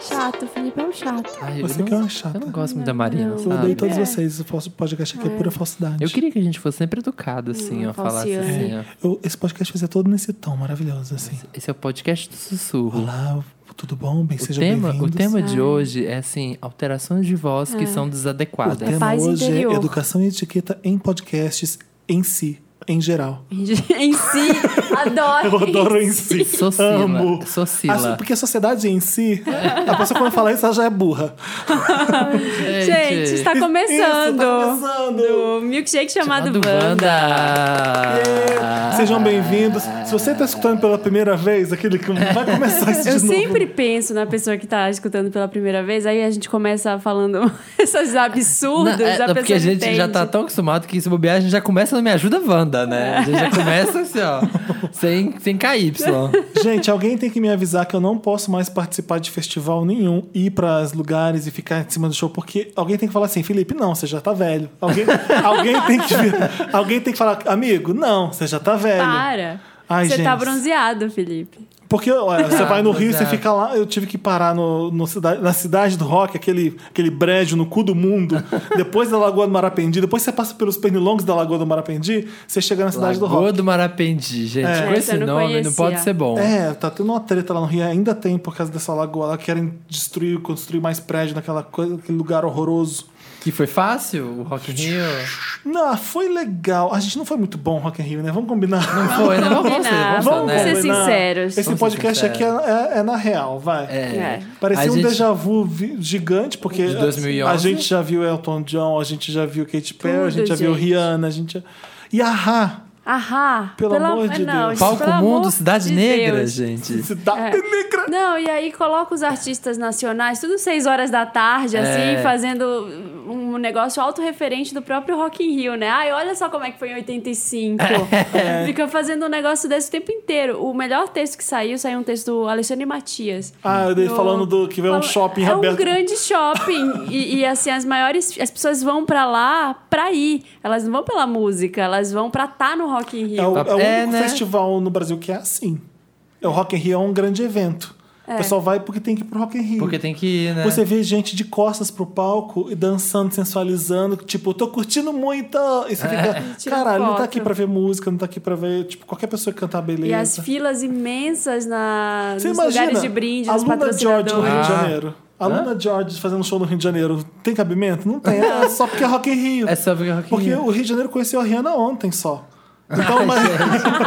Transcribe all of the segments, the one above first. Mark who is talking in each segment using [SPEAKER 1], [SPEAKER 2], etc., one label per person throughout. [SPEAKER 1] Chato, Felipe é um chato.
[SPEAKER 2] Ai, eu
[SPEAKER 3] Você
[SPEAKER 2] não-
[SPEAKER 3] que é uma chata.
[SPEAKER 2] Eu não gosto muito da Marina,
[SPEAKER 1] Não.
[SPEAKER 3] Eu odeio
[SPEAKER 2] sabe?
[SPEAKER 3] todos
[SPEAKER 1] É.
[SPEAKER 3] vocês. O falso podcast aqui é pura falsidade. É.
[SPEAKER 2] Eu queria que a gente fosse sempre educado, assim,
[SPEAKER 1] Hum,
[SPEAKER 2] ó. Falasse assim,
[SPEAKER 1] falciane.
[SPEAKER 2] ó.
[SPEAKER 3] Eu- esse podcast fazia todo nesse tom maravilhoso, assim.
[SPEAKER 2] Esse é o podcast do sussurro.
[SPEAKER 3] Olá, tudo bom? Bem,
[SPEAKER 2] O
[SPEAKER 3] sejam
[SPEAKER 2] tema, o
[SPEAKER 3] bem-vindos.
[SPEAKER 2] tema de hoje é assim, alterações de voz
[SPEAKER 1] Ah.
[SPEAKER 2] que são
[SPEAKER 3] O
[SPEAKER 2] desadequadas.
[SPEAKER 3] tema
[SPEAKER 1] paz
[SPEAKER 3] hoje
[SPEAKER 1] interior.
[SPEAKER 3] é educação e etiqueta em podcasts em si, em geral.
[SPEAKER 1] em si, adoro.
[SPEAKER 3] Eu adoro em si.
[SPEAKER 2] Socila,
[SPEAKER 3] Amo.
[SPEAKER 2] socila.
[SPEAKER 3] Acho- porque a sociedade em si, a pessoa quando fala isso, ela já é burra.
[SPEAKER 1] Gente, está
[SPEAKER 3] Isso,
[SPEAKER 1] Tá começando.
[SPEAKER 3] tá começando.
[SPEAKER 1] O milkshake chamado
[SPEAKER 2] Chamado
[SPEAKER 1] Wanda.
[SPEAKER 2] Wanda.
[SPEAKER 3] É, Sejam bem-vindos. Se você está escutando pela primeira vez, aquele que vai começar isso de
[SPEAKER 1] Eu
[SPEAKER 3] novo.
[SPEAKER 1] sempre penso na pessoa que tá escutando pela primeira vez, aí a gente começa falando essas absurdas.
[SPEAKER 2] Não, é,
[SPEAKER 1] a
[SPEAKER 2] não, porque a
[SPEAKER 1] pessoa
[SPEAKER 2] gente já
[SPEAKER 1] entende.
[SPEAKER 2] tá tão acostumado que se bobear, a gente já começa no Me Ajuda Wanda, né? A gente já começa assim, ó, sem, sem KY.
[SPEAKER 3] Gente, alguém tem que me avisar que eu não posso mais participar de festival nenhum, ir para lugares e ficar em cima do show, porque alguém tem que falar assim, Felipe, não, você já tá velho. Alguém, alguém tem que vir- alguém tem que falar, amigo, não, você já tá velho.
[SPEAKER 1] Para.
[SPEAKER 3] Ai,
[SPEAKER 1] Você tá
[SPEAKER 3] gente.
[SPEAKER 1] bronzeado, Felipe.
[SPEAKER 3] Porque olha, você
[SPEAKER 2] Ah,
[SPEAKER 3] vai no Rio,
[SPEAKER 2] pois
[SPEAKER 3] você
[SPEAKER 2] é.
[SPEAKER 3] fica lá. Eu tive que parar no, no cida- na cidade do rock, aquele, aquele brejo no cu do mundo, depois da Lagoa do Marapendi, depois você passa pelos pernilongos da Lagoa do Marapendi, você chega na cidade do
[SPEAKER 2] Lagoa
[SPEAKER 3] rock.
[SPEAKER 2] do Marapendi, gente.
[SPEAKER 3] É.
[SPEAKER 2] Com
[SPEAKER 1] Essa
[SPEAKER 2] esse
[SPEAKER 1] eu não
[SPEAKER 2] nome, não
[SPEAKER 1] conhecia.
[SPEAKER 2] pode ser bom.
[SPEAKER 3] É, tá tendo uma treta lá no Rio, ainda tem por causa dessa lagoa. Lá querem destruir, construir mais prédio naquela coisa, aquele lugar horroroso.
[SPEAKER 2] Que foi fácil o Rock in Rio?
[SPEAKER 3] Não, foi legal. A gente não foi muito bom Rock in Rio, né? Vamos combinar.
[SPEAKER 2] Não foi, né? Vamos ser,
[SPEAKER 1] combinar,
[SPEAKER 2] vamos ser,
[SPEAKER 1] vamos
[SPEAKER 2] né?
[SPEAKER 1] ser sinceros.
[SPEAKER 3] Esse
[SPEAKER 2] Vamos ser
[SPEAKER 3] podcast aqui é, é- é na real, vai.
[SPEAKER 1] É.
[SPEAKER 3] Parecia
[SPEAKER 2] A
[SPEAKER 3] um
[SPEAKER 2] gente-
[SPEAKER 3] déjà vu vi- gigante, porque
[SPEAKER 2] De 2011.
[SPEAKER 3] a gente já viu Elton John, a gente já viu Katy Perry, a
[SPEAKER 1] Tudo,
[SPEAKER 3] gente já viu
[SPEAKER 1] gente.
[SPEAKER 3] Rihanna, a gente já... E a Ha,
[SPEAKER 1] Ahá.
[SPEAKER 3] Pelo amor de
[SPEAKER 1] não,
[SPEAKER 3] Deus.
[SPEAKER 1] gente,
[SPEAKER 2] Palco
[SPEAKER 1] pelo
[SPEAKER 2] Mundo,
[SPEAKER 1] amor
[SPEAKER 2] Cidade
[SPEAKER 1] de
[SPEAKER 2] Negra,
[SPEAKER 1] Deus.
[SPEAKER 2] gente.
[SPEAKER 3] Cidade
[SPEAKER 1] É.
[SPEAKER 3] Negra.
[SPEAKER 1] Não, e aí coloca os artistas nacionais, tudo seis horas da tarde,
[SPEAKER 3] É.
[SPEAKER 1] assim, fazendo um negócio autorreferente do próprio Rock in Rio, né? Ai, olha só como é que foi em 85.
[SPEAKER 3] É.
[SPEAKER 1] Fica fazendo um negócio desse o tempo inteiro. O melhor texto que saiu, saiu um texto do Alexandre Matias.
[SPEAKER 3] Ah, ele
[SPEAKER 1] No-
[SPEAKER 3] falando do que vem um
[SPEAKER 1] fala-
[SPEAKER 3] shopping
[SPEAKER 1] é
[SPEAKER 3] aberto.
[SPEAKER 1] um grande shopping. e, e, assim, as maiores. As pessoas vão pra lá pra ir. Elas não vão pela música, elas vão pra estar no Rock in Rio.
[SPEAKER 3] É o, é o
[SPEAKER 2] É,
[SPEAKER 3] único
[SPEAKER 2] né?
[SPEAKER 3] festival no Brasil que é assim. É o Rock in Rio é um grande evento.
[SPEAKER 1] É.
[SPEAKER 3] O pessoal vai porque tem que ir pro Rock in Rio.
[SPEAKER 2] Porque tem que ir, né?
[SPEAKER 3] Você vê gente de costas pro palco e dançando, sensualizando, tipo, tô curtindo muito. E
[SPEAKER 2] É.
[SPEAKER 3] você fica,
[SPEAKER 1] Tira
[SPEAKER 3] caralho, não tá
[SPEAKER 1] foto.
[SPEAKER 3] aqui pra ver música, não tá aqui pra ver, tipo, qualquer pessoa que cantar beleza.
[SPEAKER 1] E as filas imensas na,
[SPEAKER 3] Você
[SPEAKER 1] nos
[SPEAKER 3] imagina
[SPEAKER 1] lugares de brinde,
[SPEAKER 3] a
[SPEAKER 1] nos
[SPEAKER 3] Luna George no
[SPEAKER 1] patrocinadores.
[SPEAKER 3] Rio de
[SPEAKER 2] Ah.
[SPEAKER 3] Janeiro. A Luna George fazendo show no Rio de Janeiro. Tem cabimento? Não tem. É só porque é Rock in Rio.
[SPEAKER 2] É só porque o Rock in
[SPEAKER 3] Porque
[SPEAKER 2] Rio.
[SPEAKER 3] o Rio de Janeiro conheceu a Rihanna ontem só. Então, mas...
[SPEAKER 2] É.
[SPEAKER 1] Ah,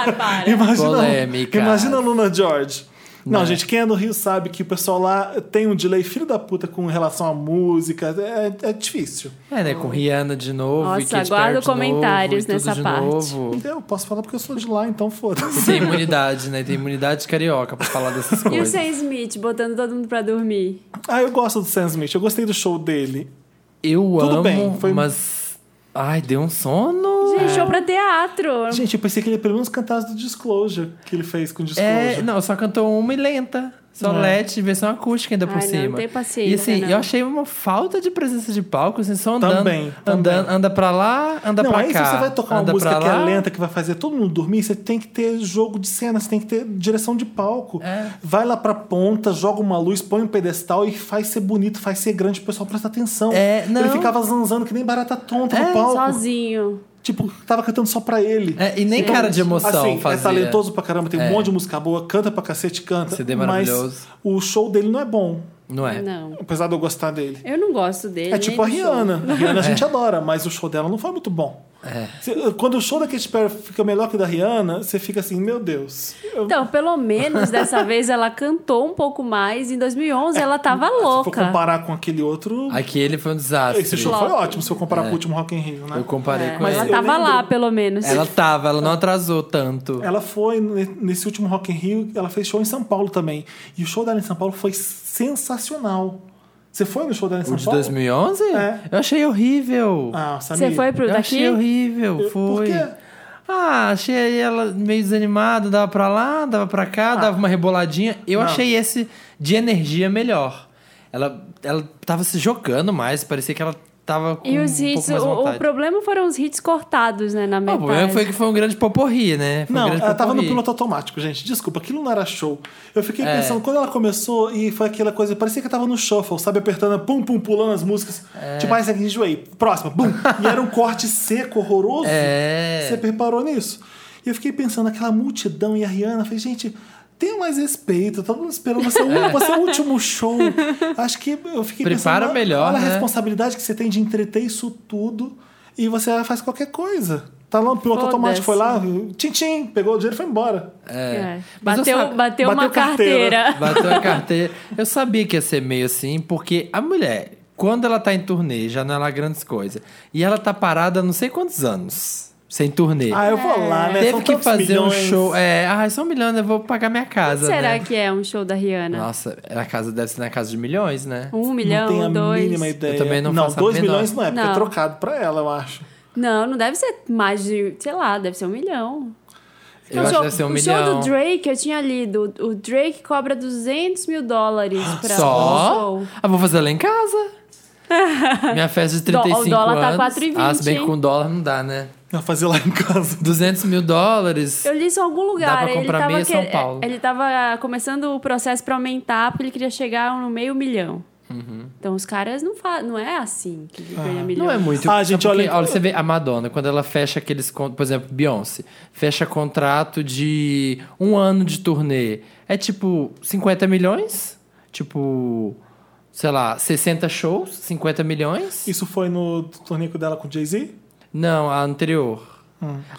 [SPEAKER 3] imagina,
[SPEAKER 2] Polêmicas.
[SPEAKER 3] imagina a Luna George. Não, gente, quem é do Rio sabe que o pessoal lá tem um delay filho da puta com relação à música. É, é difícil.
[SPEAKER 2] É, né? Com Rihanna de novo.
[SPEAKER 1] Nossa,
[SPEAKER 2] e Katy Perry
[SPEAKER 1] aguardo
[SPEAKER 2] de novo,
[SPEAKER 1] comentários
[SPEAKER 2] e tudo
[SPEAKER 1] nessa
[SPEAKER 2] de
[SPEAKER 1] parte.
[SPEAKER 2] Novo.
[SPEAKER 3] Então, Eu posso falar porque eu sou de lá, então foda-se.
[SPEAKER 2] Tem imunidade, né? Tem imunidade carioca pra falar dessas
[SPEAKER 1] E o
[SPEAKER 2] coisas.
[SPEAKER 1] Sam Smith botando todo mundo pra dormir.
[SPEAKER 3] Ah, eu gosto do Sam Smith. Eu gostei do show dele.
[SPEAKER 2] Eu
[SPEAKER 3] Tudo
[SPEAKER 2] amo,
[SPEAKER 3] bem, foi-
[SPEAKER 2] mas... Ai, deu um sono.
[SPEAKER 1] Gente, show pra teatro.
[SPEAKER 3] É. Gente, eu pensei que ele pelo menos cantasse do Disclosure que ele fez com o Disclosure.
[SPEAKER 2] É, não, só cantou uma e lenta. Só
[SPEAKER 3] É.
[SPEAKER 2] LED, versão acústica ainda por
[SPEAKER 1] Ai, não,
[SPEAKER 2] cima.
[SPEAKER 1] não tem paciência, né,
[SPEAKER 2] E assim,
[SPEAKER 1] não.
[SPEAKER 2] eu achei uma falta de presença de palco, assim, só andando.
[SPEAKER 3] Também,
[SPEAKER 2] andando
[SPEAKER 3] também.
[SPEAKER 2] Anda pra lá, anda
[SPEAKER 3] Não,
[SPEAKER 2] pra
[SPEAKER 3] aí
[SPEAKER 2] cá.
[SPEAKER 3] se você vai tocar
[SPEAKER 2] anda
[SPEAKER 3] uma música
[SPEAKER 2] pra
[SPEAKER 3] que é
[SPEAKER 2] lá.
[SPEAKER 3] lenta, que vai fazer todo mundo dormir, você tem que ter jogo de cena, você tem que ter direção de palco.
[SPEAKER 2] É.
[SPEAKER 3] Vai lá pra ponta, joga uma luz, põe um pedestal e faz ser bonito, faz ser grande, o pessoal presta atenção.
[SPEAKER 2] É, não.
[SPEAKER 3] Ele ficava zanzando que nem barata tonta no palco.
[SPEAKER 1] Sozinho.
[SPEAKER 3] Tipo, tava cantando só pra ele.
[SPEAKER 2] É, e nem cara de emoção
[SPEAKER 3] Assim,
[SPEAKER 2] fazia.
[SPEAKER 3] é talentoso pra caramba, tem um
[SPEAKER 2] É.
[SPEAKER 3] monte de música boa, canta pra cacete, canta.
[SPEAKER 2] CD
[SPEAKER 3] mas
[SPEAKER 2] maravilhoso.
[SPEAKER 3] o show dele não é bom,
[SPEAKER 2] Não é?
[SPEAKER 1] Não.
[SPEAKER 3] apesar de eu gostar dele.
[SPEAKER 1] Eu não gosto dele.
[SPEAKER 3] É
[SPEAKER 1] nem
[SPEAKER 3] tipo a
[SPEAKER 1] do show.
[SPEAKER 2] É.
[SPEAKER 3] Rihanna. A Rihanna a gente adora, mas o show dela não foi muito bom. Cê- Quando o show da Katy Perry fica melhor que o da Rihanna, você fica assim, meu Deus. Eu-
[SPEAKER 1] Então, pelo menos dessa vez ela cantou um pouco mais. Em 2011 ela tava
[SPEAKER 3] se for
[SPEAKER 1] louca.
[SPEAKER 3] comparar com aquele outro,
[SPEAKER 2] Aquele foi um desastre.
[SPEAKER 3] esse show foi ótimo, se eu comparar com o último Rock in Rio, né?
[SPEAKER 2] É. Eu comparei
[SPEAKER 1] É,
[SPEAKER 2] com
[SPEAKER 1] ela
[SPEAKER 2] ele.
[SPEAKER 3] tá-
[SPEAKER 1] tava
[SPEAKER 3] eu
[SPEAKER 1] lá,
[SPEAKER 3] lembro-
[SPEAKER 1] pelo menos.
[SPEAKER 2] Ela tava, ela não atrasou tanto.
[SPEAKER 3] Ela foi ne- nesse último Rock in Rio, ela fez show em São Paulo também. E o show dela em São Paulo foi sensacional. Você foi no show dela em
[SPEAKER 2] O
[SPEAKER 3] São
[SPEAKER 2] de
[SPEAKER 3] Paulo?
[SPEAKER 2] 2011?
[SPEAKER 3] É.
[SPEAKER 2] Eu achei horrível.
[SPEAKER 3] Ah, Samir.
[SPEAKER 1] Você foi pro
[SPEAKER 2] Eu
[SPEAKER 1] daqui?
[SPEAKER 2] achei horrível,
[SPEAKER 3] Eu- por
[SPEAKER 2] foi.
[SPEAKER 3] quê?
[SPEAKER 2] Ah, achei ela meio desanimada, dava pra lá, dava pra cá, dava uma reboladinha. Eu
[SPEAKER 3] Ah. Não.
[SPEAKER 2] achei esse de energia melhor. Ela, ela tava se jogando mais, parecia que ela tava com
[SPEAKER 1] E os
[SPEAKER 2] um
[SPEAKER 1] hits,
[SPEAKER 2] pouco mais
[SPEAKER 1] o- o,
[SPEAKER 2] vontade.
[SPEAKER 1] problema foram os hits cortados, né, na
[SPEAKER 2] Ah,
[SPEAKER 1] metade.
[SPEAKER 2] o problema foi que foi um grande poporri, né? Foi um
[SPEAKER 3] Não,
[SPEAKER 2] grande
[SPEAKER 3] ela tava no
[SPEAKER 2] potpourri.
[SPEAKER 3] piloto automático, gente. Desculpa, aquilo não era show. Eu fiquei
[SPEAKER 2] É.
[SPEAKER 3] pensando, quando ela começou e foi aquela coisa, parecia que eu tava no shuffle, sabe? Apertando, pum, pum, pulando as músicas.
[SPEAKER 2] É.
[SPEAKER 3] Tipo, ah, essa aqui enjoei. Próxima, bum. e era um corte seco, horroroso.
[SPEAKER 2] É.
[SPEAKER 3] Você reparou nisso? E eu fiquei pensando, aquela multidão e a Rihanna, falei, gente. Tenha mais respeito, estamos esperando você, você é o último show. Acho que eu fiquei
[SPEAKER 2] Prepara
[SPEAKER 3] pensando. é olha-
[SPEAKER 2] melhor,
[SPEAKER 3] Olha a
[SPEAKER 2] né?
[SPEAKER 3] responsabilidade que você tem de entreter isso tudo e você faz qualquer coisa. Tá lá, o piloto automático
[SPEAKER 1] Foda-se.
[SPEAKER 3] foi lá, tchim, tchim, pegou o dinheiro e foi embora.
[SPEAKER 1] É.
[SPEAKER 2] Mas eu
[SPEAKER 1] Bateu,
[SPEAKER 2] sabe-
[SPEAKER 1] bateu uma
[SPEAKER 3] bateu carteira.
[SPEAKER 1] carteira.
[SPEAKER 2] Bateu a carteira. Eu sabia que ia ser meio assim, porque a mulher, quando ela tá em turnê, já não é lá grandes coisas. E ela tá parada não sei quantos anos sem turnê.
[SPEAKER 3] Ah, eu vou lá, né? São
[SPEAKER 2] Teve que
[SPEAKER 3] tantos
[SPEAKER 2] fazer
[SPEAKER 3] milhões.
[SPEAKER 2] um show. É, ah, só um milhão, eu vou pagar minha casa.
[SPEAKER 1] Será
[SPEAKER 2] né?
[SPEAKER 1] que é um show da Rihanna?
[SPEAKER 2] Nossa, a casa deve ser na casa de milhões, né?
[SPEAKER 1] Um
[SPEAKER 3] Não tenho
[SPEAKER 1] milhão,
[SPEAKER 3] a
[SPEAKER 1] dois.
[SPEAKER 3] mínima ideia.
[SPEAKER 2] Eu também não
[SPEAKER 3] Não,
[SPEAKER 2] faço a
[SPEAKER 3] 2
[SPEAKER 2] menor.
[SPEAKER 3] milhões não é, porque é
[SPEAKER 1] Não.
[SPEAKER 3] trocado pra ela, eu acho.
[SPEAKER 1] Não, não deve ser mais de, sei lá, deve ser um milhão. o
[SPEAKER 2] Eu acho
[SPEAKER 1] show,
[SPEAKER 2] que deve ser um
[SPEAKER 1] o show
[SPEAKER 2] milhão.
[SPEAKER 1] do Drake, eu tinha lido, o Drake cobra 200 mil dólares pra um
[SPEAKER 2] Só?
[SPEAKER 1] show.
[SPEAKER 2] Ah, vou fazer lá em casa. Minha festa de 35
[SPEAKER 1] Dó- o dólar tá
[SPEAKER 2] anos.
[SPEAKER 1] 4,20,
[SPEAKER 2] Ah, se bem que
[SPEAKER 1] hein?
[SPEAKER 2] com dólar não dá, né?
[SPEAKER 3] Não, fazer lá em casa.
[SPEAKER 2] 200 mil dólares.
[SPEAKER 1] Eu li isso em algum
[SPEAKER 2] Dá
[SPEAKER 1] lugar.
[SPEAKER 2] pra
[SPEAKER 1] Ele
[SPEAKER 2] comprar
[SPEAKER 1] tava,
[SPEAKER 2] meia
[SPEAKER 1] que-
[SPEAKER 2] São Paulo.
[SPEAKER 1] ele tava começando o processo pra aumentar, porque ele queria chegar no meio milhão. Então os caras não fa... não é assim que ganha milhão.
[SPEAKER 2] Uhum. Não é muito.
[SPEAKER 3] Ah, gente,
[SPEAKER 2] Sabe por quê?
[SPEAKER 3] olha-
[SPEAKER 2] você vê a Madonna, quando ela fecha aqueles. con- Por exemplo, Beyoncé, fecha contrato de um ano de turnê. É tipo 50 milhões? Tipo. Sei lá, 60 shows? 50 milhões?
[SPEAKER 3] Isso foi no torneio dela com o Jay-Z?
[SPEAKER 2] Não, a anterior.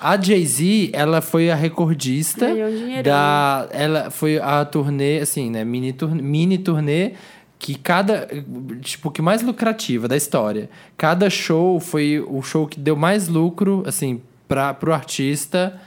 [SPEAKER 2] A Jay-Z, ela foi a recordista
[SPEAKER 1] Ah. Ganhou um dinheirão.
[SPEAKER 2] da. Ela foi a turnê, assim, né? Mini turnê, mini turnê que cada. Tipo, que mais lucrativa da história. Cada show foi o show que deu mais lucro, assim, pra, pro artista.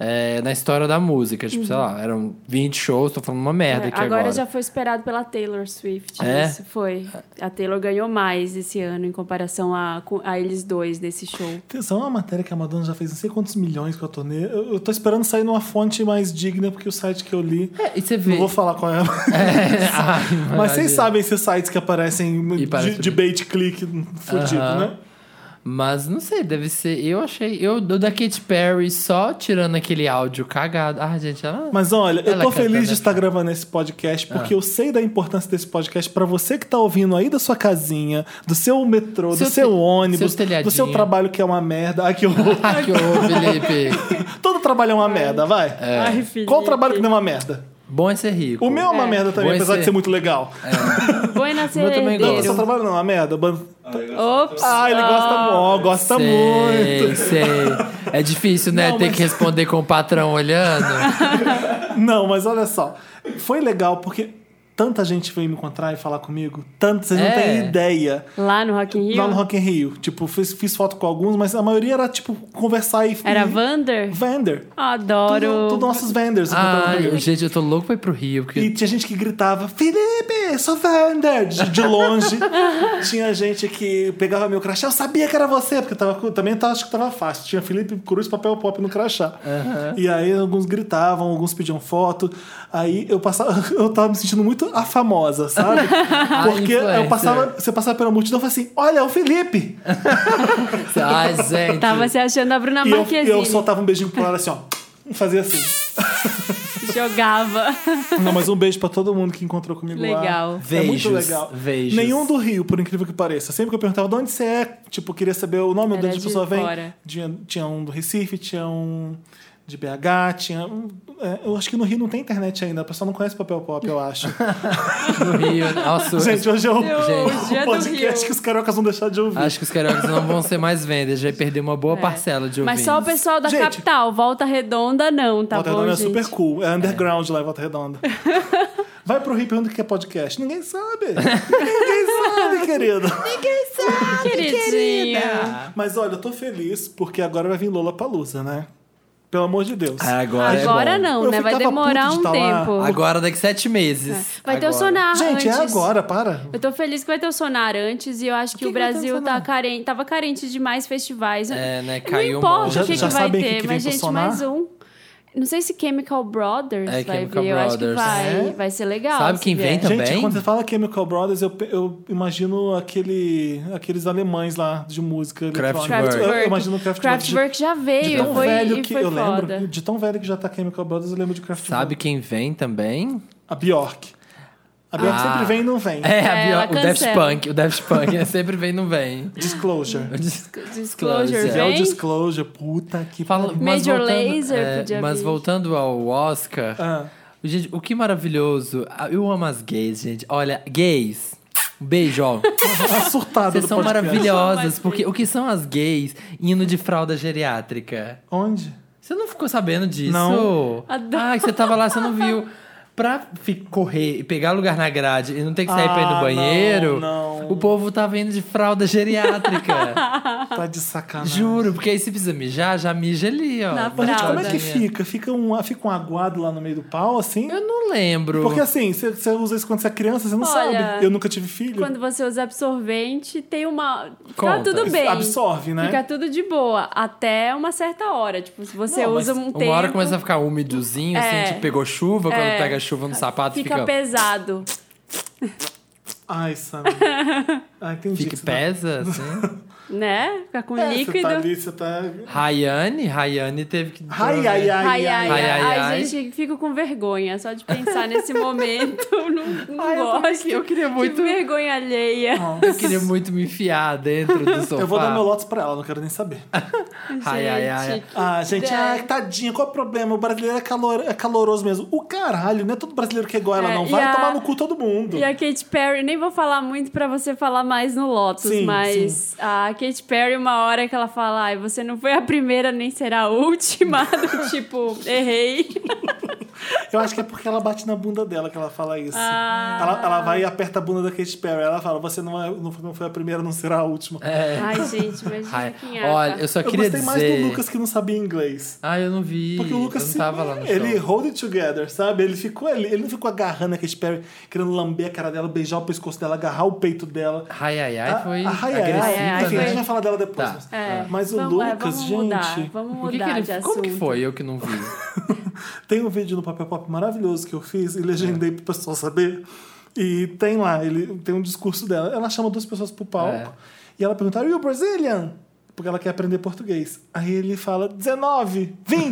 [SPEAKER 2] é, na história da música, tipo, sei lá, eram 20 shows, tô falando uma merda
[SPEAKER 1] Uhum. É,
[SPEAKER 2] aqui
[SPEAKER 1] agora,
[SPEAKER 2] agora.
[SPEAKER 1] já foi esperado pela Taylor Swift.
[SPEAKER 2] É?
[SPEAKER 1] Isso foi. A Taylor ganhou mais esse ano em comparação a, com- a eles dois nesse show.
[SPEAKER 3] Atenção, é uma matéria que a Madonna já fez não sei quantos milhões com a turnê. Eu, eu tô esperando sair numa fonte mais digna, porque o site que eu li.
[SPEAKER 2] É, e você vê.
[SPEAKER 3] Não vou falar qual é.
[SPEAKER 2] Ai,
[SPEAKER 3] Mas vocês
[SPEAKER 2] maravilha.
[SPEAKER 3] sabem esses sites que aparecem
[SPEAKER 2] E parece
[SPEAKER 3] de, de bait click fudido,
[SPEAKER 2] Aham.
[SPEAKER 3] né?
[SPEAKER 2] Mas não sei, deve ser. Eu achei. Eu do da Katy Perry só tirando aquele áudio cagado. Ah, gente, ela.
[SPEAKER 3] Mas olha, eu
[SPEAKER 2] Ela
[SPEAKER 3] tô
[SPEAKER 2] cantando
[SPEAKER 3] feliz de
[SPEAKER 2] essa.
[SPEAKER 3] estar gravando esse podcast
[SPEAKER 2] Ah.
[SPEAKER 3] porque eu sei da importância desse podcast pra você que tá ouvindo aí da sua casinha, do seu metrô,
[SPEAKER 2] Seu
[SPEAKER 3] do seu
[SPEAKER 2] te-
[SPEAKER 3] ônibus,
[SPEAKER 2] seu telhadinho.
[SPEAKER 3] do seu trabalho que é uma merda. Ai, que horror.
[SPEAKER 2] Ah, que horror, Felipe.
[SPEAKER 3] Todo trabalho é uma merda, vai.
[SPEAKER 1] Ai,
[SPEAKER 3] Qual
[SPEAKER 1] Felipe.
[SPEAKER 3] trabalho que não é uma merda?
[SPEAKER 2] Bom é ser rico.
[SPEAKER 3] O meu é uma
[SPEAKER 1] É.
[SPEAKER 3] merda também,
[SPEAKER 2] Vai
[SPEAKER 3] apesar
[SPEAKER 2] ser.
[SPEAKER 3] de ser muito legal.
[SPEAKER 2] é.
[SPEAKER 1] Foi nascer
[SPEAKER 2] Eu também
[SPEAKER 3] Não,
[SPEAKER 2] gosto.
[SPEAKER 3] seu
[SPEAKER 1] herdeiro.
[SPEAKER 3] trabalho não é uma merda. Ban-
[SPEAKER 1] Ops!
[SPEAKER 3] Ah, ele gosta, ó, gosta
[SPEAKER 2] sei,
[SPEAKER 3] muito.
[SPEAKER 2] sei. É difícil, né?
[SPEAKER 3] Não,
[SPEAKER 2] Ter
[SPEAKER 3] mas- Tipo,
[SPEAKER 2] que responder com o patrão olhando.
[SPEAKER 3] Não, mas olha só. Foi legal porque tanta gente veio me encontrar e falar comigo. Tanto, vocês não
[SPEAKER 2] É.
[SPEAKER 3] têm ideia.
[SPEAKER 1] Lá no Rock in Rio?
[SPEAKER 3] Lá no Rock in Rio. Tipo, fiz, fiz foto com alguns, mas a maioria era, tipo, conversar e...
[SPEAKER 1] Era
[SPEAKER 3] e-
[SPEAKER 1] Vander?
[SPEAKER 3] Vander.
[SPEAKER 1] Adoro.
[SPEAKER 3] Tudo, tudo nossos vendors.
[SPEAKER 2] Ai, gente, eu tô louco pra ir pro Rio. Porque...
[SPEAKER 3] E tinha gente que gritava, Felipe, sou Vander, de, de longe. tinha gente que pegava meu crachá, eu sabia que era você, porque eu tava, com- também tava, acho que tava fácil. Tinha Felipe Cruz, papel pop no crachá. E aí alguns gritavam, alguns pediam foto. Aí eu passava, eu tava me sentindo muito a famosa, sabe? Porque eu
[SPEAKER 2] influencer.
[SPEAKER 3] passava, você passava pela multidão e falava assim, olha, é o Felipe! Então.
[SPEAKER 2] Ai, gente.
[SPEAKER 1] Tava se achando a Bruna
[SPEAKER 3] E eu, e
[SPEAKER 1] Marquezine.
[SPEAKER 3] eu soltava um beijinho pro ela assim, ó. Fazia assim.
[SPEAKER 1] Jogava.
[SPEAKER 3] Não, mas um beijo pra todo mundo que encontrou comigo lá.
[SPEAKER 1] Legal.
[SPEAKER 3] É muito
[SPEAKER 2] Beijos,
[SPEAKER 3] legal.
[SPEAKER 2] beijos.
[SPEAKER 3] Nenhum do Rio, por incrível que pareça. Sempre que eu perguntava de onde você é, tipo, queria saber o nome de
[SPEAKER 1] Era
[SPEAKER 3] onde a
[SPEAKER 1] de
[SPEAKER 3] pessoa vem.
[SPEAKER 1] fora.
[SPEAKER 3] Tinha, tinha um do Recife, tinha um de BH, tinha. um- é, eu acho que no Rio não tem internet ainda, a pessoa não conhece papel pop, eu acho.
[SPEAKER 2] No Rio. Nossa,
[SPEAKER 3] Gente, hoje é o,
[SPEAKER 1] Meu,
[SPEAKER 2] Gente,
[SPEAKER 1] o
[SPEAKER 3] o
[SPEAKER 1] dia do
[SPEAKER 3] podcast que
[SPEAKER 1] Rio.
[SPEAKER 3] os cariocas vão deixar de ouvir.
[SPEAKER 2] acho que os cariocas não vão ser mais vendas. Já perdeu uma boa parcela de ouvintes.
[SPEAKER 1] É. Mas só o pessoal da
[SPEAKER 3] Gente.
[SPEAKER 1] capital, Volta Redonda não, tá
[SPEAKER 3] Volta
[SPEAKER 1] bom,
[SPEAKER 3] Redonda é
[SPEAKER 1] gente?
[SPEAKER 3] super cool. É underground lá em Volta Redonda. Vai pro Rio e pergunta o que é podcast. Ninguém sabe. Ninguém sabe, querido.
[SPEAKER 1] Queridinho.
[SPEAKER 3] Mas olha, eu tô feliz porque agora vai vir Lola Palusa, né? Pelo amor de Deus.
[SPEAKER 2] Agora,
[SPEAKER 1] Agora
[SPEAKER 2] é bom.
[SPEAKER 1] não,
[SPEAKER 3] Eu
[SPEAKER 1] né? Vai
[SPEAKER 3] ficava
[SPEAKER 1] demorar
[SPEAKER 3] puto de
[SPEAKER 1] um
[SPEAKER 3] tá lá.
[SPEAKER 1] tempo.
[SPEAKER 2] Agora daqui sete meses.
[SPEAKER 1] Vai ter o
[SPEAKER 2] Agora.
[SPEAKER 1] sonar antes.
[SPEAKER 3] Gente, é agora, para.
[SPEAKER 1] Eu tô feliz que vai ter o Sonar antes e eu acho que, o
[SPEAKER 3] que vai ter
[SPEAKER 1] Brasil
[SPEAKER 3] o
[SPEAKER 1] tá
[SPEAKER 3] Sonar?
[SPEAKER 1] carente, tava carente de mais festivais.
[SPEAKER 2] É, né?
[SPEAKER 1] Não
[SPEAKER 2] Caiu uma
[SPEAKER 1] importa
[SPEAKER 2] onda.
[SPEAKER 1] o que,
[SPEAKER 3] Já-
[SPEAKER 1] que
[SPEAKER 3] já
[SPEAKER 1] vai
[SPEAKER 3] sabem o que
[SPEAKER 1] ter,
[SPEAKER 3] que vem
[SPEAKER 1] mas
[SPEAKER 3] pro
[SPEAKER 1] gente,
[SPEAKER 3] Sonar?
[SPEAKER 1] mais um. Não sei se Chemical Brothers
[SPEAKER 2] É,
[SPEAKER 1] vai
[SPEAKER 2] Chemical
[SPEAKER 1] vir, eu acho que
[SPEAKER 2] Brothers.
[SPEAKER 1] vai.
[SPEAKER 3] É?
[SPEAKER 1] Vai ser legal.
[SPEAKER 2] Sabe
[SPEAKER 1] se
[SPEAKER 2] quem
[SPEAKER 1] vier.
[SPEAKER 2] vem também?
[SPEAKER 3] Gente, quando você fala Chemical Brothers, eu, pe- eu imagino aquele, aqueles alemães lá de música.
[SPEAKER 2] Kraftwerk.
[SPEAKER 3] eletrônica. Eu, eu
[SPEAKER 1] Kraftwerk.
[SPEAKER 3] imagino Kraftwerk. de-
[SPEAKER 1] Kraftwerk já
[SPEAKER 3] De
[SPEAKER 1] veio
[SPEAKER 3] tão
[SPEAKER 1] e foi,
[SPEAKER 3] velho
[SPEAKER 1] e
[SPEAKER 3] que
[SPEAKER 1] foi
[SPEAKER 3] eu
[SPEAKER 1] foda.
[SPEAKER 3] lembro, de tão velho que já tá Chemical Brothers, eu lembro de Kraftwerk.
[SPEAKER 2] Sabe quem vem também?
[SPEAKER 3] A Bjork. A Bjork
[SPEAKER 2] Ah.
[SPEAKER 3] sempre vem e não vem.
[SPEAKER 2] É, a
[SPEAKER 1] É,
[SPEAKER 2] Bio-
[SPEAKER 1] ela
[SPEAKER 2] o Daft
[SPEAKER 1] cancela.
[SPEAKER 2] Punk. O Daft Punk é sempre vem, não vem.
[SPEAKER 3] Disclosure.
[SPEAKER 1] Disclosure
[SPEAKER 2] Disclosure.
[SPEAKER 3] É o
[SPEAKER 1] vem.
[SPEAKER 3] Disclosure, puta que
[SPEAKER 2] Fala,
[SPEAKER 3] pariu.
[SPEAKER 2] mas
[SPEAKER 1] Major
[SPEAKER 2] voltando,
[SPEAKER 1] Lazer
[SPEAKER 2] é,
[SPEAKER 1] podia
[SPEAKER 2] Mas
[SPEAKER 1] vir.
[SPEAKER 2] voltando ao Oscar,
[SPEAKER 3] Ah,
[SPEAKER 2] gente, o que maravilhoso. Ah, Eu amo as gays, gente. Olha, gays. um Beijo, ó.
[SPEAKER 3] a surtada
[SPEAKER 2] Vocês
[SPEAKER 3] do
[SPEAKER 2] são
[SPEAKER 3] podcast.
[SPEAKER 2] maravilhosas,
[SPEAKER 1] Mais
[SPEAKER 2] porque o que são as gays indo de fralda geriátrica?
[SPEAKER 3] Onde?
[SPEAKER 2] Você não ficou sabendo disso?
[SPEAKER 3] Não.
[SPEAKER 1] Adoro.
[SPEAKER 2] Ah, que você tava lá, você não viu. Pra fi- correr e pegar lugar na grade e não ter que sair pra ir
[SPEAKER 3] Ah,
[SPEAKER 2] no banheiro,
[SPEAKER 3] não, não.
[SPEAKER 2] o povo tava indo de fralda geriátrica.
[SPEAKER 3] Tá de sacanagem.
[SPEAKER 2] Juro, porque aí se precisa mijar, já mija ali, ó.
[SPEAKER 1] Na
[SPEAKER 2] Na
[SPEAKER 3] Mas, gente, como é
[SPEAKER 1] Fralda.
[SPEAKER 3] que
[SPEAKER 2] fraldinha.
[SPEAKER 3] fica? Fica um, fica um aguado lá no meio do pau, assim?
[SPEAKER 2] Eu não lembro.
[SPEAKER 3] Porque assim, você- você usa isso quando você é criança, você não
[SPEAKER 1] Olha,
[SPEAKER 3] sabe. Eu nunca tive filho.
[SPEAKER 1] Quando você usa absorvente, tem uma. Tá
[SPEAKER 2] Conta.
[SPEAKER 1] tudo
[SPEAKER 3] Isso
[SPEAKER 1] bem.
[SPEAKER 3] Absorve, né?
[SPEAKER 1] Fica tudo de boa, até uma certa hora. Tipo, se você
[SPEAKER 3] Não, mas
[SPEAKER 1] usa um
[SPEAKER 2] Uma
[SPEAKER 1] tempo.
[SPEAKER 2] hora começa a ficar úmidozinho,
[SPEAKER 1] É.
[SPEAKER 2] assim, tipo, pegou chuva, quando
[SPEAKER 1] É.
[SPEAKER 2] pega chuva no sapato,
[SPEAKER 1] Fica,
[SPEAKER 2] fica, fica,
[SPEAKER 1] pesado.
[SPEAKER 3] Ai, Sam. Ah, entendi. que você tá-
[SPEAKER 2] pesa, assim.
[SPEAKER 1] Né? Fica com
[SPEAKER 3] É, Você
[SPEAKER 1] líquido.
[SPEAKER 3] tá ali, você tá.
[SPEAKER 2] Rayane, Rayane teve que...
[SPEAKER 3] Ai,
[SPEAKER 1] Ai,
[SPEAKER 3] ai, ai.
[SPEAKER 1] ai,
[SPEAKER 2] Ai,
[SPEAKER 1] ai,
[SPEAKER 2] ai,
[SPEAKER 1] ai,
[SPEAKER 2] ai.
[SPEAKER 1] gente, fico com vergonha só de pensar nesse momento. Eu Não, não
[SPEAKER 2] Ai, eu também
[SPEAKER 1] gosto.
[SPEAKER 2] que- eu queria muito-
[SPEAKER 1] Que vergonha alheia.
[SPEAKER 2] Eu queria muito me enfiar dentro do sofá.
[SPEAKER 3] Eu vou dar meu lotes pra ela, não quero nem saber.
[SPEAKER 2] Ai, ai, ai.
[SPEAKER 1] Gente,
[SPEAKER 3] Ah, gente,
[SPEAKER 1] Ideia.
[SPEAKER 3] ah, tadinha, qual é o problema? O brasileiro é, calor, é caloroso mesmo. O caralho, não é todo brasileiro que é igual a ela,
[SPEAKER 1] É,
[SPEAKER 3] não.
[SPEAKER 1] e
[SPEAKER 3] Vai
[SPEAKER 1] a-
[SPEAKER 3] tomar no cu todo mundo.
[SPEAKER 1] E a Katy Perry, nem vou falar muito pra você falar mais no Lotus,
[SPEAKER 3] Sim,
[SPEAKER 1] mas a Katy Perry, uma hora que ela fala, ai, você não foi a primeira nem será a última, do tipo, errei.
[SPEAKER 3] Eu acho que é porque ela bate na bunda dela que ela fala isso.
[SPEAKER 1] Ah.
[SPEAKER 3] Ela, ela vai e aperta a bunda da Katy Perry. Ela fala: Você não, é- não foi- não foi a primeira, não será a última.
[SPEAKER 2] É.
[SPEAKER 1] Ai, gente, imagina
[SPEAKER 2] Ai,
[SPEAKER 1] quem é.
[SPEAKER 2] Olha, eu só
[SPEAKER 3] Eu
[SPEAKER 2] queria
[SPEAKER 3] gostei
[SPEAKER 2] dizer...
[SPEAKER 3] mais do Lucas que não sabia inglês.
[SPEAKER 2] Ah, eu não vi.
[SPEAKER 3] Porque o Lucas
[SPEAKER 2] eu não tava lá no show.
[SPEAKER 3] ele hold it together, sabe? Ele ficou ali, ele não ficou agarrando a Katy Perry, querendo lamber a cara dela, beijar o pescoço dela, agarrar o peito dela.
[SPEAKER 2] Ai, ai, ai, foi
[SPEAKER 3] a, a Raya,
[SPEAKER 2] agressiva,
[SPEAKER 1] ai, ai,
[SPEAKER 3] enfim, a gente
[SPEAKER 2] né?
[SPEAKER 3] vai falar dela depois.
[SPEAKER 2] Tá.
[SPEAKER 3] mas-
[SPEAKER 1] É,
[SPEAKER 3] Mas o
[SPEAKER 1] vamos- é,
[SPEAKER 3] Lucas,
[SPEAKER 1] vamos
[SPEAKER 3] gente.
[SPEAKER 1] Mudar, vamos
[SPEAKER 2] O
[SPEAKER 1] mudar
[SPEAKER 2] que que
[SPEAKER 1] de
[SPEAKER 2] ele...
[SPEAKER 1] assunto.
[SPEAKER 2] Como que foi? Eu que não vi.
[SPEAKER 3] Tem um vídeo no Papel Pop maravilhoso que eu fiz e legendei pro pessoal saber. E tem lá, ele tem um discurso dela. Ela chama duas pessoas pro palco
[SPEAKER 2] É.
[SPEAKER 3] e ela pergunta: Are you Brazilian? Porque ela quer aprender português. Aí ele fala: 19, 20.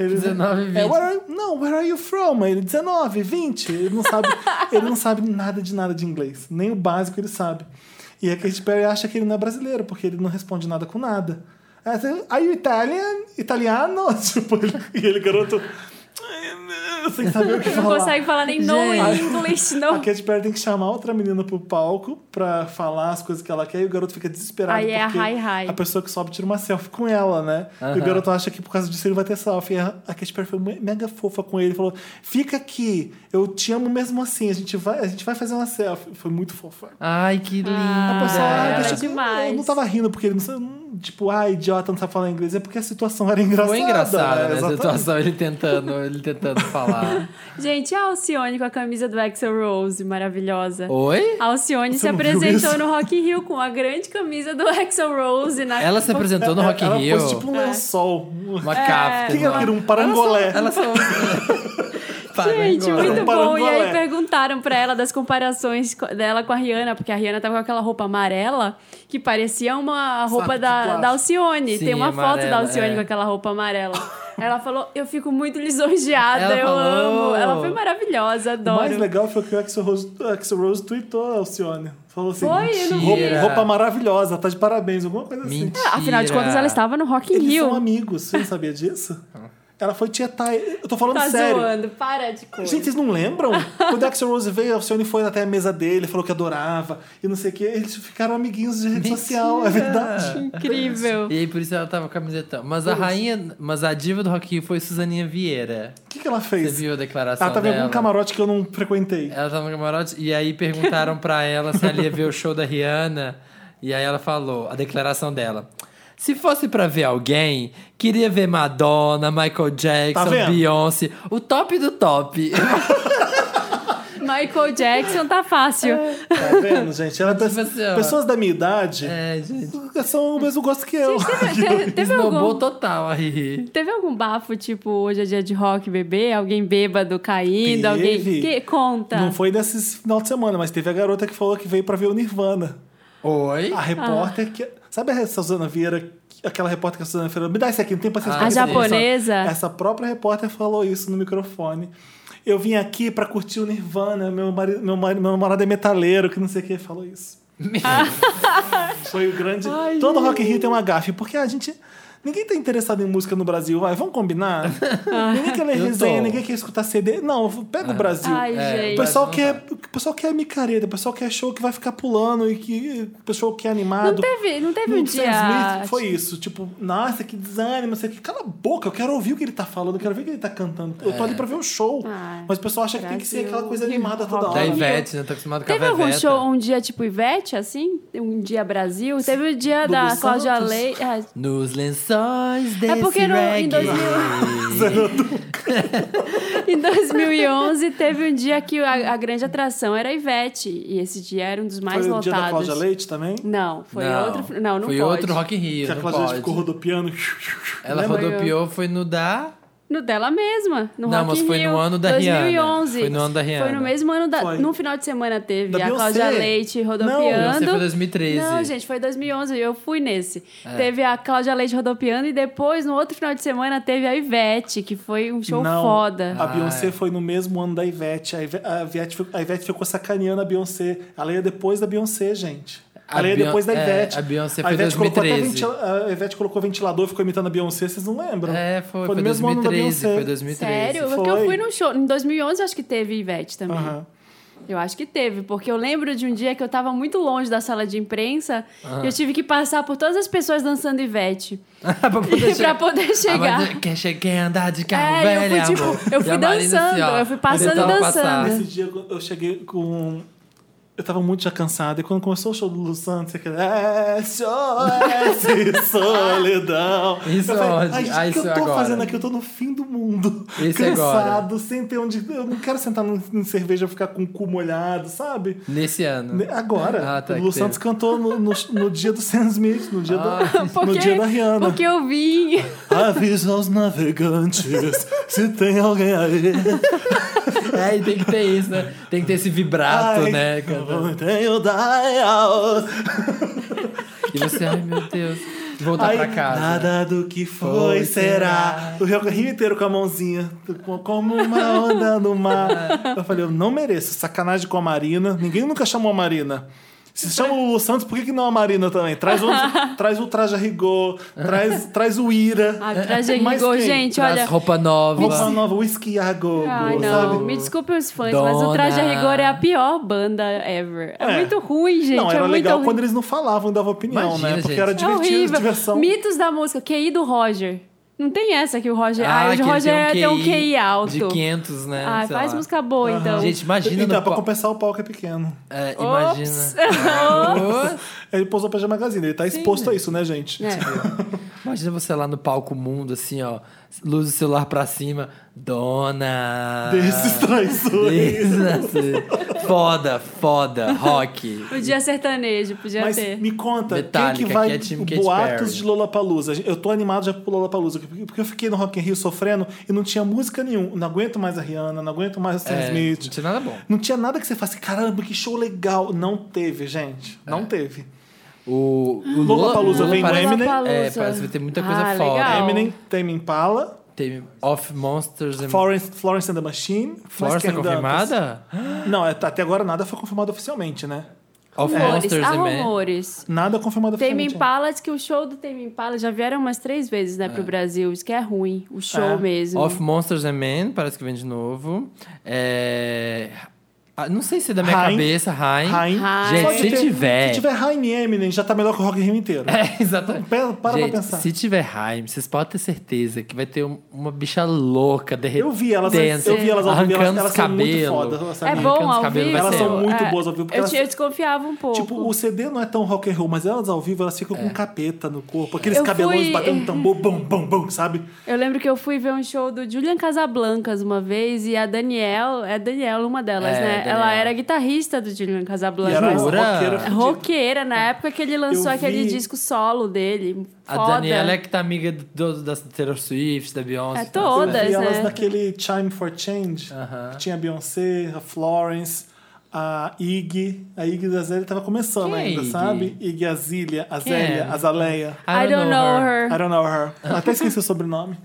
[SPEAKER 3] ele,
[SPEAKER 2] 19, 20.
[SPEAKER 3] É, where are, não, where are you from? Aí ele: 19, 20. Ele não sabe, ele não sabe nada de nada de inglês. Nem o básico ele sabe. E a Katy Perry acha que ele não é brasileiro, porque ele não responde nada com nada. Aí você, Are you Italian? Italiano? Tipo, ele, e ele, garoto, sem saber o que
[SPEAKER 1] Não
[SPEAKER 3] falar.
[SPEAKER 1] consegue falar nem no
[SPEAKER 2] Gente.
[SPEAKER 1] English,
[SPEAKER 3] A
[SPEAKER 1] não.
[SPEAKER 3] Katy Perry tem que chamar outra menina pro palco pra falar as coisas que ela quer e o garoto fica desesperado.
[SPEAKER 1] Aí é a
[SPEAKER 3] porque
[SPEAKER 1] hi, hi.
[SPEAKER 3] a pessoa que sobe tira uma selfie com ela, né? E o
[SPEAKER 2] Aham.
[SPEAKER 3] garoto acha que por causa disso ele vai ter selfie. E a a Katy Perry foi me- mega fofa com ele. Falou: Fica aqui, eu te amo mesmo assim, a gente vai, a gente vai fazer uma selfie. Foi muito fofa.
[SPEAKER 2] Ai, que lindo.
[SPEAKER 1] Ah,
[SPEAKER 3] A pessoa,
[SPEAKER 1] Ah,
[SPEAKER 3] ah,
[SPEAKER 1] ela
[SPEAKER 3] deixa
[SPEAKER 1] é demais.
[SPEAKER 3] Eu não tava rindo porque ele não sabe, hum, tipo, ah, idiota, não sabe falar inglês. É porque a situação era engraçada.
[SPEAKER 2] Foi engraçada, né? A
[SPEAKER 3] Exatamente.
[SPEAKER 2] situação, ele tentando, ele tentando falar.
[SPEAKER 1] Gente, a Alcione com a camisa do Axel Rose, maravilhosa.
[SPEAKER 2] Oi?
[SPEAKER 1] A Alcione se
[SPEAKER 3] não viu
[SPEAKER 1] apresentou
[SPEAKER 3] isso?
[SPEAKER 1] no Rock in Rio com a grande camisa do Axel Rose na
[SPEAKER 2] Ela se apresentou no Rock in
[SPEAKER 3] ela
[SPEAKER 2] Rio?
[SPEAKER 3] pôs tipo um
[SPEAKER 1] É.
[SPEAKER 3] lençol. Um- O
[SPEAKER 2] Uma capa.
[SPEAKER 3] que que ela queria? Um parangolé.
[SPEAKER 2] Ela só...
[SPEAKER 1] assim. Gente,
[SPEAKER 2] Parangolé.
[SPEAKER 1] muito bom. E
[SPEAKER 3] Parangolé.
[SPEAKER 1] aí perguntaram pra ela das comparações co- dela com a Rihanna, porque a Rihanna tava com aquela roupa amarela que parecia uma roupa
[SPEAKER 3] de
[SPEAKER 1] da,
[SPEAKER 3] plástico.
[SPEAKER 1] da Alcione.
[SPEAKER 2] Sim,
[SPEAKER 1] Tem uma foto da
[SPEAKER 2] amarela,
[SPEAKER 1] Alcione
[SPEAKER 2] é.
[SPEAKER 1] com aquela roupa amarela. Ela falou: Eu fico muito lisonjeada,
[SPEAKER 2] Ela
[SPEAKER 1] eu
[SPEAKER 2] falou.
[SPEAKER 1] amo. Ela foi maravilhosa, adoro.
[SPEAKER 3] mais legal foi que o Axel Rose, o Axl Rose tweetou a Alcione. Falou assim,
[SPEAKER 1] Foi, eu não vi.
[SPEAKER 3] roupa, roupa maravilhosa, tá de parabéns, alguma coisa assim.
[SPEAKER 2] Mentira.
[SPEAKER 1] Ah, Afinal de contas, ela estava no Rock in
[SPEAKER 3] Eles
[SPEAKER 1] Rio.
[SPEAKER 3] são amigos, você não sabia disso? Ela foi tietar. ele. Eu tô falando
[SPEAKER 1] Tá
[SPEAKER 3] sério.
[SPEAKER 1] zoando, para de coisa.
[SPEAKER 3] Gente, vocês não lembram? Quando o Axel Rose veio, a Alcione foi até a mesa dele, falou que adorava e não sei o quê. Eles ficaram amiguinhos de rede
[SPEAKER 2] Mentira.
[SPEAKER 3] social, é verdade.
[SPEAKER 1] Incrível.
[SPEAKER 2] E aí, por isso ela tava com a camiseta. Mas a rainha, mas a diva do Rock in Rio foi Suzaninha Vieira.
[SPEAKER 3] O que, que ela
[SPEAKER 2] Você
[SPEAKER 3] fez?
[SPEAKER 2] viu a declaração
[SPEAKER 3] Ela tava em
[SPEAKER 2] dela? É.
[SPEAKER 3] algum camarote que eu não frequentei.
[SPEAKER 2] Ela tava no camarote e aí perguntaram pra ela se ela ia ver o show da Rihanna. E aí ela falou, a declaração dela. Se fosse pra ver alguém, queria ver Madonna, Michael
[SPEAKER 3] Tá
[SPEAKER 2] Jackson,
[SPEAKER 3] vendo?
[SPEAKER 2] Beyoncé, o top do top.
[SPEAKER 1] Michael Jackson tá fácil.
[SPEAKER 3] Tá vendo, gente? Ela tá-
[SPEAKER 2] Tipo assim, ó.
[SPEAKER 3] pessoas da minha idade
[SPEAKER 2] é, gente.
[SPEAKER 3] são o mesmo gosto que eu.
[SPEAKER 1] Te- Teve
[SPEAKER 2] Esnobou
[SPEAKER 1] algum,
[SPEAKER 2] total a Riri.
[SPEAKER 1] teve algum bafo, tipo, hoje é dia de rock, bebê? Alguém bêbado caindo? Alguém.
[SPEAKER 3] Teve.
[SPEAKER 1] Que conta.
[SPEAKER 3] Não foi nesse final de semana, mas teve a garota que falou que veio pra ver o Nirvana.
[SPEAKER 2] Oi?
[SPEAKER 3] A
[SPEAKER 1] Ah.
[SPEAKER 3] repórter que. Sabe a Suzana Vieira? Aquela repórter que a Suzana Vieira. Me dá isso aqui, não tem paciência
[SPEAKER 1] A
[SPEAKER 2] Ah,
[SPEAKER 3] pra isso, não,
[SPEAKER 1] japonesa?
[SPEAKER 3] sabe? Essa própria repórter falou isso no microfone. Eu vim aqui pra curtir o Nirvana, meu, marido, meu, marido, meu namorado é metaleiro, que não sei o que, falou isso. Foi o grande.
[SPEAKER 1] Ai,
[SPEAKER 3] Todo Rock in Rio tem uma gafe, porque a gente. Ninguém tá interessado em música no Brasil, vai, vamos combinar?
[SPEAKER 1] Ah.
[SPEAKER 3] ninguém quer ler
[SPEAKER 2] Eu tô.
[SPEAKER 3] resenha, ninguém quer escutar CD. Não, pega o Brasil.
[SPEAKER 1] Ai,
[SPEAKER 2] É,
[SPEAKER 1] gente.
[SPEAKER 3] O pessoal, quer, o pessoal quer micareta, o pessoal quer show que vai ficar pulando e que o pessoal quer
[SPEAKER 1] Não
[SPEAKER 3] animado.
[SPEAKER 1] teve, não teve um
[SPEAKER 3] O
[SPEAKER 1] dia.
[SPEAKER 3] Sam Smith foi isso, tipo, nossa, que desânimo, sei que. Cala a boca, eu quero ouvir o que ele tá falando, eu quero ver o que ele tá cantando. Eu tô ali pra ver um show.
[SPEAKER 1] É. Ah,
[SPEAKER 3] mas o pessoal acha que tem que ser
[SPEAKER 1] Brasil,
[SPEAKER 3] aquela coisa
[SPEAKER 1] hip
[SPEAKER 3] animada toda
[SPEAKER 1] hop.
[SPEAKER 2] Da
[SPEAKER 3] hora.
[SPEAKER 1] Daí-
[SPEAKER 2] Ivete, né? Tá acostumado com
[SPEAKER 1] Teve
[SPEAKER 2] a
[SPEAKER 1] algum
[SPEAKER 2] Veveta.
[SPEAKER 1] show um dia tipo Ivete, assim? Um dia Brasil? Teve o dia
[SPEAKER 3] Lulu
[SPEAKER 1] da
[SPEAKER 3] Santos.
[SPEAKER 1] Cláudia Leite. Ah,
[SPEAKER 2] Nos lençóis desse
[SPEAKER 1] É porque no- em
[SPEAKER 2] reggae.
[SPEAKER 1] 2000. em 2011 teve um dia que a, a grande atração era a Ivete. E esse dia era um dos mais
[SPEAKER 3] Foi o
[SPEAKER 1] lotados.
[SPEAKER 3] dia da Cláudia Leite também?
[SPEAKER 1] Não, foi
[SPEAKER 2] não,
[SPEAKER 1] outro. Não, não
[SPEAKER 2] Foi
[SPEAKER 1] pode.
[SPEAKER 2] outro Rock in Rio,
[SPEAKER 3] Que a
[SPEAKER 2] não
[SPEAKER 3] Cláudia Leite
[SPEAKER 2] pode.
[SPEAKER 3] ficou rodopiando.
[SPEAKER 2] Ela
[SPEAKER 1] Lembra?
[SPEAKER 2] rodopiou, foi no da...
[SPEAKER 1] No dela mesma, no
[SPEAKER 2] Não,
[SPEAKER 1] Rock
[SPEAKER 2] mas
[SPEAKER 1] in
[SPEAKER 2] foi
[SPEAKER 1] Rio,
[SPEAKER 2] no ano da
[SPEAKER 1] 2011.
[SPEAKER 2] Rihanna. Foi no ano da
[SPEAKER 1] Foi
[SPEAKER 2] Rihanna.
[SPEAKER 1] no mesmo ano da...
[SPEAKER 3] Foi.
[SPEAKER 1] No final de semana teve
[SPEAKER 3] Da
[SPEAKER 1] a Cláudia
[SPEAKER 3] Beyoncé.
[SPEAKER 1] Leite
[SPEAKER 2] Não,
[SPEAKER 1] rodopiando.
[SPEAKER 2] foi 2013.
[SPEAKER 1] Não, gente, foi 2011, eu fui nesse.
[SPEAKER 2] É.
[SPEAKER 1] Teve a Cláudia Leite rodopiando e depois, no outro final de semana, teve a Ivete, que foi um show
[SPEAKER 3] Não,
[SPEAKER 1] foda.
[SPEAKER 3] A Beyoncé
[SPEAKER 2] Ah.
[SPEAKER 3] foi no mesmo ano da Ivete. A Ivete, a Ivete, fi- a Ivete ficou sacaneando a Beyoncé. Ela ia depois da Beyoncé, gente.
[SPEAKER 2] A
[SPEAKER 3] Ela ia
[SPEAKER 2] Beyon-
[SPEAKER 3] depois da
[SPEAKER 2] é,
[SPEAKER 3] Ivete.
[SPEAKER 2] a Beyoncé foi
[SPEAKER 3] colocou até
[SPEAKER 2] 2013.
[SPEAKER 3] ventila- a Ivete colocou ventilador e ficou imitando a Beyoncé, vocês não lembram?
[SPEAKER 2] É, foi,
[SPEAKER 3] no
[SPEAKER 2] foi
[SPEAKER 3] mesmo ano da
[SPEAKER 2] 2013.
[SPEAKER 3] Beyoncé.
[SPEAKER 2] Foi 2013.
[SPEAKER 1] Sério?
[SPEAKER 3] Foi.
[SPEAKER 1] Porque eu fui num show. Em 2011, eu acho que teve Ivete também.
[SPEAKER 3] Aham.
[SPEAKER 1] Eu acho que teve, porque eu lembro de um dia que eu tava muito longe da sala de imprensa e eu tive que passar por todas as pessoas dançando Ivete.
[SPEAKER 2] pra poder
[SPEAKER 1] pra poder chegar.
[SPEAKER 2] Ah, mas quer, che- quer andar de carro
[SPEAKER 1] É,
[SPEAKER 2] velho,
[SPEAKER 1] eu fui, tipo,
[SPEAKER 2] amor?
[SPEAKER 1] eu
[SPEAKER 2] E
[SPEAKER 1] fui
[SPEAKER 2] a Marina,
[SPEAKER 1] dançando,
[SPEAKER 2] assim, ó,
[SPEAKER 1] eu fui passando e
[SPEAKER 2] tentando
[SPEAKER 1] dançando.
[SPEAKER 2] passar.
[SPEAKER 3] Nesse dia eu cheguei com. um, Eu tava muito já cansado, e quando começou o é, show do Lu Santos, aquele SOS, Soledão.
[SPEAKER 2] Isso
[SPEAKER 3] eu falei,
[SPEAKER 2] onde?
[SPEAKER 3] Ai, gente,
[SPEAKER 2] Ah,
[SPEAKER 3] o que
[SPEAKER 2] isso
[SPEAKER 3] eu tô
[SPEAKER 2] agora."
[SPEAKER 3] fazendo aqui? Eu tô no fim do mundo.
[SPEAKER 2] Isso
[SPEAKER 3] cansado, sem ter onde. Eu não quero sentar no- em cerveja e ficar com o cu molhado, sabe?
[SPEAKER 2] Nesse ano.
[SPEAKER 3] Ne- Agora,
[SPEAKER 2] Ah, tá,
[SPEAKER 3] o
[SPEAKER 2] que
[SPEAKER 3] Lu
[SPEAKER 2] teve.
[SPEAKER 3] Santos cantou no, no, no dia do Sam Smith, no dia,
[SPEAKER 2] Ah.
[SPEAKER 3] da- no
[SPEAKER 1] Porque,
[SPEAKER 3] dia da Rihanna.
[SPEAKER 1] porque eu vim.
[SPEAKER 3] Avisa aos navegantes se tem alguém aí.
[SPEAKER 2] É, e tem que ter isso, né? Tem que ter esse vibrato,
[SPEAKER 3] Ai,
[SPEAKER 2] né? cantando.
[SPEAKER 3] Não tenho dial.
[SPEAKER 2] E você, ai meu Deus. Voltar
[SPEAKER 3] Ai,
[SPEAKER 2] pra casa. é.
[SPEAKER 3] Nada do que foi,
[SPEAKER 2] Foi,
[SPEAKER 3] será.
[SPEAKER 2] será.
[SPEAKER 3] O Rio, Rio inteiro com a mãozinha, com- como uma onda no mar. Eu falei, eu não mereço sacanagem com a Marina. Ninguém nunca chamou a Marina. Se chama o Lulu Santos, por que, que não a Marina também? Traz o, traz o Traja Rigor, traz, traz o Ira.
[SPEAKER 1] Ah, traje
[SPEAKER 3] Mas
[SPEAKER 1] rigor,
[SPEAKER 3] quem?
[SPEAKER 1] gente,
[SPEAKER 2] Traz
[SPEAKER 1] olha.
[SPEAKER 2] roupa nova.
[SPEAKER 3] Roupa nova, whisky a gogo,
[SPEAKER 1] Ai, não.
[SPEAKER 3] sabe?
[SPEAKER 1] Me desculpe os fãs,
[SPEAKER 2] Dona.
[SPEAKER 1] mas o Traje a Rigor é a pior banda ever. É,
[SPEAKER 3] É.
[SPEAKER 1] muito ruim, gente.
[SPEAKER 3] Não,
[SPEAKER 1] é
[SPEAKER 3] era
[SPEAKER 1] muito
[SPEAKER 3] legal
[SPEAKER 1] ruim.
[SPEAKER 3] quando eles não falavam e davam opinião,
[SPEAKER 2] Imagina,
[SPEAKER 3] né? Porque
[SPEAKER 2] gente.
[SPEAKER 3] era
[SPEAKER 1] É
[SPEAKER 3] divertido,
[SPEAKER 1] horrível.
[SPEAKER 3] diversão.
[SPEAKER 1] Mitos da música, QI do Roger. Não tem essa que o Roger.
[SPEAKER 2] Ah,
[SPEAKER 1] Ah,
[SPEAKER 2] que
[SPEAKER 1] o
[SPEAKER 2] ele
[SPEAKER 1] Roger tem um QI, alto.
[SPEAKER 2] De 500, né?
[SPEAKER 1] Ah,
[SPEAKER 2] Sei
[SPEAKER 1] faz
[SPEAKER 2] lá.
[SPEAKER 1] música boa, então.
[SPEAKER 2] Gente, imagina.
[SPEAKER 3] E dá
[SPEAKER 2] no
[SPEAKER 3] pra
[SPEAKER 2] pau-
[SPEAKER 3] compensar o pau que é pequeno.
[SPEAKER 2] É,
[SPEAKER 1] Ops.
[SPEAKER 2] imagina. Ops.
[SPEAKER 3] Ele posou pra G Magazine, ele tá exposto a isso, né, gente?
[SPEAKER 1] É.
[SPEAKER 2] Imagina você lá no palco mundo, assim, ó. Luz do celular pra cima. Dona.
[SPEAKER 3] Desses
[SPEAKER 2] Ah.
[SPEAKER 3] traidores.
[SPEAKER 2] Desses- Foda, foda, rock.
[SPEAKER 1] Podia sertanejo, podia
[SPEAKER 3] Mas
[SPEAKER 1] ter.
[SPEAKER 3] me conta, quem é
[SPEAKER 2] Metallica,
[SPEAKER 3] que vai
[SPEAKER 2] que é time Katy
[SPEAKER 3] boatos
[SPEAKER 2] Perry.
[SPEAKER 3] de Lollapalooza? Eu tô animado já pro Lollapalooza, porque eu fiquei no Rock in Rio sofrendo e não tinha música nenhuma. Não aguento mais a Rihanna, não aguento mais o Sam
[SPEAKER 2] É,
[SPEAKER 3] Smith.
[SPEAKER 2] não tinha nada bom.
[SPEAKER 3] Não tinha nada que você faça, caramba, que show legal. Não teve, gente.
[SPEAKER 2] É.
[SPEAKER 3] Não teve.
[SPEAKER 2] O, o
[SPEAKER 3] Lollapalooza vem
[SPEAKER 2] parece-
[SPEAKER 3] do Eminem.
[SPEAKER 2] É, parece que vai ter muita coisa
[SPEAKER 1] Ah,
[SPEAKER 2] foda.
[SPEAKER 1] legal.
[SPEAKER 3] Eminem, Tame Impala,
[SPEAKER 2] Tem Off Monsters and
[SPEAKER 3] Florence, Florence and the Machine. Mas
[SPEAKER 2] Florence
[SPEAKER 3] quem
[SPEAKER 2] tá
[SPEAKER 3] ainda antes?
[SPEAKER 2] confirmada?
[SPEAKER 3] Não, é- até agora nada foi confirmado oficialmente, né?
[SPEAKER 2] Of
[SPEAKER 1] Rumores,
[SPEAKER 2] Monsters
[SPEAKER 1] há
[SPEAKER 2] and Men.
[SPEAKER 1] rumores.
[SPEAKER 3] Nada confirmado
[SPEAKER 1] Tame
[SPEAKER 3] oficialmente, né?
[SPEAKER 1] Impala diz que o show do Tame Impala já vieram umas três vezes, né, pro Brasil. Diz que é ruim, o show
[SPEAKER 3] É.
[SPEAKER 1] mesmo.
[SPEAKER 2] Of Monsters and Men, parece que vem de novo. É... ah, Não sei se é da minha
[SPEAKER 3] Rain.
[SPEAKER 2] cabeça, Rain.
[SPEAKER 3] Rain.
[SPEAKER 1] Rain.
[SPEAKER 2] Gente,
[SPEAKER 3] Pode
[SPEAKER 2] se
[SPEAKER 3] ter-
[SPEAKER 2] tiver-
[SPEAKER 3] Se tiver Rain e Eminem, já tá melhor que o Rock in Rio inteiro.
[SPEAKER 2] É, exatamente.
[SPEAKER 3] Pera- para pra
[SPEAKER 2] Gente,
[SPEAKER 3] pensar.
[SPEAKER 2] Se tiver Raim, vocês podem ter certeza que vai ter um- uma bicha louca derretendo.
[SPEAKER 3] Eu vi elas, eu vi elas ao vivo, elas,
[SPEAKER 2] arrancando
[SPEAKER 3] elas
[SPEAKER 2] os
[SPEAKER 3] são muito
[SPEAKER 2] cabelos.
[SPEAKER 3] fodas. essa
[SPEAKER 1] é
[SPEAKER 3] mina.
[SPEAKER 1] bom
[SPEAKER 2] Arrancando os
[SPEAKER 1] ao
[SPEAKER 2] um cabelos,
[SPEAKER 1] vivo.
[SPEAKER 2] vai
[SPEAKER 3] Elas
[SPEAKER 2] ser
[SPEAKER 3] são
[SPEAKER 2] ótimo.
[SPEAKER 3] muito
[SPEAKER 1] É.
[SPEAKER 3] boas ao vivo, porque
[SPEAKER 1] Eu,
[SPEAKER 3] elas-
[SPEAKER 1] te- eu desconfiava um pouco.
[SPEAKER 3] Tipo, o CD não é tão rock and roll, mas elas ao vivo, elas ficam com
[SPEAKER 2] É.
[SPEAKER 3] capeta no corpo, aqueles
[SPEAKER 1] Eu
[SPEAKER 3] cabelões
[SPEAKER 1] fui-
[SPEAKER 3] batendo tambor, bum, bum, bum, sabe?
[SPEAKER 1] Eu lembro que eu fui ver um show do Julian Casablancas uma vez e a Daniel, é a Daniel uma delas,
[SPEAKER 2] É,
[SPEAKER 1] né?
[SPEAKER 2] Daniel.
[SPEAKER 1] Ela era guitarrista do Julian
[SPEAKER 3] E era
[SPEAKER 1] Casablancas.
[SPEAKER 2] Jura?
[SPEAKER 3] roqueira.
[SPEAKER 1] É
[SPEAKER 3] fudida.
[SPEAKER 1] Roqueira, na época que ele lançou
[SPEAKER 3] Eu
[SPEAKER 1] aquele
[SPEAKER 3] vi-
[SPEAKER 1] disco solo dele.
[SPEAKER 2] É. A
[SPEAKER 1] Foda.
[SPEAKER 2] Daniela é que tá amiga do, da Taylor Swift, da Beyoncé.
[SPEAKER 1] É
[SPEAKER 2] tá?
[SPEAKER 1] todo.
[SPEAKER 3] Eu vi
[SPEAKER 1] Todas,
[SPEAKER 3] elas
[SPEAKER 1] né?
[SPEAKER 3] naquele Chime for Change, que tinha a Beyoncé, a Florence, a Iggy. A Iggy da Zélia tava começando
[SPEAKER 2] Quem é
[SPEAKER 3] ainda,
[SPEAKER 2] Iggy?
[SPEAKER 3] sabe? Iggy Azalea,
[SPEAKER 2] é?
[SPEAKER 3] Azélia, Azaleia.
[SPEAKER 1] I don't know her. É.
[SPEAKER 3] I don't know her. Até esqueci o sobrenome.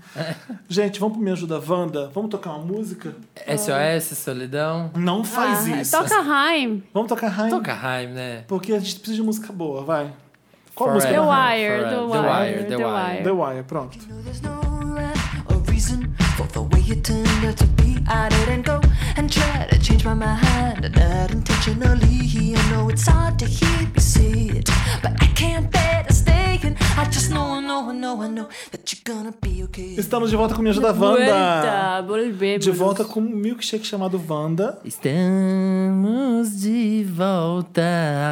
[SPEAKER 3] Gente, vamos pro Me Ajuda Wanda? Vamos tocar uma música?
[SPEAKER 2] SOS, Solidão.
[SPEAKER 3] Não faz
[SPEAKER 1] Ah,
[SPEAKER 3] isso.
[SPEAKER 1] Toca Haim.
[SPEAKER 3] Vamos tocar Rain?
[SPEAKER 2] Toca Raim, né?
[SPEAKER 3] Porque a gente precisa de música boa, vai. Qual a
[SPEAKER 2] Forever,
[SPEAKER 3] música?
[SPEAKER 1] The
[SPEAKER 3] da Rain?
[SPEAKER 1] Wire,
[SPEAKER 2] Forever.
[SPEAKER 1] The Wire, The
[SPEAKER 2] The Wire.
[SPEAKER 1] Wire.
[SPEAKER 3] The Wire, pronto.
[SPEAKER 4] know there's no rhyme or reason for the way you turned out to be. I didn't go and try to change my mind, not intentionally. I know it's hard to hear me say it, but I can't bear to stay. And I just know, I know, I know, I know that you're gonna be okay.
[SPEAKER 3] Estamos de volta com Me Ajuda Wanda.
[SPEAKER 1] Volta, volvemos.
[SPEAKER 3] De volta com um milkshake chamado Wanda.
[SPEAKER 2] Estamos de volta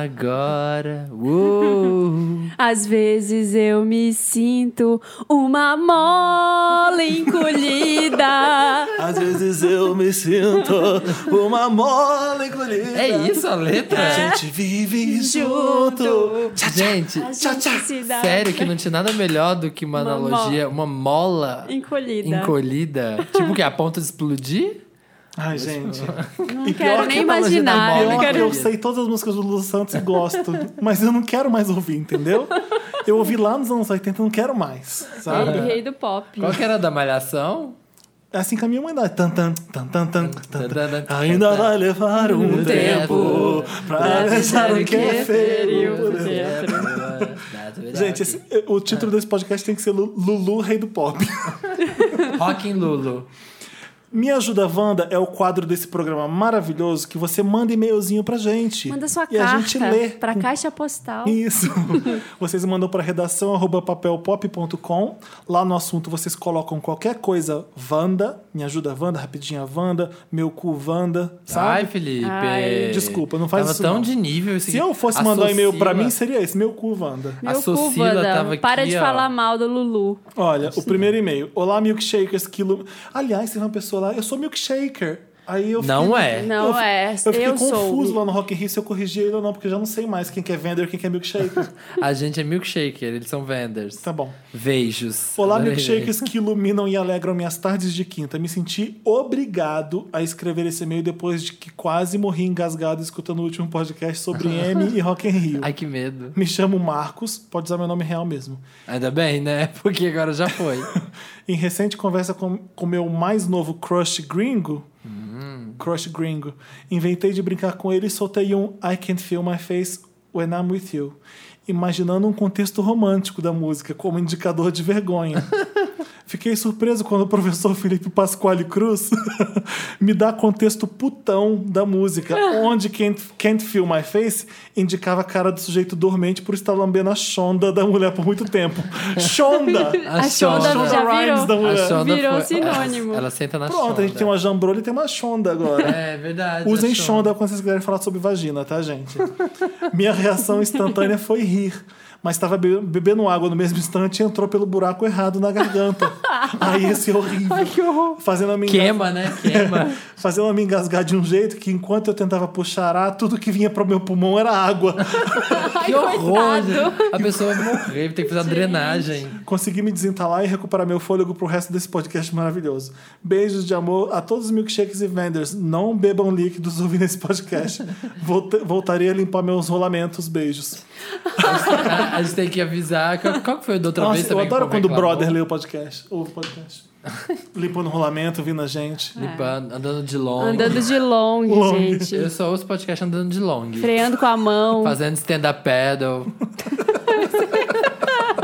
[SPEAKER 2] agora. Uou.
[SPEAKER 1] Às vezes eu me sinto uma mola encolhida.
[SPEAKER 3] Às vezes eu me sinto uma mola encolhida.
[SPEAKER 2] é isso a letra? É.
[SPEAKER 3] A gente vive junto.
[SPEAKER 2] Gente,
[SPEAKER 1] A
[SPEAKER 3] Tchau, tchau.
[SPEAKER 1] gente se dá
[SPEAKER 2] sério que não tinha nada melhor do que uma,
[SPEAKER 1] Uma
[SPEAKER 2] analogia, uma mola
[SPEAKER 1] Encolhida.
[SPEAKER 2] encolhida. tipo que a ponta de explodir?
[SPEAKER 3] Ai, gente.
[SPEAKER 1] Não
[SPEAKER 3] E
[SPEAKER 1] quero
[SPEAKER 3] pior
[SPEAKER 1] nem
[SPEAKER 3] que
[SPEAKER 2] tá longe da
[SPEAKER 1] imaginar.
[SPEAKER 2] mola
[SPEAKER 1] não
[SPEAKER 3] Pior que
[SPEAKER 1] quero...
[SPEAKER 3] eu sei todas as músicas do Lu Santos e gosto, mas eu não quero mais ouvir, entendeu? Eu ouvi lá nos anos 80, eu não quero mais,
[SPEAKER 1] Ele,
[SPEAKER 3] sabe?
[SPEAKER 1] rei do pop.
[SPEAKER 2] Qual que era a da malhação?
[SPEAKER 3] É assim que a minha mãe dá. Tan, tan, tan, tan, tan, tan, tan. Ainda vai levar um tempo pra deixar o que é
[SPEAKER 1] feriu.
[SPEAKER 3] feio.
[SPEAKER 2] É,
[SPEAKER 3] Gente,
[SPEAKER 2] Gente,
[SPEAKER 3] esse- eh, o título desse podcast tem que ser Lu- Lulu, Rei do Pop.
[SPEAKER 2] Rockin' Lulu.
[SPEAKER 3] Me Ajuda Wanda é o quadro desse programa maravilhoso que você manda e-mailzinho pra gente.
[SPEAKER 1] Manda sua
[SPEAKER 3] E
[SPEAKER 1] carta
[SPEAKER 3] a gente lê.
[SPEAKER 1] pra caixa postal.
[SPEAKER 3] Isso. Vocês mandam para redação arroba papelpop.com. Lá no assunto vocês colocam qualquer coisa Wanda, me ajuda Wanda, rapidinha Wanda, meu cu Wanda, sabe?
[SPEAKER 2] Ai, Felipe.
[SPEAKER 1] Ai.
[SPEAKER 3] Desculpa, não faz
[SPEAKER 2] tava
[SPEAKER 3] isso
[SPEAKER 2] tão
[SPEAKER 3] não.
[SPEAKER 2] de nível esse
[SPEAKER 3] Se eu fosse mandar um e-mail pra mim, seria esse, meu cu Wanda.
[SPEAKER 2] a
[SPEAKER 1] Meu cu,
[SPEAKER 2] Sucila
[SPEAKER 1] Wanda,
[SPEAKER 2] tava
[SPEAKER 1] para
[SPEAKER 2] aqui,
[SPEAKER 1] de
[SPEAKER 2] ó.
[SPEAKER 1] falar mal do Lulu.
[SPEAKER 3] Olha, o primeiro e-mail. Olá, milkshakers, quilo. Aliás, teve uma pessoa lá, eu sou milkshaker. Aí eu
[SPEAKER 2] Não
[SPEAKER 3] fiquei-
[SPEAKER 2] é.
[SPEAKER 1] Não
[SPEAKER 3] fi-
[SPEAKER 1] é,
[SPEAKER 3] Eu fiquei
[SPEAKER 1] eu sou.
[SPEAKER 3] confuso lá no Rock in Rio se eu corrigi ele ou não, porque eu já não sei mais quem que é vender e quem que é milkshaker.
[SPEAKER 2] A gente é milkshaker, eles são vendors.
[SPEAKER 3] tá bom.
[SPEAKER 2] Beijos.
[SPEAKER 3] Olá,
[SPEAKER 2] Adorei.
[SPEAKER 3] milkshakers que iluminam e alegram minhas tardes de quinta. Me senti obrigado a escrever esse e-mail depois de que quase morri engasgado escutando o último podcast sobre M e Rock in Rio.
[SPEAKER 2] Ai, que medo.
[SPEAKER 3] Me chamo Marcos, pode usar meu nome real mesmo.
[SPEAKER 2] Ainda bem, né? Porque agora já foi.
[SPEAKER 3] Em recente conversa com, com meu mais novo crush gringo, crush gringo, inventei de brincar com ele e soltei um I can't feel my face when I'm with you, imaginando um contexto romântico da música como indicador de vergonha. Fiquei surpreso quando o professor Felipe Pasquale Cruz me dá contexto putão da música, onde Can't, Can't Feel My Face indicava a cara do sujeito dormente por estar lambendo a chonda da mulher por muito tempo. Chonda!
[SPEAKER 2] A Shonda.
[SPEAKER 1] Shonda já
[SPEAKER 3] Shonda Rhimes da
[SPEAKER 1] virou.
[SPEAKER 3] mulher.
[SPEAKER 2] A Shonda
[SPEAKER 1] Virou
[SPEAKER 2] foi-
[SPEAKER 1] sinônimo.
[SPEAKER 2] Ela senta na
[SPEAKER 3] Pronto, a gente
[SPEAKER 2] Shonda.
[SPEAKER 3] tem uma jambrolha e tem uma chonda agora.
[SPEAKER 2] É verdade.
[SPEAKER 3] Usem
[SPEAKER 2] a
[SPEAKER 3] chonda quando vocês quiserem falar sobre vagina, tá, gente? Minha reação instantânea foi rir. Mas estava be- bebendo água no mesmo instante e entrou pelo buraco errado na garganta. Aí esse horrível.
[SPEAKER 1] Ai, que horror.
[SPEAKER 3] Fazendo a minha
[SPEAKER 2] Queima, né? Queima.
[SPEAKER 3] Fazendo eu me engasgar de um jeito que enquanto eu tentava puxar ar, tudo que vinha pro meu pulmão era água.
[SPEAKER 1] Ai,
[SPEAKER 2] que horror!
[SPEAKER 1] coitado.
[SPEAKER 2] gente. A pessoa vai morrer, tem que fazer a drenagem.
[SPEAKER 3] Consegui me desentalar e recuperar meu fôlego pro resto desse podcast maravilhoso. Beijos de amor a todos os milkshakes e vendors. Não bebam líquidos ouvindo esse podcast. Volta- voltarei a limpar meus rolamentos. Beijos.
[SPEAKER 2] A, a gente tem que avisar. Qual, qual que foi o da outra
[SPEAKER 3] Nossa,
[SPEAKER 2] vez
[SPEAKER 3] eu
[SPEAKER 2] também? que
[SPEAKER 3] adoro
[SPEAKER 2] o
[SPEAKER 3] quando o
[SPEAKER 2] povo reclamou?
[SPEAKER 3] brother lê o podcast. Ouve o podcast. Limpando o rolamento, vindo a
[SPEAKER 2] É.
[SPEAKER 3] gente.
[SPEAKER 2] Limpando, andando de longe.
[SPEAKER 1] É. Andando de long,
[SPEAKER 3] Long.
[SPEAKER 2] Eu
[SPEAKER 1] gente.
[SPEAKER 2] só ouço podcast andando de long.
[SPEAKER 1] Freando com a mão.
[SPEAKER 2] Fazendo stand-up paddle.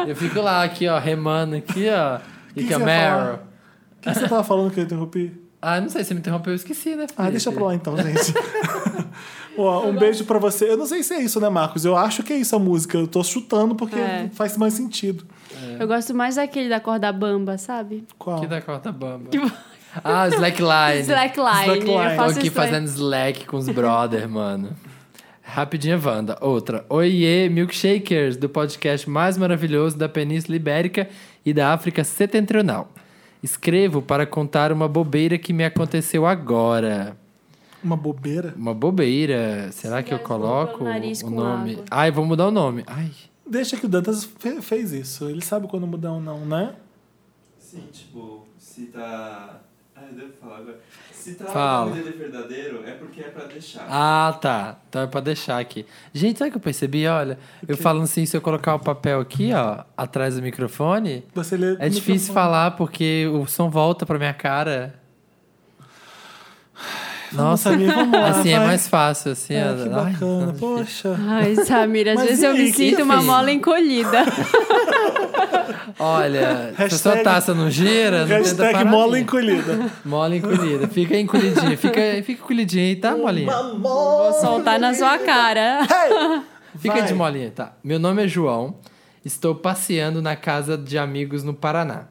[SPEAKER 2] eu fico lá aqui, ó, remando aqui, ó. E
[SPEAKER 3] que
[SPEAKER 2] que é
[SPEAKER 3] você ia falar?
[SPEAKER 2] Meryl.
[SPEAKER 3] O que você tava falando que eu interrompi?
[SPEAKER 2] Ah, não sei, você me interrompeu, eu esqueci, né?
[SPEAKER 3] Ah,
[SPEAKER 2] Felipe?
[SPEAKER 3] deixa pra lá então, gente. Ó, um beijo pra você. Eu não sei se é isso, né, Marcos? Eu acho que é isso a música. Eu tô chutando porque
[SPEAKER 1] É.
[SPEAKER 3] faz mais sentido.
[SPEAKER 1] Eu gosto mais daquele da corda bamba, sabe?
[SPEAKER 3] Qual?
[SPEAKER 2] Que da corta bamba. Ah, Slackline.
[SPEAKER 1] Slackline.
[SPEAKER 3] Slackline.
[SPEAKER 1] Eu
[SPEAKER 2] Tô
[SPEAKER 1] faço
[SPEAKER 2] aqui
[SPEAKER 1] isso
[SPEAKER 2] fazendo slack com os brother, mano. Rapidinha, Wanda. Outra. Oiê, Milkshakers, do podcast mais maravilhoso da Península Ibérica e da África Setentrional. Escrevo para contar uma bobeira que me aconteceu agora.
[SPEAKER 3] Uma bobeira.
[SPEAKER 2] Uma bobeira. Será que eu
[SPEAKER 1] Gás bombando
[SPEAKER 2] coloco
[SPEAKER 1] o nariz
[SPEAKER 2] o
[SPEAKER 1] com
[SPEAKER 2] nome?
[SPEAKER 1] água.
[SPEAKER 2] Ai, vou mudar o nome. Ai.
[SPEAKER 3] Deixa que o Dantas fe- fez isso. Ele sabe quando mudar ou não, né?
[SPEAKER 5] Sim, tipo, se tá. Ah, eu devo falar agora. Se tá
[SPEAKER 2] Fala.
[SPEAKER 5] o nome dele verdadeiro, é porque é pra deixar.
[SPEAKER 2] Ah, tá. Então é pra deixar aqui. Gente, sabe o que eu percebi? Olha, eu falando assim, se eu colocar o papel aqui, ó, atrás do microfone,
[SPEAKER 3] Você lê
[SPEAKER 2] É difícil falar porque o som volta pra minha cara. Nossa,
[SPEAKER 3] Nossa, vamos lá,
[SPEAKER 2] assim é
[SPEAKER 3] Ah, vai.
[SPEAKER 2] mais fácil, assim.
[SPEAKER 3] É,
[SPEAKER 2] ó.
[SPEAKER 3] que
[SPEAKER 2] Ai,
[SPEAKER 3] bacana,
[SPEAKER 2] tá difícil.
[SPEAKER 3] poxa.
[SPEAKER 1] Ai, Samir, às
[SPEAKER 3] Mas
[SPEAKER 1] vezes
[SPEAKER 3] e
[SPEAKER 1] eu me
[SPEAKER 3] aí,
[SPEAKER 1] sinto uma
[SPEAKER 2] filho?
[SPEAKER 1] mola encolhida.
[SPEAKER 2] Olha, se a sua
[SPEAKER 3] Hashtag-
[SPEAKER 2] taça não gira, não tenta
[SPEAKER 3] Hashtag
[SPEAKER 2] parar.
[SPEAKER 3] mola encolhida.
[SPEAKER 2] Mola encolhida. Fica encolhidinha, fica, fica encolhidinha aí, tá, molinha?
[SPEAKER 1] Vou soltar na sua cara.
[SPEAKER 2] Fica
[SPEAKER 3] Vai.
[SPEAKER 2] de molinha, tá. Meu nome é João. Estou passeando na casa de amigos no Paraná.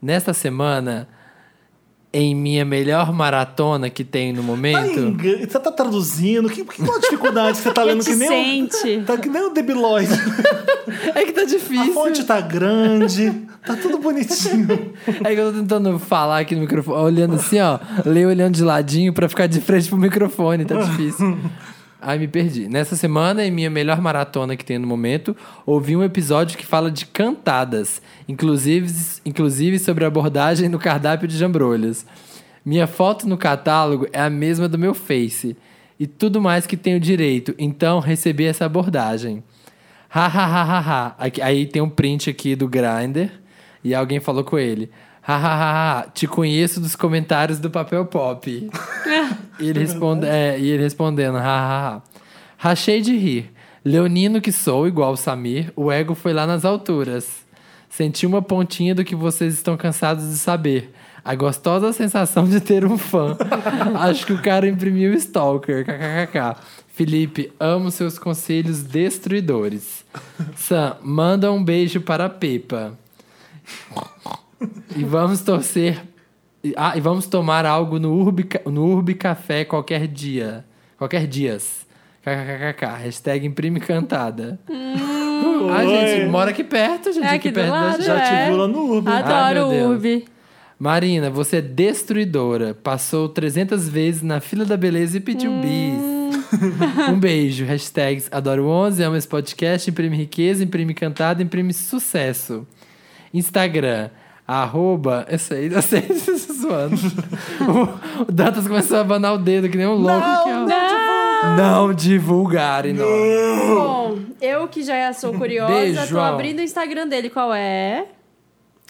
[SPEAKER 2] Nesta semana, em minha melhor maratona que tem no
[SPEAKER 3] Tá
[SPEAKER 2] momento.
[SPEAKER 3] engan- Você tá traduzindo? Que, que qual a dificuldade que você tá lendo? Que nem, o,
[SPEAKER 1] Reticente.
[SPEAKER 3] tá que nem o Debiloid.
[SPEAKER 2] É que tá
[SPEAKER 3] A
[SPEAKER 2] difícil.
[SPEAKER 3] fonte tá grande, tá tudo bonitinho.
[SPEAKER 2] É que eu tô tentando falar aqui no microfone, olhando assim, ó. Leio olhando de ladinho pra ficar de frente pro microfone, tá difícil. Ai, me perdi. Nessa semana, em minha melhor maratona que tem no momento, ouvi um episódio que fala de cantadas, inclusive, inclusive sobre a abordagem no cardápio de jambrolhas. Minha foto no catálogo é a mesma do meu Face e tudo mais que tenho direito, então recebi essa abordagem. Ha, ha, ha, ha, ha. Aqui- aí tem um print aqui do Grindr e alguém falou com ele. Ha, ha, ha, ha, te conheço dos comentários do Papel Pop. e, ele responde, é, e ele respondendo, ha, ha, ha. Rachei de rir. Leonino que sou, igual o Samir, o ego foi lá nas alturas. Senti uma pontinha do que vocês estão cansados de saber. A gostosa sensação de ter um fã. Acho que o cara imprimiu o Stalker. KKKK. Felipe, amo seus conselhos destruidores. Sam, manda um beijo para a Pepa. E vamos torcer. e- Ah, e vamos tomar algo no Urbi, Ca- no Urbi Café qualquer dia. Qualquer dias. KKKK. Hashtag imprime cantada. Ah, gente, mora aqui perto, gente.
[SPEAKER 1] Hum. É aqui do
[SPEAKER 2] perto da
[SPEAKER 1] lado,
[SPEAKER 2] gente.
[SPEAKER 3] Já
[SPEAKER 1] É.
[SPEAKER 3] te viu lá no Urban.
[SPEAKER 2] Ah,
[SPEAKER 1] Adoro
[SPEAKER 2] meu
[SPEAKER 1] o
[SPEAKER 2] Deus.
[SPEAKER 1] Urbi.
[SPEAKER 2] Marina, você é destruidora. Passou 300 vezes na fila da beleza e pediu
[SPEAKER 1] Hum.
[SPEAKER 2] bis. um beijo. Hashtags adoro 11, amo esse podcast, imprime riqueza, imprime cantada, imprime sucesso. Instagram. Arroba, eu sei, eu sei, tô zoando. o, o Dantas começou a abanar o dedo que nem um louco. Não, não divulgar, não.
[SPEAKER 1] Bom, eu que já sou curiosa,
[SPEAKER 2] Beijo,
[SPEAKER 1] tô
[SPEAKER 2] João.
[SPEAKER 1] abrindo o Instagram dele. Qual é?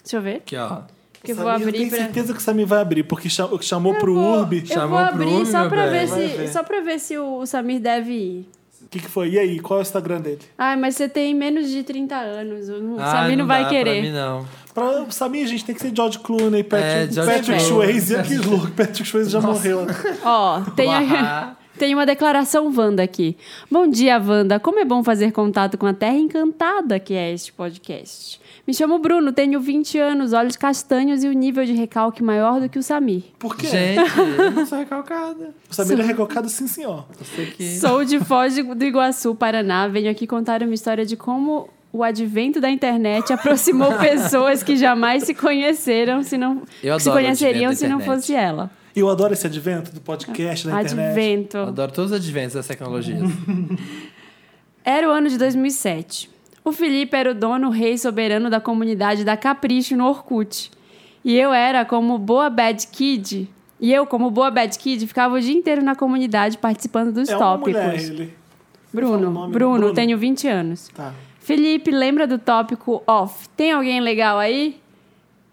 [SPEAKER 1] Deixa eu ver.
[SPEAKER 2] Aqui, ó.
[SPEAKER 1] Que eu
[SPEAKER 3] Samir,
[SPEAKER 1] vou
[SPEAKER 3] Eu
[SPEAKER 1] abrir
[SPEAKER 3] tenho
[SPEAKER 1] pra.
[SPEAKER 3] certeza que o Samir vai abrir, porque cha- chamou
[SPEAKER 1] Eu
[SPEAKER 3] pro
[SPEAKER 1] vou-
[SPEAKER 3] Urbi.
[SPEAKER 1] Eu
[SPEAKER 2] Chamou
[SPEAKER 1] vou
[SPEAKER 2] pro
[SPEAKER 1] abrir
[SPEAKER 2] Urbi,
[SPEAKER 1] só,
[SPEAKER 2] meu
[SPEAKER 1] pra
[SPEAKER 2] bem.
[SPEAKER 1] ver
[SPEAKER 3] Vai
[SPEAKER 1] se,
[SPEAKER 3] ver.
[SPEAKER 1] só pra ver se o, o Samir deve ir.
[SPEAKER 3] O que, que foi? E aí, qual é o Instagram dele?
[SPEAKER 1] Ai, mas você tem menos de 30 anos. O
[SPEAKER 2] Ah,
[SPEAKER 1] Samir não, vai
[SPEAKER 2] dá
[SPEAKER 1] querer.
[SPEAKER 2] Pra mim, não.
[SPEAKER 3] Pra o Samir, a gente tem que ser George Clooney, Patrick,
[SPEAKER 2] É, George
[SPEAKER 3] Patrick
[SPEAKER 2] Clooney.
[SPEAKER 3] Swayze. Que louco, Patrick Swayze já morreu. né?
[SPEAKER 1] Ó, tem,
[SPEAKER 2] Uahá.
[SPEAKER 1] tem uma declaração Wanda aqui. Bom dia, Wanda. Como é bom fazer contato com a terra encantada que é este podcast. Me chamo Bruno, tenho 20 anos, olhos castanhos e o nível de recalque maior do que o Samir.
[SPEAKER 3] Por quê?
[SPEAKER 2] Gente, eu não sou recalcada.
[SPEAKER 3] O Samir é recalcado, sim, senhor.
[SPEAKER 2] Eu sei que.
[SPEAKER 1] Sou de Foz de- do Iguaçu, Paraná. Venho aqui contar uma história de como o advento da internet aproximou pessoas que jamais se conheceram, se não
[SPEAKER 2] Eu
[SPEAKER 1] se
[SPEAKER 2] adoro o
[SPEAKER 1] conheceriam
[SPEAKER 2] advento da
[SPEAKER 1] se não
[SPEAKER 2] internet.
[SPEAKER 1] fosse ela.
[SPEAKER 3] E eu adoro esse advento do podcast, da internet.
[SPEAKER 1] Advento.
[SPEAKER 2] Eu Adoro todos os adventos das tecnologias.
[SPEAKER 1] Era o ano de 2007. O Felipe era o dono, rei soberano da comunidade da Capricho no Orkut. E eu era como boa bad kid. E eu, como boa bad kid, ficava o dia inteiro na comunidade participando dos
[SPEAKER 3] É uma
[SPEAKER 1] tópicos.
[SPEAKER 3] mulher, ele. Fala
[SPEAKER 1] Bruno,
[SPEAKER 3] o nome,
[SPEAKER 1] Bruno,
[SPEAKER 3] Bruno.
[SPEAKER 1] tenho 20 anos.
[SPEAKER 3] Tá.
[SPEAKER 1] Felipe, lembra do tópico off? Tem alguém legal aí?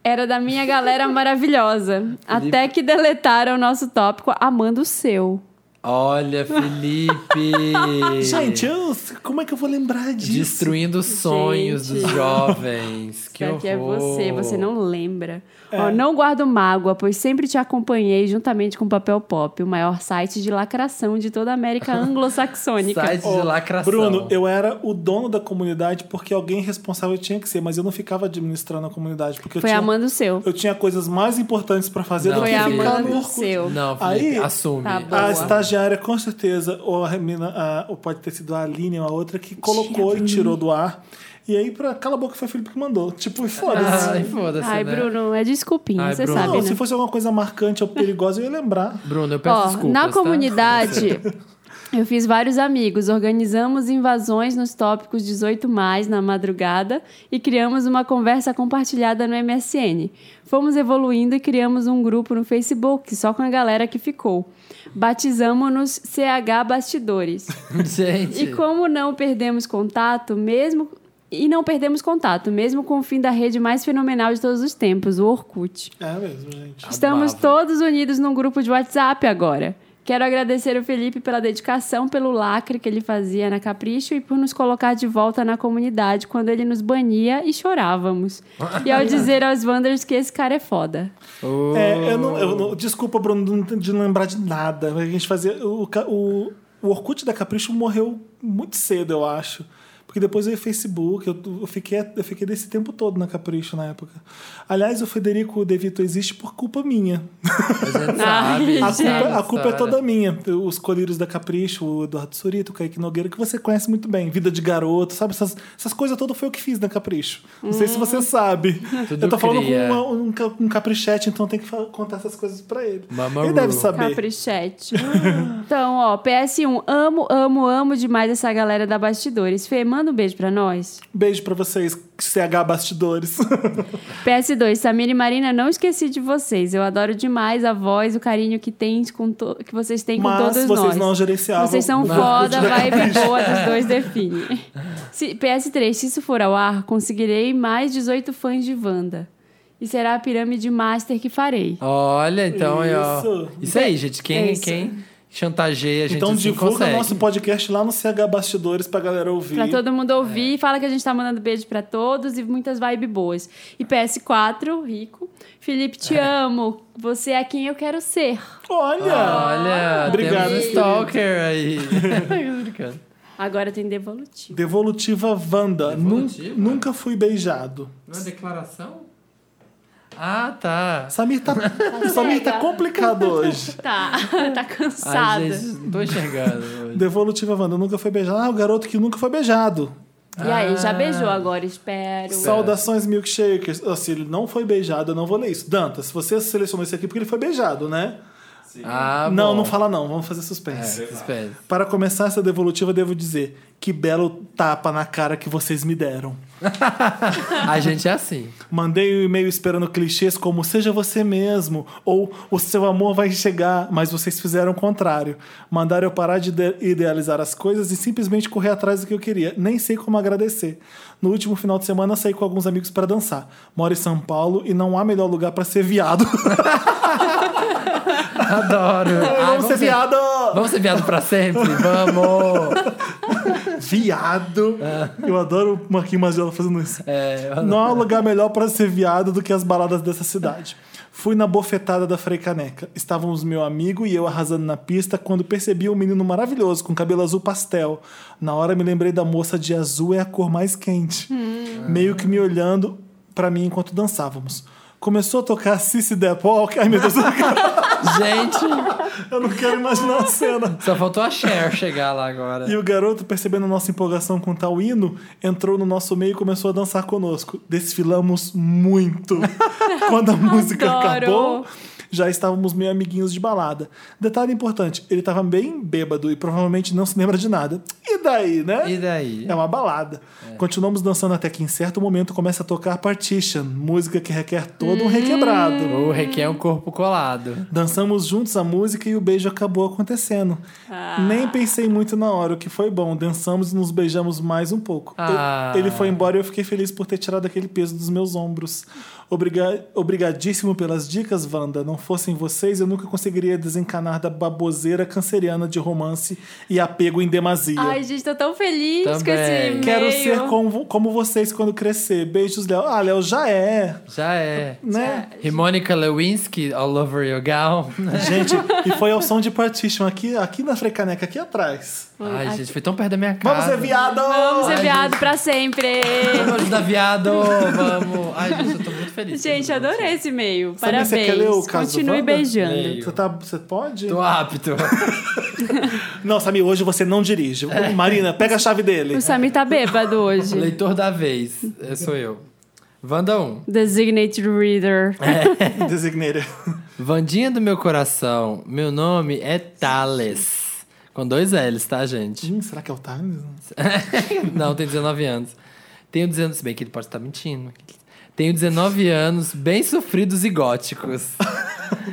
[SPEAKER 1] Era da minha galera maravilhosa. Até que deletaram o nosso tópico amando o seu.
[SPEAKER 2] Olha, Felipe!
[SPEAKER 3] Gente, eu- como é que eu vou lembrar disso?
[SPEAKER 2] Destruindo os sonhos dos
[SPEAKER 1] Gente.
[SPEAKER 2] jovens. Que
[SPEAKER 1] Isso aqui é
[SPEAKER 2] horror. É.
[SPEAKER 1] você, você não lembra. Ó, não guardo mágoa, pois sempre te acompanhei juntamente com o Papel Pop, o maior site de lacração de toda a América anglo-saxônica.
[SPEAKER 2] Site de
[SPEAKER 3] Ó,
[SPEAKER 2] lacração.
[SPEAKER 3] Bruno, eu era o dono da comunidade porque alguém responsável tinha que ser, mas eu não ficava administrando a comunidade. Porque
[SPEAKER 1] Foi
[SPEAKER 3] eu, tinha,
[SPEAKER 1] amando o seu.
[SPEAKER 3] eu tinha coisas mais importantes pra fazer
[SPEAKER 2] Não,
[SPEAKER 3] do que
[SPEAKER 1] Foi
[SPEAKER 2] eu
[SPEAKER 3] ficar
[SPEAKER 2] amando
[SPEAKER 1] amando
[SPEAKER 3] no
[SPEAKER 1] o
[SPEAKER 3] Orkut.
[SPEAKER 1] seu.
[SPEAKER 2] Não, Felipe,
[SPEAKER 3] Aí-
[SPEAKER 2] assume.
[SPEAKER 1] Tá bom.
[SPEAKER 3] A
[SPEAKER 1] Boa.
[SPEAKER 3] estagiária, com certeza, ou, a mina, a- ou pode ter sido a Aline ou a outra, que colocou e tirou do ar. E aí, pra, cala a boca, foi o Felipe que mandou. Tipo, e foda-se.
[SPEAKER 2] Ai, foda-se,
[SPEAKER 1] Ai,
[SPEAKER 2] né?
[SPEAKER 1] Bruno, é desculpinha,
[SPEAKER 2] Ai,
[SPEAKER 1] você
[SPEAKER 2] Bruno.
[SPEAKER 1] Ah, sabe,
[SPEAKER 3] não,
[SPEAKER 1] né?
[SPEAKER 3] se fosse alguma coisa marcante ou perigosa, eu ia lembrar.
[SPEAKER 2] Bruno, eu peço
[SPEAKER 1] Ó,
[SPEAKER 2] desculpas,
[SPEAKER 1] na
[SPEAKER 2] tá?
[SPEAKER 1] comunidade, eu fiz vários amigos, organizamos invasões nos tópicos 18 mais na madrugada e criamos uma conversa compartilhada no MSN. Fomos evoluindo e criamos um grupo no Facebook só com a galera que ficou. Batizamos-nos CH Bastidores.
[SPEAKER 2] Gente,
[SPEAKER 1] E como não perdemos contato, mesmo e não perdemos contato, mesmo com o fim da rede mais fenomenal de todos os tempos, o Orkut.
[SPEAKER 3] É mesmo, gente.
[SPEAKER 1] Estamos
[SPEAKER 2] Amava.
[SPEAKER 1] todos unidos num grupo de WhatsApp agora. Quero agradecer o Felipe pela dedicação, pelo lacre que ele fazia na Capricho e por nos colocar de volta na comunidade quando ele nos bania e chorávamos. E ao dizer aos Wanders que esse cara é foda.
[SPEAKER 2] Ô,
[SPEAKER 3] É, eu não, eu não- desculpa, Bruno, de não- de não lembrar de nada. A gente fazia. O, ca- o, o Orkut da Capricho morreu muito cedo, eu acho. Porque depois veio Facebook, eu, eu fiquei, eu fiquei desse tempo todo na Capricho na época. Aliás, o Federico De Vito existe por culpa minha.
[SPEAKER 2] a gente sabe.
[SPEAKER 3] A
[SPEAKER 2] sabe
[SPEAKER 3] culpa, a culpa é
[SPEAKER 2] história.
[SPEAKER 3] toda minha. Os colírios da Capricho, o Eduardo Surito, o Kaique Nogueira, que você conhece muito bem. Vida de garoto, sabe? Essas, essas coisas todas foi eu que fiz na Capricho. Não sei se você sabe.
[SPEAKER 2] Uhum. Tudo
[SPEAKER 3] eu tô falando
[SPEAKER 2] cria.
[SPEAKER 3] com uma- um, ca- um caprichete, então tem que fa- contar essas coisas pra ele.
[SPEAKER 2] Mamaru.
[SPEAKER 3] Ele deve saber.
[SPEAKER 1] Caprichete. então, ó, PS1, amo, amo, amo demais essa galera da Bastidores. Fê, manda um beijo pra nós.
[SPEAKER 3] Beijo pra vocês, CH Bastidores.
[SPEAKER 1] PS2, Samir e Marina, não esqueci de vocês. Eu adoro demais a voz, o carinho que, tem com to- que vocês têm com
[SPEAKER 3] Mas
[SPEAKER 1] todos nós.
[SPEAKER 3] vocês não gerenciavam.
[SPEAKER 1] Vocês são
[SPEAKER 3] o Orkut
[SPEAKER 1] foda,
[SPEAKER 3] da
[SPEAKER 1] vibe
[SPEAKER 3] Capricho.
[SPEAKER 1] boa dos dois define. Se- PS3, se isso for ao ar, conseguirei mais 18 fãs de Wanda. E será a pirâmide master que farei.
[SPEAKER 2] Olha, então, é, ó.
[SPEAKER 3] Isso.
[SPEAKER 2] Isso aí, gente. Quem,
[SPEAKER 1] Isso.
[SPEAKER 2] quem chantageia a gente
[SPEAKER 3] Então
[SPEAKER 2] assim
[SPEAKER 3] divulga
[SPEAKER 2] consegue.
[SPEAKER 3] nosso podcast lá no CH Bastidores pra galera ouvir.
[SPEAKER 1] Pra todo mundo
[SPEAKER 3] É.
[SPEAKER 1] ouvir, fala que a gente tá mandando beijo pra todos e muitas vibes boas. E PS4, rico. Felipe, te
[SPEAKER 3] É.
[SPEAKER 1] amo. Você é quem eu quero ser.
[SPEAKER 2] Ah.
[SPEAKER 3] Olha!
[SPEAKER 2] Olha,
[SPEAKER 3] Ah, Obrigado,
[SPEAKER 2] temos um
[SPEAKER 3] Felipe.
[SPEAKER 2] stalker aí. Brincando.
[SPEAKER 1] Agora tem devolutivo.
[SPEAKER 3] Devolutiva Wanda. Nun-
[SPEAKER 2] Devolutiva?
[SPEAKER 3] Nunca fui beijado.
[SPEAKER 2] Não é declaração? Ah, tá.
[SPEAKER 3] Samir tá, Samir tá
[SPEAKER 1] cega.
[SPEAKER 3] complicado hoje.
[SPEAKER 1] Tá, tá cansada.
[SPEAKER 2] Ai, gente, não tô enxergando. hoje.
[SPEAKER 3] Devolutiva Wanda, nunca foi beijado. Ah, o garoto que nunca foi beijado.
[SPEAKER 1] E aí, já
[SPEAKER 2] Ah.
[SPEAKER 1] beijou agora, espero.
[SPEAKER 2] É.
[SPEAKER 3] Saudações milkshakers. Ah, se ele não foi beijado, eu não vou ler isso. Dantas, você selecionou esse aqui porque ele foi beijado, né?
[SPEAKER 2] Ah,
[SPEAKER 3] não,
[SPEAKER 2] bom.
[SPEAKER 3] não fala não. Vamos fazer
[SPEAKER 2] É,
[SPEAKER 3] suspense.
[SPEAKER 2] suspense.
[SPEAKER 3] Para começar essa devolutiva, devo dizer que belo tapa na cara que vocês me deram.
[SPEAKER 2] A gente é assim.
[SPEAKER 3] Mandei um e-mail esperando clichês como seja você mesmo ou o seu amor vai chegar, mas vocês fizeram o contrário. Mandaram eu parar de ide- idealizar as coisas e simplesmente correr atrás do que eu queria. Nem sei como agradecer. No último final de semana saí com alguns amigos para dançar. Moro em São Paulo e não há melhor lugar para ser viado.
[SPEAKER 2] Adoro. Ai,
[SPEAKER 3] Vamos ser viado!
[SPEAKER 2] Vamos ser viado pra sempre? Vamos!
[SPEAKER 3] Viado! Eu adoro o Marquinhos Mazola fazendo isso.
[SPEAKER 2] É,
[SPEAKER 3] Não há lugar melhor para ser viado do que as baladas dessa cidade. Fui na bofetada da Frei Caneca. Estávamos meu amigo e eu arrasando na pista quando percebi um menino maravilhoso com cabelo azul pastel. Na hora me lembrei da moça de azul é a cor mais quente. Meio que me olhando para mim enquanto dançávamos. Começou a tocar Cici Depok. Ai meu Deus, eu não quero-
[SPEAKER 2] gente,
[SPEAKER 3] eu não quero imaginar a cena.
[SPEAKER 2] só faltou a Cher chegar lá agora.
[SPEAKER 3] E o garoto, percebendo a nossa empolgação com tal hino, entrou no nosso meio e começou a dançar conosco. Desfilamos muito. Quando a música
[SPEAKER 1] Adoro.
[SPEAKER 3] acabou, já estávamos meio amiguinhos de balada. Detalhe importante, ele estava bem bêbado e provavelmente não se lembra de nada. E daí, né?
[SPEAKER 2] E daí?
[SPEAKER 3] É uma balada. Continuamos dançando até que em certo momento começa a tocar Partition, música que requer todo um requebrado.
[SPEAKER 2] O requer um corpo colado.
[SPEAKER 3] Dançamos juntos a música e o beijo acabou acontecendo.
[SPEAKER 2] Ah.
[SPEAKER 3] Nem pensei muito na hora, o que foi bom. Dançamos e nos beijamos mais um pouco. Eu-
[SPEAKER 2] Ah.
[SPEAKER 3] Ele foi embora e eu fiquei feliz por ter tirado aquele peso dos meus ombros. Obriga- Obrigadíssimo pelas dicas, Wanda. Não fossem vocês, eu nunca conseguiria desencanar da baboseira canceriana de romance e apego em demasia.
[SPEAKER 1] Ai, gente, tô tão feliz com
[SPEAKER 2] Também.
[SPEAKER 1] esse e-mail.
[SPEAKER 3] Quero ser como, como vocês quando crescer. Beijos, Léo. Ah, Léo já é,
[SPEAKER 2] Já é.
[SPEAKER 3] né?
[SPEAKER 2] E Mônica Lewinsky, all over your gown.
[SPEAKER 3] Gente, e foi ao som de Partition aqui, aqui na Frecaneca, aqui atrás.
[SPEAKER 2] Ai, gente, foi tão perto da minha cara.
[SPEAKER 3] Vamos ser viado!
[SPEAKER 1] Vamos ser viado pra sempre.
[SPEAKER 2] Vamos ajudar viado, vamos. Ai, gente, eu tô muito feliz.
[SPEAKER 1] Gente, adorei esse e-mail.
[SPEAKER 3] Sabe,
[SPEAKER 1] Parabéns.
[SPEAKER 3] você quer ler o caso do
[SPEAKER 1] Continue
[SPEAKER 3] Wanda?
[SPEAKER 1] beijando.
[SPEAKER 2] Leio.
[SPEAKER 3] Você, tá, você pode?
[SPEAKER 2] Tô apto.
[SPEAKER 3] Não, Samir, hoje você não dirige.
[SPEAKER 2] É.
[SPEAKER 3] Marina, pega a chave dele.
[SPEAKER 1] O Samir tá bêbado hoje.
[SPEAKER 2] Leitor da vez. É, Sou eu. Wanda 1.
[SPEAKER 1] Designated Reader.
[SPEAKER 3] É, Designeira.
[SPEAKER 2] Vandinha do meu coração, meu nome é Thales. Com dois L's, tá, gente?
[SPEAKER 3] Hum, será que é o Thales?
[SPEAKER 2] Não, tem 19 anos. Tenho 19... Se bem que ele pode estar mentindo. Tenho 19 anos, bem sofridos e góticos.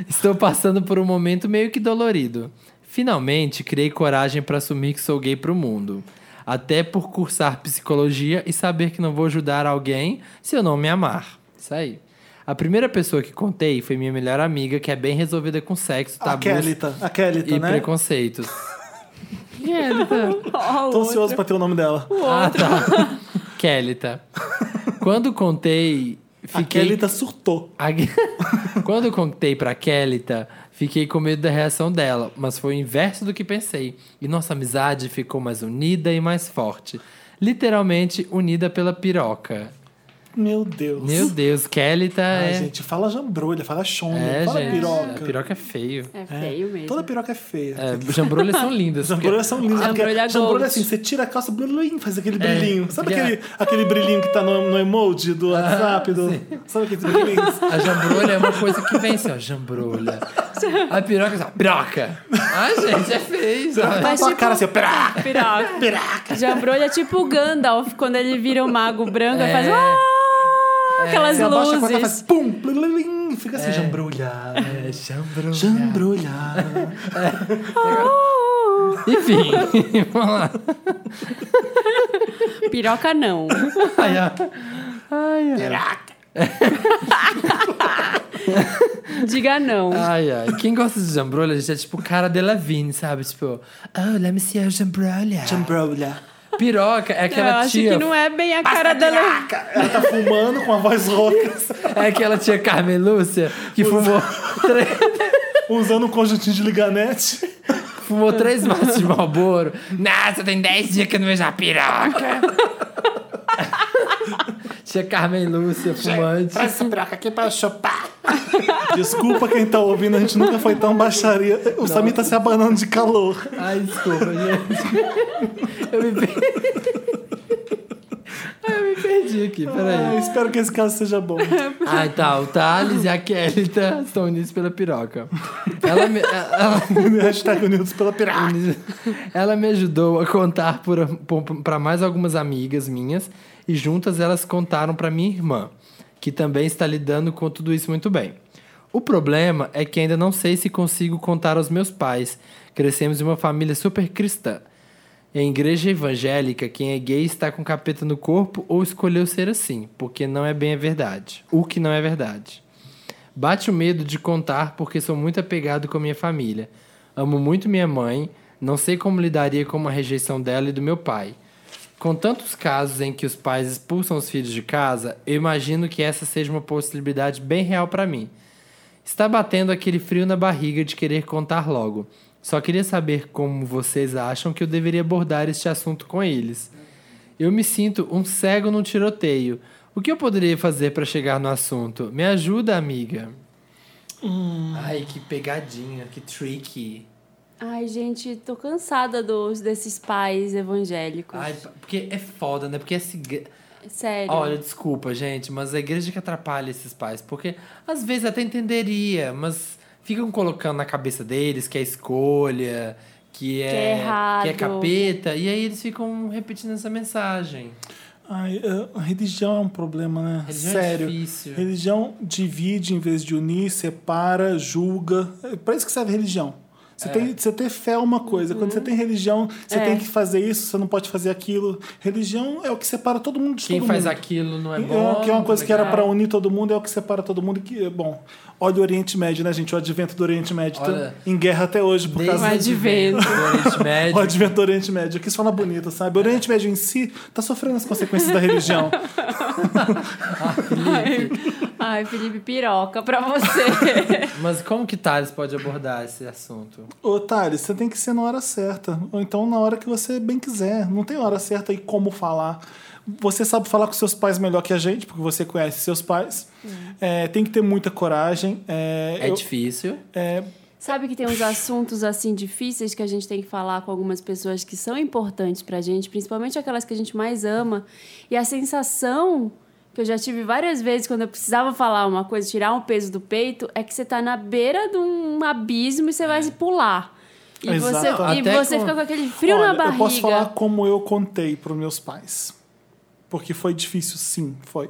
[SPEAKER 2] Estou passando por um momento meio que dolorido. Finalmente, criei coragem para assumir que sou gay pro mundo. Até por cursar psicologia e saber que não vou ajudar alguém se eu não me amar. Isso aí. A primeira pessoa que contei foi minha melhor amiga, que é bem resolvida com sexo,
[SPEAKER 3] A
[SPEAKER 2] tabus
[SPEAKER 3] Kellyta. A Kellyta,
[SPEAKER 2] Tá e
[SPEAKER 3] né?
[SPEAKER 2] preconceitos. Quem é, Vitor?
[SPEAKER 1] Ó,
[SPEAKER 3] Tô ansioso pra ter o nome dela.
[SPEAKER 2] Ah, tá. Kélita. Quando contei,
[SPEAKER 3] A
[SPEAKER 2] fiquei.
[SPEAKER 3] Kellyta surtou.
[SPEAKER 2] A- Quando contei pra Kélita, fiquei com medo da reação dela, mas foi o inverso do que pensei. E nossa amizade ficou mais unida e mais forte. Literalmente unida pela piroca.
[SPEAKER 3] Meu Deus.
[SPEAKER 2] Meu Deus, Kélita
[SPEAKER 3] Ai,
[SPEAKER 2] é.
[SPEAKER 3] gente, fala jambrolha, fala chonga,
[SPEAKER 2] é,
[SPEAKER 3] fala
[SPEAKER 2] gente.
[SPEAKER 3] piroca.
[SPEAKER 2] A piroca é feio.
[SPEAKER 1] É feio mesmo.
[SPEAKER 3] Toda piroca é feia.
[SPEAKER 2] É, jambrolhas são lindas. porque-
[SPEAKER 3] Jambrolhas são lindas. porque
[SPEAKER 1] Jambrolha
[SPEAKER 3] Jambrolha
[SPEAKER 1] gold.
[SPEAKER 3] assim, você tira a calça, blulim, faz
[SPEAKER 2] É.
[SPEAKER 3] aquele brilhinho. Sabe
[SPEAKER 2] Yeah.
[SPEAKER 3] aquele, aquele brilhinho que tá no, no emoji do
[SPEAKER 2] Ah,
[SPEAKER 3] WhatsApp? do- sabe aqueles brilhinhos?
[SPEAKER 2] A jambrolha é uma coisa que vem assim, ó. Jambrolha. A piroca é assim, ó, piroca. Ai, gente, é feio. sabe?
[SPEAKER 3] Tá
[SPEAKER 1] Mas,
[SPEAKER 3] com a
[SPEAKER 1] tipo,
[SPEAKER 3] cara assim, ó, pirá!
[SPEAKER 1] Piroca. Jambrolha é tipo o Gandalf, quando ele vira o mago branco, ele faz...
[SPEAKER 2] É.
[SPEAKER 1] "Ah", Aquelas
[SPEAKER 3] Você É, abaixa a porta, faz assim,
[SPEAKER 1] luzes.
[SPEAKER 3] pum, blululum, fica assim, jambrulha,
[SPEAKER 2] É, jambrolha.
[SPEAKER 3] jambrulha. né?
[SPEAKER 1] Ah,
[SPEAKER 2] Enfim, vamos lá.
[SPEAKER 1] Piroca não.
[SPEAKER 2] Ai, ó.
[SPEAKER 1] Diga não.
[SPEAKER 3] Ah,
[SPEAKER 2] ai, ai. Quem gosta de jambrolha, gente, é tipo o cara de Lavigne, sabe? Tipo, oh, let me see your jambrolha.
[SPEAKER 3] Jambrulha.
[SPEAKER 2] Piroca é
[SPEAKER 1] Eu
[SPEAKER 2] aquela
[SPEAKER 1] acho
[SPEAKER 2] tia.
[SPEAKER 1] que não é bem a cara dela.
[SPEAKER 3] Ela tá fumando com a voz rouca,
[SPEAKER 2] é... aquela tia Carmen Lúcia que fumou, três,
[SPEAKER 3] usando um conjuntinho de liganete.
[SPEAKER 2] fumou três maços de malboro. Nossa, tem dez dias que eu não vejo a piroca. tia Carmen Lúcia, fumante.
[SPEAKER 3] essa piroca aqui pra chupar. Desculpa quem tá ouvindo, a gente nunca foi tão baixaria. O Samir tá se abanando de calor.
[SPEAKER 2] Ai, desculpa, gente. Eu me perdi. Ai, eu me perdi aqui,
[SPEAKER 3] Ah,
[SPEAKER 2] peraí.
[SPEAKER 3] espero que esse caso seja bom.
[SPEAKER 2] Ai, tá. O Thales e a Kélita estão unidos pela piroca. Ela me, ela,
[SPEAKER 3] Hashtag Unidos pela Piroca.
[SPEAKER 2] ela me ajudou a contar para mais algumas amigas minhas e juntas elas contaram para minha irmã, que também está lidando com tudo isso muito bem. O problema é que ainda não sei se consigo contar aos meus pais. Crescemos em uma família super cristã. Em igreja evangélica, quem é gay está com capeta no corpo ou escolheu ser assim, porque não é bem a verdade. O que não é verdade. Bate o medo de contar porque sou muito apegado com a minha família. Amo muito minha mãe, não sei como lidaria com uma rejeição dela e do meu pai. Com tantos casos em que os pais expulsam os filhos de casa, eu imagino que essa seja uma possibilidade bem real para mim. Está batendo aquele frio na barriga de querer contar logo. Só queria saber como vocês acham que eu deveria abordar este assunto com eles. Eu me sinto um cego num tiroteio. O que eu poderia fazer para chegar no assunto? Me ajuda, amiga. Ai, que pegadinha, que tricky.
[SPEAKER 1] Ai, gente, tô cansada dos, desses pais evangélicos.
[SPEAKER 2] Ai, porque é foda, né? Porque essa igre-
[SPEAKER 1] Sério.
[SPEAKER 2] Olha, é desculpa, gente, mas a igreja que atrapalha esses pais. Porque às vezes até entenderia, mas ficam colocando na cabeça deles que é escolha, que é,
[SPEAKER 1] errado.
[SPEAKER 2] que é capeta, e aí eles ficam repetindo essa mensagem.
[SPEAKER 3] Ai, eh, a religião é um problema, né?
[SPEAKER 2] Religião é
[SPEAKER 3] Sério.
[SPEAKER 2] difícil.
[SPEAKER 3] religião divide em vez de unir, separa, julga. É Pra isso que serve religião. Você,
[SPEAKER 2] É. Uhum.
[SPEAKER 3] tem, você ter fé é uma coisa. Quando você tem religião, você
[SPEAKER 1] É.
[SPEAKER 3] tem que fazer isso, você não pode fazer aquilo. Religião é o que separa todo mundo de
[SPEAKER 2] Quem
[SPEAKER 3] todo
[SPEAKER 2] faz
[SPEAKER 3] mundo.
[SPEAKER 2] aquilo não é
[SPEAKER 3] É,
[SPEAKER 2] bom.
[SPEAKER 3] que é uma coisa que era
[SPEAKER 2] tá
[SPEAKER 3] pra
[SPEAKER 2] ligado?
[SPEAKER 3] unir todo mundo, é o que separa todo mundo. Que, bom, olha o Oriente Médio, né, gente? O advento do Oriente Médio tá
[SPEAKER 2] Olha.
[SPEAKER 3] em guerra até hoje por
[SPEAKER 2] Desde
[SPEAKER 3] causa
[SPEAKER 1] Mas de vento.
[SPEAKER 2] Do Oriente Médio.
[SPEAKER 3] o advento do Oriente Médio. Eu quis falar bonito, sabe? O Oriente Médio em si tá sofrendo as consequências da religião.
[SPEAKER 1] Ai, ai, Felipe, piroca pra você.
[SPEAKER 2] Mas como que Thales pode abordar esse assunto?
[SPEAKER 3] Ô, Thales, você tem que ser na hora certa. Ou então na hora que você bem quiser. Não tem hora certa e como falar. Você sabe falar com seus pais melhor que a gente, porque você conhece seus pais. É, tem que ter muita coragem. É,
[SPEAKER 2] É
[SPEAKER 3] eu-
[SPEAKER 2] difícil.
[SPEAKER 3] é,
[SPEAKER 1] Sabe que tem uns assuntos assim difíceis que a gente tem que falar com algumas pessoas que são importantes pra gente, principalmente aquelas que a gente mais ama. E a sensação que eu já tive várias vezes quando eu precisava falar uma coisa, tirar um peso do peito, é que você tá na beira de um abismo e você vai se pular. E
[SPEAKER 3] Exato.
[SPEAKER 1] você, e
[SPEAKER 2] Até
[SPEAKER 1] você
[SPEAKER 2] com-
[SPEAKER 1] fica com aquele frio
[SPEAKER 3] Olha,
[SPEAKER 1] na barriga.
[SPEAKER 3] Eu posso falar como eu contei para meus pais. Porque foi difícil, sim, foi.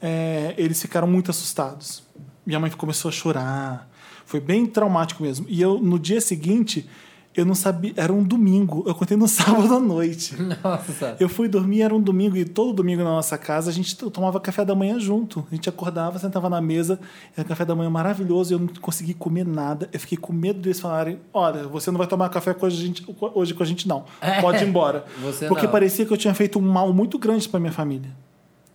[SPEAKER 3] É, eles ficaram muito assustados. Minha mãe começou a chorar. Foi bem traumático mesmo. E eu, no dia seguinte, eu não sabia. Era um domingo. Eu contei no sábado à noite.
[SPEAKER 2] Nossa.
[SPEAKER 3] Eu fui dormir, era um domingo, e todo domingo na nossa casa a gente t- tomava café da manhã junto. A gente acordava, sentava na mesa, era café da manhã maravilhoso, e eu não consegui comer nada. Eu fiquei com medo deles falarem: olha, você não vai tomar café com a gente, hoje com a gente, não. Pode ir embora.
[SPEAKER 2] Você
[SPEAKER 3] Porque
[SPEAKER 2] não.
[SPEAKER 3] parecia que eu tinha feito um mal muito grande para minha família.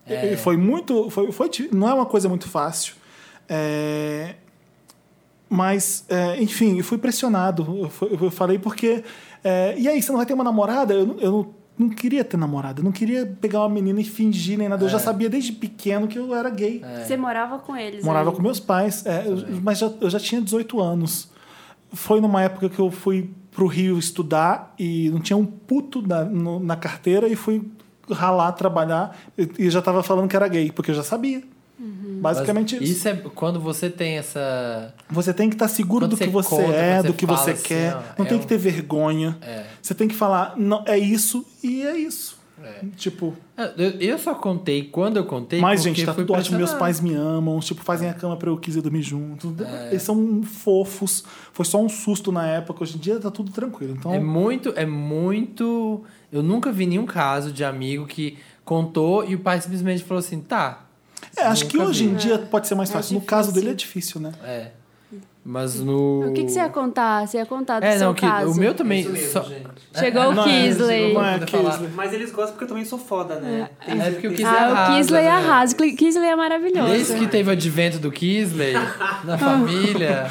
[SPEAKER 2] É.
[SPEAKER 3] E Foi muito. Foi, foi, di- não é uma coisa muito fácil. É, mas, é, enfim, eu fui pressionado. Eu, fui- eu falei porque. é, e aí, você não vai ter uma namorada? Eu, não- eu não, não queria ter namorada. Eu não queria pegar uma menina e fingir nem nada. Eu
[SPEAKER 2] É.
[SPEAKER 3] já sabia desde pequeno que eu era gay.
[SPEAKER 1] Você morava com eles.
[SPEAKER 3] É. Morava
[SPEAKER 1] ainda.
[SPEAKER 3] com meus pais, é, eu- mas já- eu já tinha 18 anos. Foi numa época que eu fui pro Rio estudar e não tinha um puto na, no- na carteira e fui ralar, trabalhar e, e já tava falando que era gay, porque eu já sabia. Uhum. Basicamente
[SPEAKER 2] Mas
[SPEAKER 3] isso.
[SPEAKER 2] Isso é quando você tem essa.
[SPEAKER 3] Você tem que estar seguro
[SPEAKER 2] Quando
[SPEAKER 3] do que
[SPEAKER 2] você
[SPEAKER 3] você
[SPEAKER 2] conta,
[SPEAKER 3] é,
[SPEAKER 2] quando
[SPEAKER 3] do
[SPEAKER 2] você
[SPEAKER 3] que
[SPEAKER 2] fala
[SPEAKER 3] você
[SPEAKER 2] assim,
[SPEAKER 3] quer.
[SPEAKER 2] ó,
[SPEAKER 3] não
[SPEAKER 2] é
[SPEAKER 3] tem
[SPEAKER 2] um-
[SPEAKER 3] que ter vergonha.
[SPEAKER 2] É.
[SPEAKER 3] Você tem que falar, não, é isso e é isso. Tipo,
[SPEAKER 2] É, Eu, eu só contei quando eu contei.
[SPEAKER 3] mas,
[SPEAKER 2] porque
[SPEAKER 3] gente, tá
[SPEAKER 2] fui
[SPEAKER 3] tudo ótimo. Meus
[SPEAKER 2] pressionado.
[SPEAKER 3] pais me amam, tipo, fazem a cama pra eu quiser dormir junto.
[SPEAKER 2] É.
[SPEAKER 3] Eles são fofos. Foi só um susto na época. Hoje em dia tá tudo tranquilo. Então,
[SPEAKER 2] É muito, é muito. Eu nunca vi nenhum caso de amigo que contou e o pai simplesmente falou assim: tá.
[SPEAKER 3] é, acho que
[SPEAKER 2] nunca
[SPEAKER 3] hoje
[SPEAKER 2] vi.
[SPEAKER 3] em dia pode ser mais
[SPEAKER 1] É
[SPEAKER 3] fácil. no
[SPEAKER 1] difícil.
[SPEAKER 3] caso dele é difícil, né?
[SPEAKER 2] É. Mas no.
[SPEAKER 1] O que, que você ia contar? Você ia contar do
[SPEAKER 2] É,
[SPEAKER 1] seu
[SPEAKER 2] não, que
[SPEAKER 1] caso.
[SPEAKER 2] o meu também.
[SPEAKER 6] Isso mesmo,
[SPEAKER 2] só-
[SPEAKER 6] gente.
[SPEAKER 1] Chegou o
[SPEAKER 3] Não é,
[SPEAKER 1] Kisley.
[SPEAKER 3] não é,
[SPEAKER 2] Eu vou falar.
[SPEAKER 3] Kisley.
[SPEAKER 6] Mas eles gostam porque eu também sou foda, né? Tem-
[SPEAKER 2] É porque o
[SPEAKER 6] tem-
[SPEAKER 2] Kisley
[SPEAKER 1] Ah, o
[SPEAKER 2] arrasa,
[SPEAKER 1] Kisley
[SPEAKER 2] né?
[SPEAKER 1] arrasa. Kli- Kisley é maravilhoso.
[SPEAKER 2] Desde que teve o advento do Kisley na família.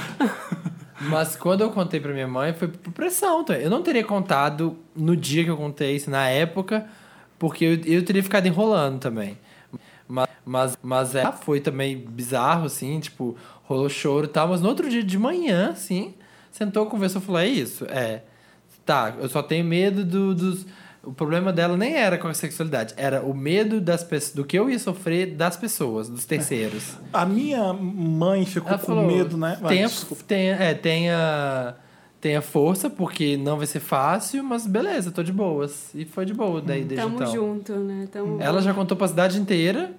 [SPEAKER 2] Mas quando eu contei pra minha mãe, foi por pressão. tá? Eu não teria contado no dia que eu contei isso, na época, porque eu, eu teria ficado enrolando também. Mas, mas, mas é, foi também bizarro, assim, tipo, rolou choro e tal. Mas no outro dia de manhã, assim, sentou, conversou, falou: é isso, é. Tá, eu só tenho medo do- dos. O problema dela nem era com a sexualidade, era o medo das pessoas, do que eu ia sofrer das pessoas, dos terceiros.
[SPEAKER 3] A minha mãe ficou
[SPEAKER 2] Ela
[SPEAKER 3] com
[SPEAKER 2] falou,
[SPEAKER 3] medo, né? Ah,
[SPEAKER 2] Tenha,
[SPEAKER 3] desculpa.
[SPEAKER 2] tenha, é, tenha, tenha força, porque não vai ser fácil, mas beleza, tô de boas. E foi de boa daí desde
[SPEAKER 1] Hum, Tamo
[SPEAKER 2] então.
[SPEAKER 1] junto, né? Tamo...
[SPEAKER 2] Ela já contou pra cidade inteira.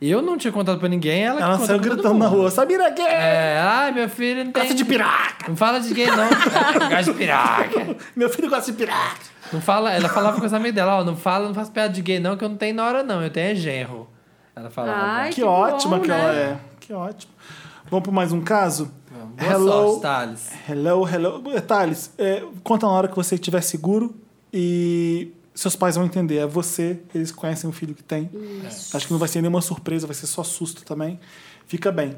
[SPEAKER 2] Eu não tinha contado pra ninguém, ela, que
[SPEAKER 3] Ela
[SPEAKER 2] contou
[SPEAKER 3] saiu
[SPEAKER 2] pra todo
[SPEAKER 3] gritando na
[SPEAKER 2] mundo.
[SPEAKER 3] rua: Sabira gay!
[SPEAKER 2] É, ai, meu filho não tem...
[SPEAKER 3] Gosta de piraca!
[SPEAKER 2] Não fala de gay, não. É, Gosta de piraca.
[SPEAKER 3] Meu filho gosta de piraca!
[SPEAKER 2] Não fala, ela falava com os amigos dela, ó, não fala, não faz piada de gay, não, que eu não tenho nora, não. Eu tenho é genro. Ela falava.
[SPEAKER 1] Ai,
[SPEAKER 3] é Que,
[SPEAKER 1] que
[SPEAKER 3] ótima
[SPEAKER 1] bom,
[SPEAKER 3] que
[SPEAKER 1] né?
[SPEAKER 3] ela é. Que ótimo. Vamos para mais um caso?
[SPEAKER 2] Boa sorte, tá? Thales.
[SPEAKER 3] Hello, hello. Thales, é, conta na hora que você estiver seguro e seus pais vão entender. É você, eles conhecem o filho que tem. Acho que não vai ser nenhuma surpresa, vai ser só susto também. Fica bem.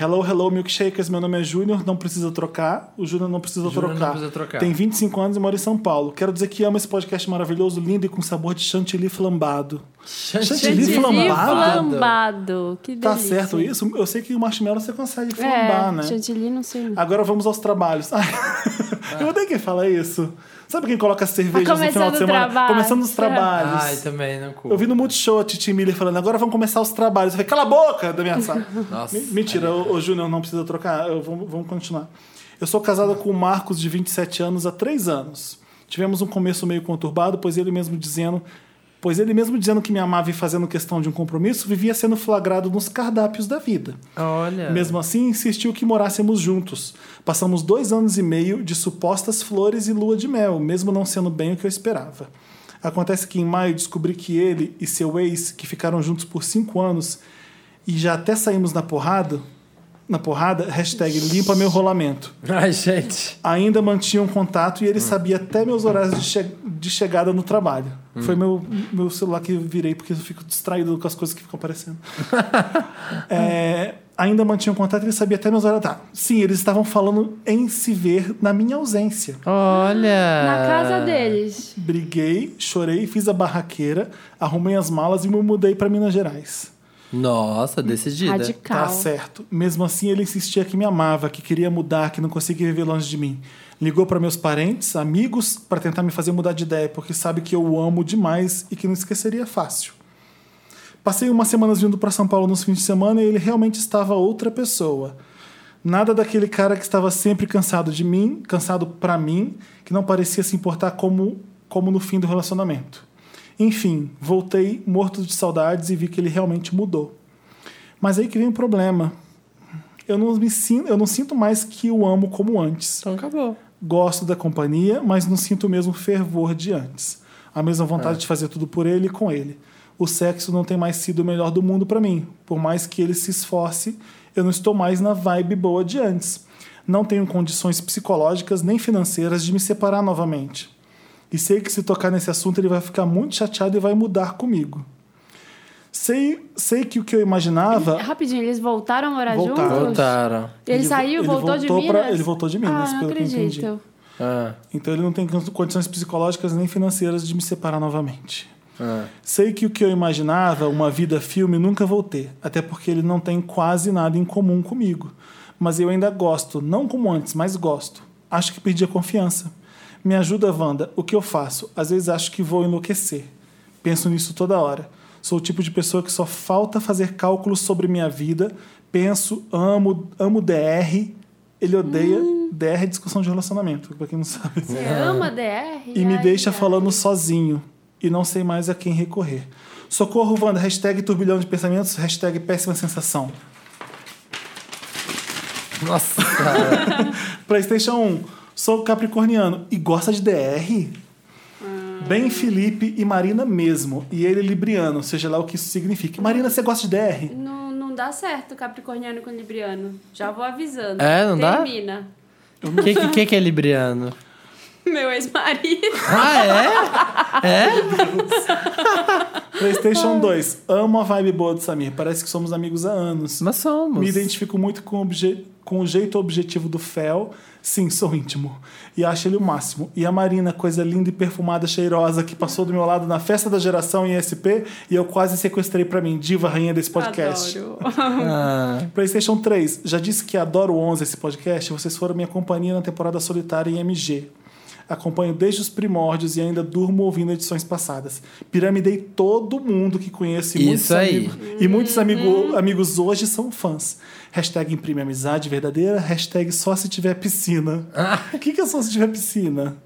[SPEAKER 3] Hello, hello, milkshakers. Meu nome é Júnior, não precisa trocar. O Júnior não precisa
[SPEAKER 2] Júnior não
[SPEAKER 3] trocar.
[SPEAKER 2] precisa trocar.
[SPEAKER 3] Tem 25 anos e mora em São Paulo. Quero dizer que amo esse podcast maravilhoso, lindo e com sabor de chantilly flambado. Chantilly
[SPEAKER 1] Chantilly
[SPEAKER 3] flambado?
[SPEAKER 1] flambado. Que
[SPEAKER 3] Tá
[SPEAKER 1] delícia.
[SPEAKER 3] certo isso? Eu sei que o marshmallow você consegue
[SPEAKER 1] É,
[SPEAKER 3] flambar, né?
[SPEAKER 1] chantilly não sei.
[SPEAKER 3] Agora vamos aos trabalhos. Ai, Eu odeio quem fala isso. Sabe quem coloca cerveja no
[SPEAKER 1] começando
[SPEAKER 3] final de
[SPEAKER 1] o
[SPEAKER 3] semana?
[SPEAKER 1] trabalho.
[SPEAKER 3] Começando os trabalhos.
[SPEAKER 2] Ai, tá também não curto.
[SPEAKER 3] Eu vi no Multishow a Titi Miller falando, agora vamos começar os trabalhos. Eu falei, cala a boca da minha sala.
[SPEAKER 2] Nossa.
[SPEAKER 3] Me- Mentira, o, Júnior não precisa trocar, eu- vamos, vamos continuar. Eu sou casada com o Marcos, de 27 anos, há três anos. Tivemos um começo meio conturbado, pois ele mesmo dizendo. Pois ele mesmo dizendo que me amava e fazendo questão de um compromisso, vivia sendo flagrado nos cardápios da vida.
[SPEAKER 2] Olha.
[SPEAKER 3] Mesmo assim, insistiu que morássemos juntos. Passamos dois anos e meio de supostas flores e lua de mel, mesmo não sendo bem o que eu esperava. Acontece que em maio descobri que ele e seu ex, que ficaram juntos por cinco anos e já até saímos na porrada, na porrada, hashtag limpa meu rolamento.
[SPEAKER 2] Ai, gente.
[SPEAKER 3] Ainda mantinham contato e ele sabia até meus horários de, che- de chegada no trabalho. Foi meu, meu celular que eu virei, porque eu fico distraído com as coisas que ficam aparecendo. É, ainda mantinham contato e ele sabia até meus horários. Tá. Sim, eles estavam falando em se ver na minha ausência. Ah,
[SPEAKER 2] Olha.
[SPEAKER 1] Na casa deles.
[SPEAKER 3] Briguei, chorei, fiz a barraqueira, arrumei as malas e me mudei para Minas Gerais.
[SPEAKER 2] Nossa, decidida.
[SPEAKER 1] Radical.
[SPEAKER 3] Tá certo. Mesmo assim, ele insistia que me amava, que queria mudar, que não conseguia viver longe de mim. Ligou para meus parentes, amigos, para tentar me fazer mudar de ideia, porque sabe que eu o amo demais e que não esqueceria fácil. Passei umas semanas vindo para São Paulo nos fins de semana e ele realmente estava outra pessoa. Nada daquele cara que estava sempre cansado de mim, cansado pra mim, que não parecia se importar como, como no fim do relacionamento. Enfim, voltei morto de saudades e vi que ele realmente mudou. Mas aí que vem o problema. Eu não me sinto, eu não sinto mais que o amo como antes.
[SPEAKER 2] Então acabou.
[SPEAKER 3] Gosto da companhia, mas não sinto o mesmo fervor de antes. A mesma vontade de fazer tudo por ele e com ele. O sexo não tem mais sido o melhor do mundo para mim. Por mais que ele se esforce, eu não estou mais na vibe boa de antes. Não tenho condições psicológicas nem financeiras de me separar novamente. E sei que se tocar nesse assunto ele vai ficar muito chateado e vai mudar comigo. Sei, sei que o que eu imaginava
[SPEAKER 1] Rapidinho, eles voltaram a morar
[SPEAKER 3] Voltaram.
[SPEAKER 1] juntos?
[SPEAKER 2] Voltaram.
[SPEAKER 1] Ele,
[SPEAKER 3] Ele vo-
[SPEAKER 1] saiu,
[SPEAKER 3] ele
[SPEAKER 1] voltou, de
[SPEAKER 3] voltou pra-
[SPEAKER 1] Minas?
[SPEAKER 3] ele voltou de Minas,
[SPEAKER 1] ah, não
[SPEAKER 3] pelo que eu entendi.
[SPEAKER 1] acredito.
[SPEAKER 2] Ah,
[SPEAKER 3] Então ele não tem condições psicológicas nem financeiras de me separar novamente.
[SPEAKER 2] ah.
[SPEAKER 3] Sei que o que eu imaginava, uma vida filme, nunca vou ter, até porque ele não tem quase nada em comum comigo. Mas eu ainda gosto, não como antes, mas gosto. Acho que perdi a confiança. Me ajuda, Wanda, o que eu faço? Às vezes acho que vou enlouquecer. Penso nisso toda hora. Sou o tipo de pessoa que só falta fazer cálculos sobre minha vida. Penso, amo, amo DR. Ele odeia DR, discussão de relacionamento, pra quem não sabe
[SPEAKER 1] Você ama DR?
[SPEAKER 3] e me
[SPEAKER 1] Ai,
[SPEAKER 3] deixa
[SPEAKER 1] ai.
[SPEAKER 3] falando sozinho e não sei mais a quem recorrer. Socorro, Wanda. Hashtag turbilhão de pensamentos, hashtag péssima sensação.
[SPEAKER 2] Nossa.
[SPEAKER 3] Playstation 1, sou capricorniano e gosta de DR? Bem Felipe e Marina mesmo. E ele libriano, seja lá o que isso signifique. Marina, você gosta de DR?
[SPEAKER 1] Não, não dá certo capricorniano com libriano. Já vou avisando.
[SPEAKER 2] É, não dá?
[SPEAKER 1] Termina.
[SPEAKER 2] O que, que, que é libriano?
[SPEAKER 1] Meu ex-marido.
[SPEAKER 2] Ah,
[SPEAKER 3] Playstation 2, amo a vibe boa do Samir. Parece que somos amigos há anos.
[SPEAKER 2] é? Mas somos.
[SPEAKER 3] Me identifico muito com, o obje- com o jeito objetivo do Fel. Sim, sou íntimo. E acho ele o máximo. E a Marina, coisa linda e perfumada, cheirosa, que passou do meu lado na festa da geração em SP e eu quase sequestrei pra mim, diva rainha desse podcast.
[SPEAKER 1] Adoro.
[SPEAKER 2] Ah,
[SPEAKER 3] PlayStation 3, já disse que adoro o 11 esse podcast, vocês foram minha companhia na temporada solitária em MG. Acompanho desde os primórdios e ainda durmo ouvindo edições passadas. Piramidei todo mundo que conheço e muitos,
[SPEAKER 2] Isso aí.
[SPEAKER 3] amigos- e muitos amigo- amigos hoje são fãs. Hashtag imprime amizade verdadeira, hashtag só se tiver piscina.
[SPEAKER 2] Ah.
[SPEAKER 3] O que, que é só se tiver piscina?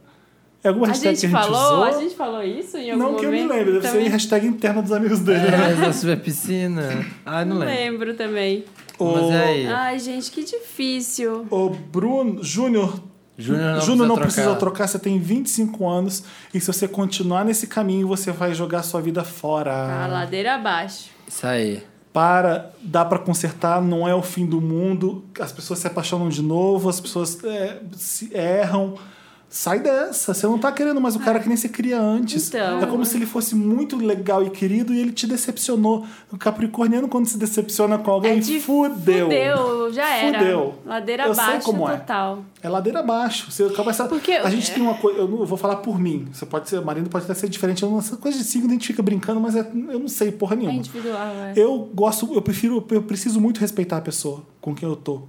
[SPEAKER 3] É alguma
[SPEAKER 1] A
[SPEAKER 3] hashtag
[SPEAKER 1] gente
[SPEAKER 3] que a gente
[SPEAKER 1] falou,
[SPEAKER 3] usou?
[SPEAKER 1] a gente falou isso em algum
[SPEAKER 3] Não
[SPEAKER 1] momento?
[SPEAKER 3] que eu me lembre, deve
[SPEAKER 1] Também
[SPEAKER 3] ser hashtag interna dos amigos dele. né?
[SPEAKER 2] é, da sua piscina. Ai, não
[SPEAKER 1] Não
[SPEAKER 2] lembro.
[SPEAKER 1] lembro também.
[SPEAKER 2] Mas é aí.
[SPEAKER 3] Ah.
[SPEAKER 1] Ai, gente, que difícil.
[SPEAKER 3] O Bruno Júnior
[SPEAKER 2] Júnior não,
[SPEAKER 3] Júnior
[SPEAKER 2] precisa,
[SPEAKER 3] não
[SPEAKER 2] trocar.
[SPEAKER 3] precisa trocar, você tem 25 anos e se você continuar nesse caminho, você vai jogar sua vida fora.
[SPEAKER 2] Ah.
[SPEAKER 1] A Ah, ladeira abaixo.
[SPEAKER 2] Isso aí.
[SPEAKER 3] Para, dá pra consertar, não é o fim do mundo, as pessoas se apaixonam de novo, as pessoas é, se erram. Sai dessa, você não tá querendo mais o cara que nem você queria antes.
[SPEAKER 1] Então.
[SPEAKER 3] é como se ele fosse muito legal e querido e ele te decepcionou. O Capricorniano, quando se decepciona com alguém,
[SPEAKER 1] é de
[SPEAKER 3] fudeu.
[SPEAKER 1] Fudeu, já era.
[SPEAKER 3] Fudeu.
[SPEAKER 1] Ladeira
[SPEAKER 3] Eu sei
[SPEAKER 1] abaixo
[SPEAKER 3] como é.
[SPEAKER 1] total.
[SPEAKER 3] É ladeira abaixo. Você acaba essa...
[SPEAKER 1] Porque- é.
[SPEAKER 3] a gente tem uma coisa. Eu não eu vou falar por mim. Você pode ser, marido pode até ser diferente. Eu não- Essa coisa de signo a gente fica brincando, mas é- eu não sei porra
[SPEAKER 1] É
[SPEAKER 3] nenhuma.
[SPEAKER 1] individual, é.
[SPEAKER 3] Eu gosto, eu prefiro, eu preciso muito respeitar a pessoa com quem eu tô.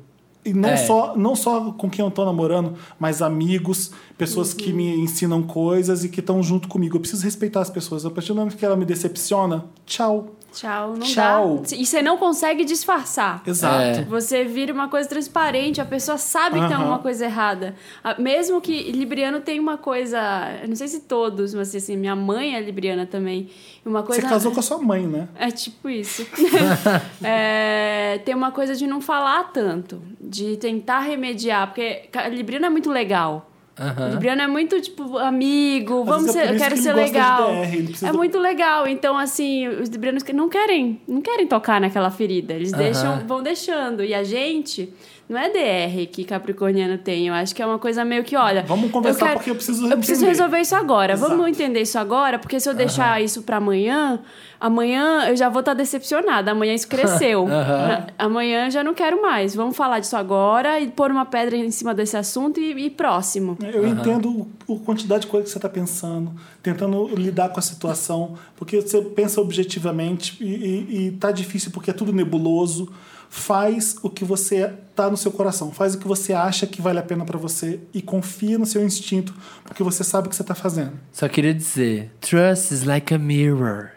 [SPEAKER 3] E não,
[SPEAKER 2] É.
[SPEAKER 3] só, não só com quem eu tô namorando, mas amigos, pessoas que
[SPEAKER 1] Uhum.
[SPEAKER 3] me ensinam coisas e que estão junto comigo. Eu preciso respeitar as pessoas. A partir do momento que ela me decepciona, tchau.
[SPEAKER 1] Tchau, não
[SPEAKER 3] Tchau.
[SPEAKER 1] dá. E você não consegue disfarçar.
[SPEAKER 3] Exato.
[SPEAKER 2] É.
[SPEAKER 1] Você vira uma coisa transparente, a pessoa sabe que tem
[SPEAKER 3] Aham.
[SPEAKER 1] alguma coisa errada. A- Mesmo que Libriano tem uma coisa, eu não sei se todos, mas assim, minha mãe é Libriana também. Uma coisa
[SPEAKER 3] Você casou com a sua mãe, né?
[SPEAKER 1] É tipo isso. É, tem uma coisa de não falar tanto, de tentar remediar, porque ca- Libriano é muito legal.
[SPEAKER 2] Aham.
[SPEAKER 1] Libriano é muito, tipo, amigo,
[SPEAKER 3] Às
[SPEAKER 1] vamos
[SPEAKER 3] vezes é
[SPEAKER 1] ser,
[SPEAKER 3] por
[SPEAKER 1] eu
[SPEAKER 3] isso
[SPEAKER 1] quero
[SPEAKER 3] que
[SPEAKER 1] ser
[SPEAKER 3] ele gosta de
[SPEAKER 1] legal.
[SPEAKER 3] DR, ele precisa
[SPEAKER 1] é
[SPEAKER 3] do-
[SPEAKER 1] muito legal. Então, assim, os librianos que- não querem, não querem tocar naquela ferida. Eles
[SPEAKER 2] Aham.
[SPEAKER 1] deixam, vão deixando. E a gente, não é DR que capricorniano tem. Eu acho que é uma coisa meio que, olha...
[SPEAKER 3] Vamos conversar porque eu preciso
[SPEAKER 1] Eu preciso
[SPEAKER 3] entender.
[SPEAKER 1] resolver isso agora.
[SPEAKER 3] Exato.
[SPEAKER 1] Vamos entender isso agora, porque se eu deixar isso pra amanhã, amanhã eu já vou estar decepcionada. Amanhã isso cresceu.
[SPEAKER 2] Aham.
[SPEAKER 1] Amanhã eu já não quero mais. Vamos falar disso agora e pôr uma pedra em cima desse assunto e, e próximo.
[SPEAKER 3] Eu entendo o- a quantidade de coisa que você está pensando, tentando lidar com a situação, porque você pensa objetivamente e, e, e tá difícil porque é tudo nebuloso. Faz o que você tá no seu coração, faz o que você acha que vale a pena para você e confia no seu instinto, porque você sabe o que você tá fazendo.
[SPEAKER 2] Só queria dizer, trust is like a mirror.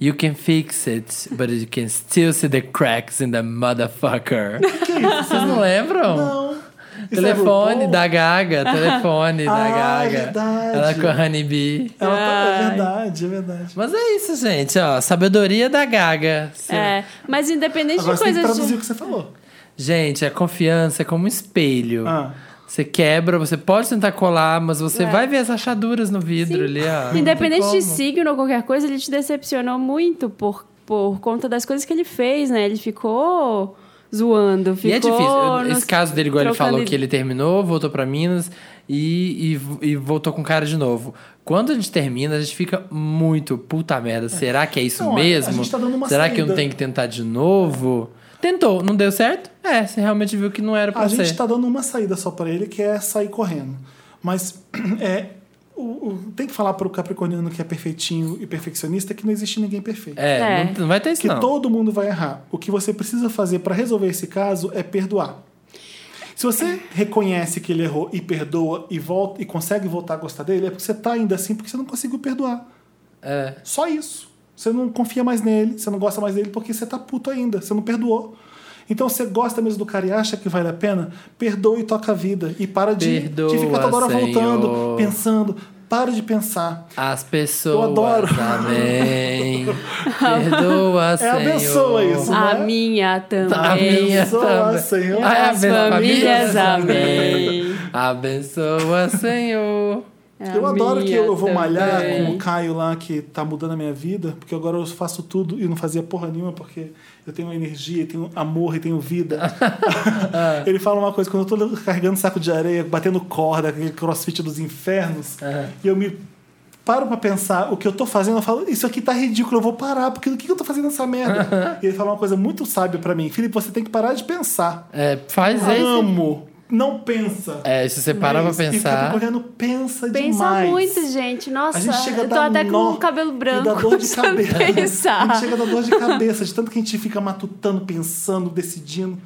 [SPEAKER 2] You can fix it, but you can still see the cracks in the motherfucker. Vocês não lembram?
[SPEAKER 3] Isso é
[SPEAKER 2] Telefone
[SPEAKER 3] RuPaul?
[SPEAKER 2] da Gaga, telefone da
[SPEAKER 3] Ah,
[SPEAKER 2] Gaga.
[SPEAKER 3] verdade.
[SPEAKER 2] Ela com a Honey Bee.
[SPEAKER 3] Ela tá...
[SPEAKER 1] Ai.
[SPEAKER 3] É verdade, é verdade.
[SPEAKER 2] Mas é isso, gente, ó, sabedoria da Gaga.
[SPEAKER 1] É, mas independente
[SPEAKER 3] Agora
[SPEAKER 1] de
[SPEAKER 3] você tem que
[SPEAKER 1] coisas
[SPEAKER 3] traduzir
[SPEAKER 1] de...
[SPEAKER 3] o que você falou.
[SPEAKER 2] Gente, a confiança é como um espelho.
[SPEAKER 3] Ah.
[SPEAKER 2] Você quebra, você pode tentar colar, mas você
[SPEAKER 1] É.
[SPEAKER 2] vai ver as rachaduras no vidro ali, ó.
[SPEAKER 1] Independente
[SPEAKER 2] Não
[SPEAKER 1] de
[SPEAKER 2] tem como.
[SPEAKER 1] signo ou qualquer coisa, ele te decepcionou muito por, por conta das coisas que ele fez, né? Ele ficou zoando, ficou...
[SPEAKER 2] E é difícil. Eu-
[SPEAKER 1] nos-
[SPEAKER 2] Esse caso dele, igual ele
[SPEAKER 1] trocando
[SPEAKER 2] falou
[SPEAKER 1] ide-
[SPEAKER 2] que ele terminou, voltou pra Minas e, e, e voltou com cara de novo. Quando a gente termina, a gente fica muito puta merda. Será que é isso
[SPEAKER 3] Não, a- a
[SPEAKER 2] mesmo?
[SPEAKER 3] gente tá dando uma
[SPEAKER 2] Será que eu não
[SPEAKER 3] saída."
[SPEAKER 2] tenho que tentar de novo? Tentou, não deu certo? É, você realmente viu que não era pra
[SPEAKER 3] A
[SPEAKER 2] ser.
[SPEAKER 3] gente tá dando uma saída só pra ele, que é sair correndo. Mas é, o- o- tem que falar pro Capricorniano que é perfeitinho e perfeccionista que não existe ninguém perfeito.
[SPEAKER 2] É,
[SPEAKER 1] É.
[SPEAKER 2] Não, não vai ter isso
[SPEAKER 3] que
[SPEAKER 2] não.
[SPEAKER 3] todo mundo vai errar. O que você precisa fazer pra resolver esse caso é perdoar. Se você reconhece que ele errou e perdoa e volta e consegue voltar a gostar dele, é porque você tá ainda assim porque você não conseguiu perdoar.
[SPEAKER 2] É.
[SPEAKER 3] Só isso. Você não confia mais nele, você não gosta mais dele porque você tá puto ainda, você não perdoou. Então você gosta mesmo do cara e acha que vale a pena? Perdoa e toca a vida. E para de,
[SPEAKER 2] Perdoa,
[SPEAKER 3] de ficar toda hora
[SPEAKER 2] Senhor.
[SPEAKER 3] voltando, pensando. Para de pensar.
[SPEAKER 2] As pessoas.
[SPEAKER 3] Eu adoro.
[SPEAKER 2] Amém. Perdoa,
[SPEAKER 3] É,
[SPEAKER 2] Senhor.
[SPEAKER 3] abençoa isso.
[SPEAKER 1] A
[SPEAKER 3] né?
[SPEAKER 1] minha
[SPEAKER 2] A
[SPEAKER 1] também.
[SPEAKER 2] minha tá, é Ah,
[SPEAKER 3] Abençoa,
[SPEAKER 2] também.
[SPEAKER 3] Senhor.
[SPEAKER 2] Ai,
[SPEAKER 1] As
[SPEAKER 2] abençoa,
[SPEAKER 1] famílias, amém.
[SPEAKER 2] Abençoa, Senhor.
[SPEAKER 3] É, Eu
[SPEAKER 1] A
[SPEAKER 3] adoro que
[SPEAKER 1] minha
[SPEAKER 3] eu vou malhar
[SPEAKER 2] também.
[SPEAKER 3] com o Caio lá, que tá mudando a minha vida, porque agora eu faço tudo e não fazia porra nenhuma, porque eu tenho energia, eu tenho amor e tenho vida.
[SPEAKER 2] É.
[SPEAKER 3] Ele fala uma coisa, quando eu tô carregando saco de areia, batendo corda, aquele crossfit dos infernos,
[SPEAKER 2] É.
[SPEAKER 3] e eu me paro pra pensar o que eu tô fazendo, eu falo, isso aqui tá ridículo, eu vou parar, porque o que que eu tô fazendo nessa merda? e ele fala uma coisa muito sábia pra mim, Felipe, você tem que parar de pensar.
[SPEAKER 2] É, faz isso.
[SPEAKER 3] Amo, não pensa.
[SPEAKER 2] É, se você parar pra
[SPEAKER 3] Isso. E
[SPEAKER 2] pensar.
[SPEAKER 3] Capricorniano pensa,
[SPEAKER 1] Pensa
[SPEAKER 3] demais.
[SPEAKER 1] muito, gente. Nossa,
[SPEAKER 3] A gente chega a
[SPEAKER 1] eu tô
[SPEAKER 3] dar
[SPEAKER 1] até
[SPEAKER 3] nó
[SPEAKER 1] com o cabelo
[SPEAKER 3] E dá
[SPEAKER 1] branco.
[SPEAKER 3] dor de
[SPEAKER 1] só
[SPEAKER 3] cabeça. A gente
[SPEAKER 1] pensar.
[SPEAKER 3] chega a dar dor de cabeça, de tanto que a gente fica matutando, pensando, decidindo.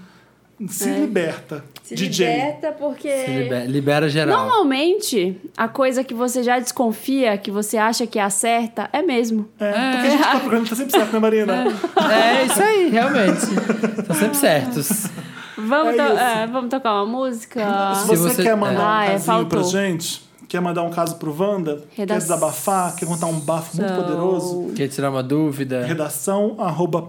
[SPEAKER 3] Se liberta, DJ.
[SPEAKER 1] porque.
[SPEAKER 2] se libera, libera geral.
[SPEAKER 1] Normalmente, a coisa que você já desconfia, que você acha que é a certa, é mesmo.
[SPEAKER 3] É, Porque a gente tá programando, tá sempre certo, né, Marina?
[SPEAKER 2] É isso aí, realmente. Estão sempre certos.
[SPEAKER 1] Vamos,
[SPEAKER 3] É
[SPEAKER 1] to-
[SPEAKER 3] isso.
[SPEAKER 1] é, vamos tocar uma música?
[SPEAKER 3] Se você,
[SPEAKER 2] você-
[SPEAKER 3] quer mandar
[SPEAKER 1] Ah,
[SPEAKER 3] um
[SPEAKER 1] é,
[SPEAKER 3] casinho pra
[SPEAKER 1] faltou.
[SPEAKER 3] gente, quer mandar um caso pro Wanda, quer
[SPEAKER 1] Redação.
[SPEAKER 3] desabafar, quer contar um bafo muito poderoso,
[SPEAKER 2] Quer tirar uma dúvida?
[SPEAKER 3] redação arroba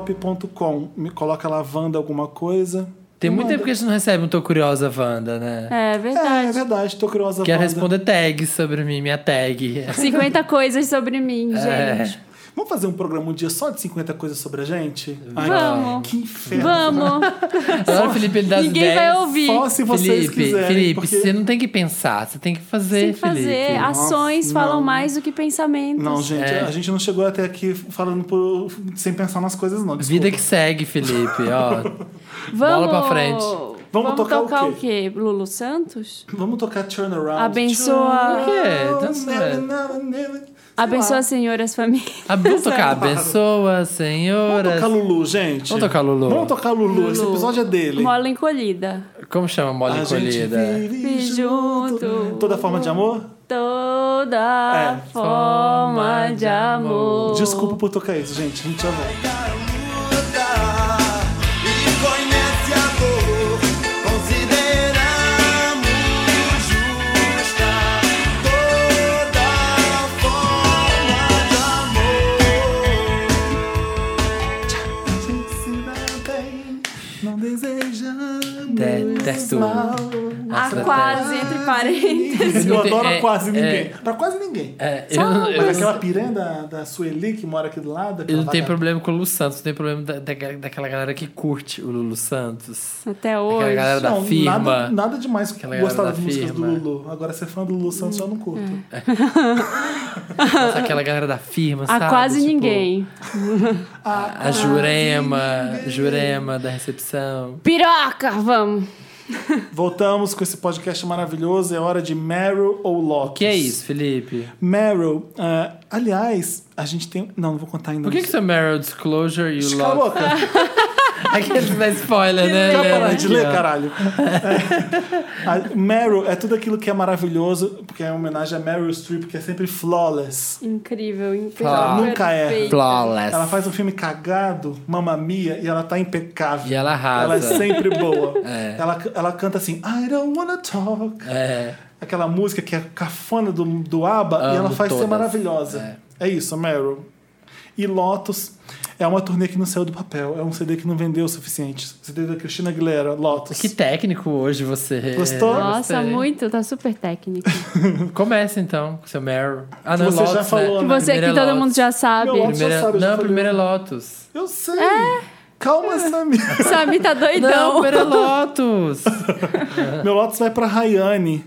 [SPEAKER 3] papelpop.com. Me coloca lá Wanda alguma coisa.
[SPEAKER 2] Tem muito
[SPEAKER 3] Manda.
[SPEAKER 2] tempo que a gente não recebe um Tô Curiosa Wanda, né?
[SPEAKER 1] É
[SPEAKER 3] É, é
[SPEAKER 1] verdade.
[SPEAKER 3] verdade, tô curiosa.
[SPEAKER 2] Quer
[SPEAKER 3] Wanda.
[SPEAKER 2] responder tags sobre mim, minha tag.
[SPEAKER 1] 50 coisas sobre mim,
[SPEAKER 2] É.
[SPEAKER 1] gente.
[SPEAKER 3] Vamos fazer um programa um dia só de 50 coisas sobre a gente? Ai,
[SPEAKER 1] Vamos.
[SPEAKER 3] Que inferno.
[SPEAKER 1] Vamos.
[SPEAKER 2] Agora o Felipe ele dá as
[SPEAKER 1] Ninguém vai
[SPEAKER 2] ideias.
[SPEAKER 1] ouvir.
[SPEAKER 3] Só se vocês
[SPEAKER 2] Felipe,
[SPEAKER 3] quiserem.
[SPEAKER 2] Felipe,
[SPEAKER 3] porque-
[SPEAKER 2] você não tem que pensar, você tem que fazer,
[SPEAKER 1] Sem fazer. é
[SPEAKER 2] Felipe.
[SPEAKER 1] Ações
[SPEAKER 3] Nossa,
[SPEAKER 1] falam
[SPEAKER 3] não.
[SPEAKER 1] mais do que pensamentos.
[SPEAKER 3] Não, gente,
[SPEAKER 2] É.
[SPEAKER 3] a gente não chegou até aqui falando por- sem pensar nas coisas, não. desculpa.
[SPEAKER 2] Vida que segue, Felipe, ó.
[SPEAKER 1] Vamos,
[SPEAKER 2] Bola pra frente.
[SPEAKER 1] Vamos,
[SPEAKER 3] Vamos
[SPEAKER 1] tocar,
[SPEAKER 3] tocar
[SPEAKER 1] o
[SPEAKER 3] o
[SPEAKER 1] quê? Lulu Santos?
[SPEAKER 3] Vamos tocar Turnaround.
[SPEAKER 1] Abençoa.
[SPEAKER 2] O quê? Então,
[SPEAKER 3] Turnaround,
[SPEAKER 1] Abençoa, senhoras, família.
[SPEAKER 2] Ah, Vamos tocar Abençoa,
[SPEAKER 3] Vamos
[SPEAKER 2] Senhoras.
[SPEAKER 3] tocar Lulu, gente.
[SPEAKER 2] Vamos tocar Lulu.
[SPEAKER 3] Vamos tocar Lulu. Esse
[SPEAKER 1] Lulu.
[SPEAKER 3] episódio é dele.
[SPEAKER 1] Mola encolhida.
[SPEAKER 2] Como chama Mole
[SPEAKER 3] A gente
[SPEAKER 2] Encolhida?
[SPEAKER 3] vive
[SPEAKER 1] Vive junto.
[SPEAKER 3] junto. Toda forma de amor?
[SPEAKER 1] Toda
[SPEAKER 3] É.
[SPEAKER 1] forma de amor.
[SPEAKER 3] Desculpa por tocar isso, gente. A gente já vai.
[SPEAKER 7] E conhece a dor, consideramos justa toda forma de
[SPEAKER 3] Não desejamos
[SPEAKER 2] Detesto.
[SPEAKER 3] mal.
[SPEAKER 1] A quase, entre parênteses.
[SPEAKER 3] Eu adoro
[SPEAKER 2] É,
[SPEAKER 3] quase
[SPEAKER 2] é.
[SPEAKER 3] ninguém. Pra quase ninguém.
[SPEAKER 2] É, eu, não- eu,
[SPEAKER 3] Mas
[SPEAKER 2] não-
[SPEAKER 3] aquela piranha da, da Sueli que mora aqui do lado.
[SPEAKER 2] eu
[SPEAKER 3] aquela
[SPEAKER 2] não tenho
[SPEAKER 3] vaca-
[SPEAKER 2] problema com o Lulu Santos, eu tenho problema da, da- daquela galera que curte o Lulu Santos.
[SPEAKER 1] Até
[SPEAKER 2] Aquela
[SPEAKER 1] hoje.
[SPEAKER 2] galera da
[SPEAKER 3] Não,
[SPEAKER 2] firma.
[SPEAKER 3] Nada, nada demais
[SPEAKER 2] Aquela
[SPEAKER 3] gostar
[SPEAKER 2] galera
[SPEAKER 3] das
[SPEAKER 2] da
[SPEAKER 3] músicas
[SPEAKER 2] firma.
[SPEAKER 3] do Lulu. Agora, ser fã do Lulu Santos, eu não curto.
[SPEAKER 1] Hum.
[SPEAKER 2] Nossa, aquela galera da firma,
[SPEAKER 1] A
[SPEAKER 2] sabe?
[SPEAKER 1] quase
[SPEAKER 2] Tipo,
[SPEAKER 1] ninguém.
[SPEAKER 3] Ah,
[SPEAKER 2] A Jurema, Jurema da recepção.
[SPEAKER 1] Piroca, vamos.
[SPEAKER 3] Voltamos com esse podcast maravilhoso. É hora de Meryl ou
[SPEAKER 2] O
[SPEAKER 3] Lotus.
[SPEAKER 2] que é isso, Felipe?
[SPEAKER 3] Meryl. ah, aliás, a gente tem... Não, não vou contar ainda.
[SPEAKER 2] Por que que seu Meryl Disclosure e o É
[SPEAKER 3] Cala a
[SPEAKER 2] Love...
[SPEAKER 3] boca.
[SPEAKER 2] Aqueles da spoiler, né?
[SPEAKER 3] Quer
[SPEAKER 2] né,
[SPEAKER 3] parar de
[SPEAKER 2] né?
[SPEAKER 3] ler, caralho? É. A Meryl é tudo aquilo que é maravilhoso, porque é uma homenagem a Meryl Streep, que é sempre flawless.
[SPEAKER 1] Incrível, incrível.
[SPEAKER 2] Ela
[SPEAKER 3] nunca erra.
[SPEAKER 1] perfeita.
[SPEAKER 2] Flawless.
[SPEAKER 3] Ela faz um filme cagado, Mamma Mia, e ela tá impecável.
[SPEAKER 2] E ela arrasa.
[SPEAKER 3] Ela é sempre boa.
[SPEAKER 2] É.
[SPEAKER 3] Ela, ela canta assim, I don't wanna talk.
[SPEAKER 2] É.
[SPEAKER 3] Aquela música que é cafona do, do ABBA, e
[SPEAKER 2] Amo
[SPEAKER 3] ela faz ser
[SPEAKER 2] todas.
[SPEAKER 3] maravilhosa. É. isso, Meryl. E Lotus é uma turnê que não saiu do papel. É um CD que não vendeu o suficiente. CD da Cristina Aguilera, Lotus.
[SPEAKER 2] Que técnico hoje você. é?
[SPEAKER 3] Gostou?
[SPEAKER 1] Nossa,
[SPEAKER 2] Gostei.
[SPEAKER 1] muito, tá super técnico.
[SPEAKER 2] Começa então com seu Meryl. Ah,
[SPEAKER 3] Você já
[SPEAKER 2] né?
[SPEAKER 3] falou,
[SPEAKER 1] Que
[SPEAKER 3] né?
[SPEAKER 1] você que
[SPEAKER 2] Primeiro é
[SPEAKER 1] todo
[SPEAKER 2] Lotus.
[SPEAKER 1] mundo já sabe.
[SPEAKER 3] Meu Lotus.
[SPEAKER 2] Primeira...
[SPEAKER 3] Só sabe, eu já
[SPEAKER 2] Não,
[SPEAKER 3] falei.
[SPEAKER 2] primeiro é Lotus.
[SPEAKER 3] Eu sei.
[SPEAKER 1] É.
[SPEAKER 3] Calma, Samir.
[SPEAKER 1] Sabe, tá
[SPEAKER 2] Não,
[SPEAKER 1] doidão.
[SPEAKER 2] primeiro é Lotus. É.
[SPEAKER 3] Meu Lotus vai pra Rayane,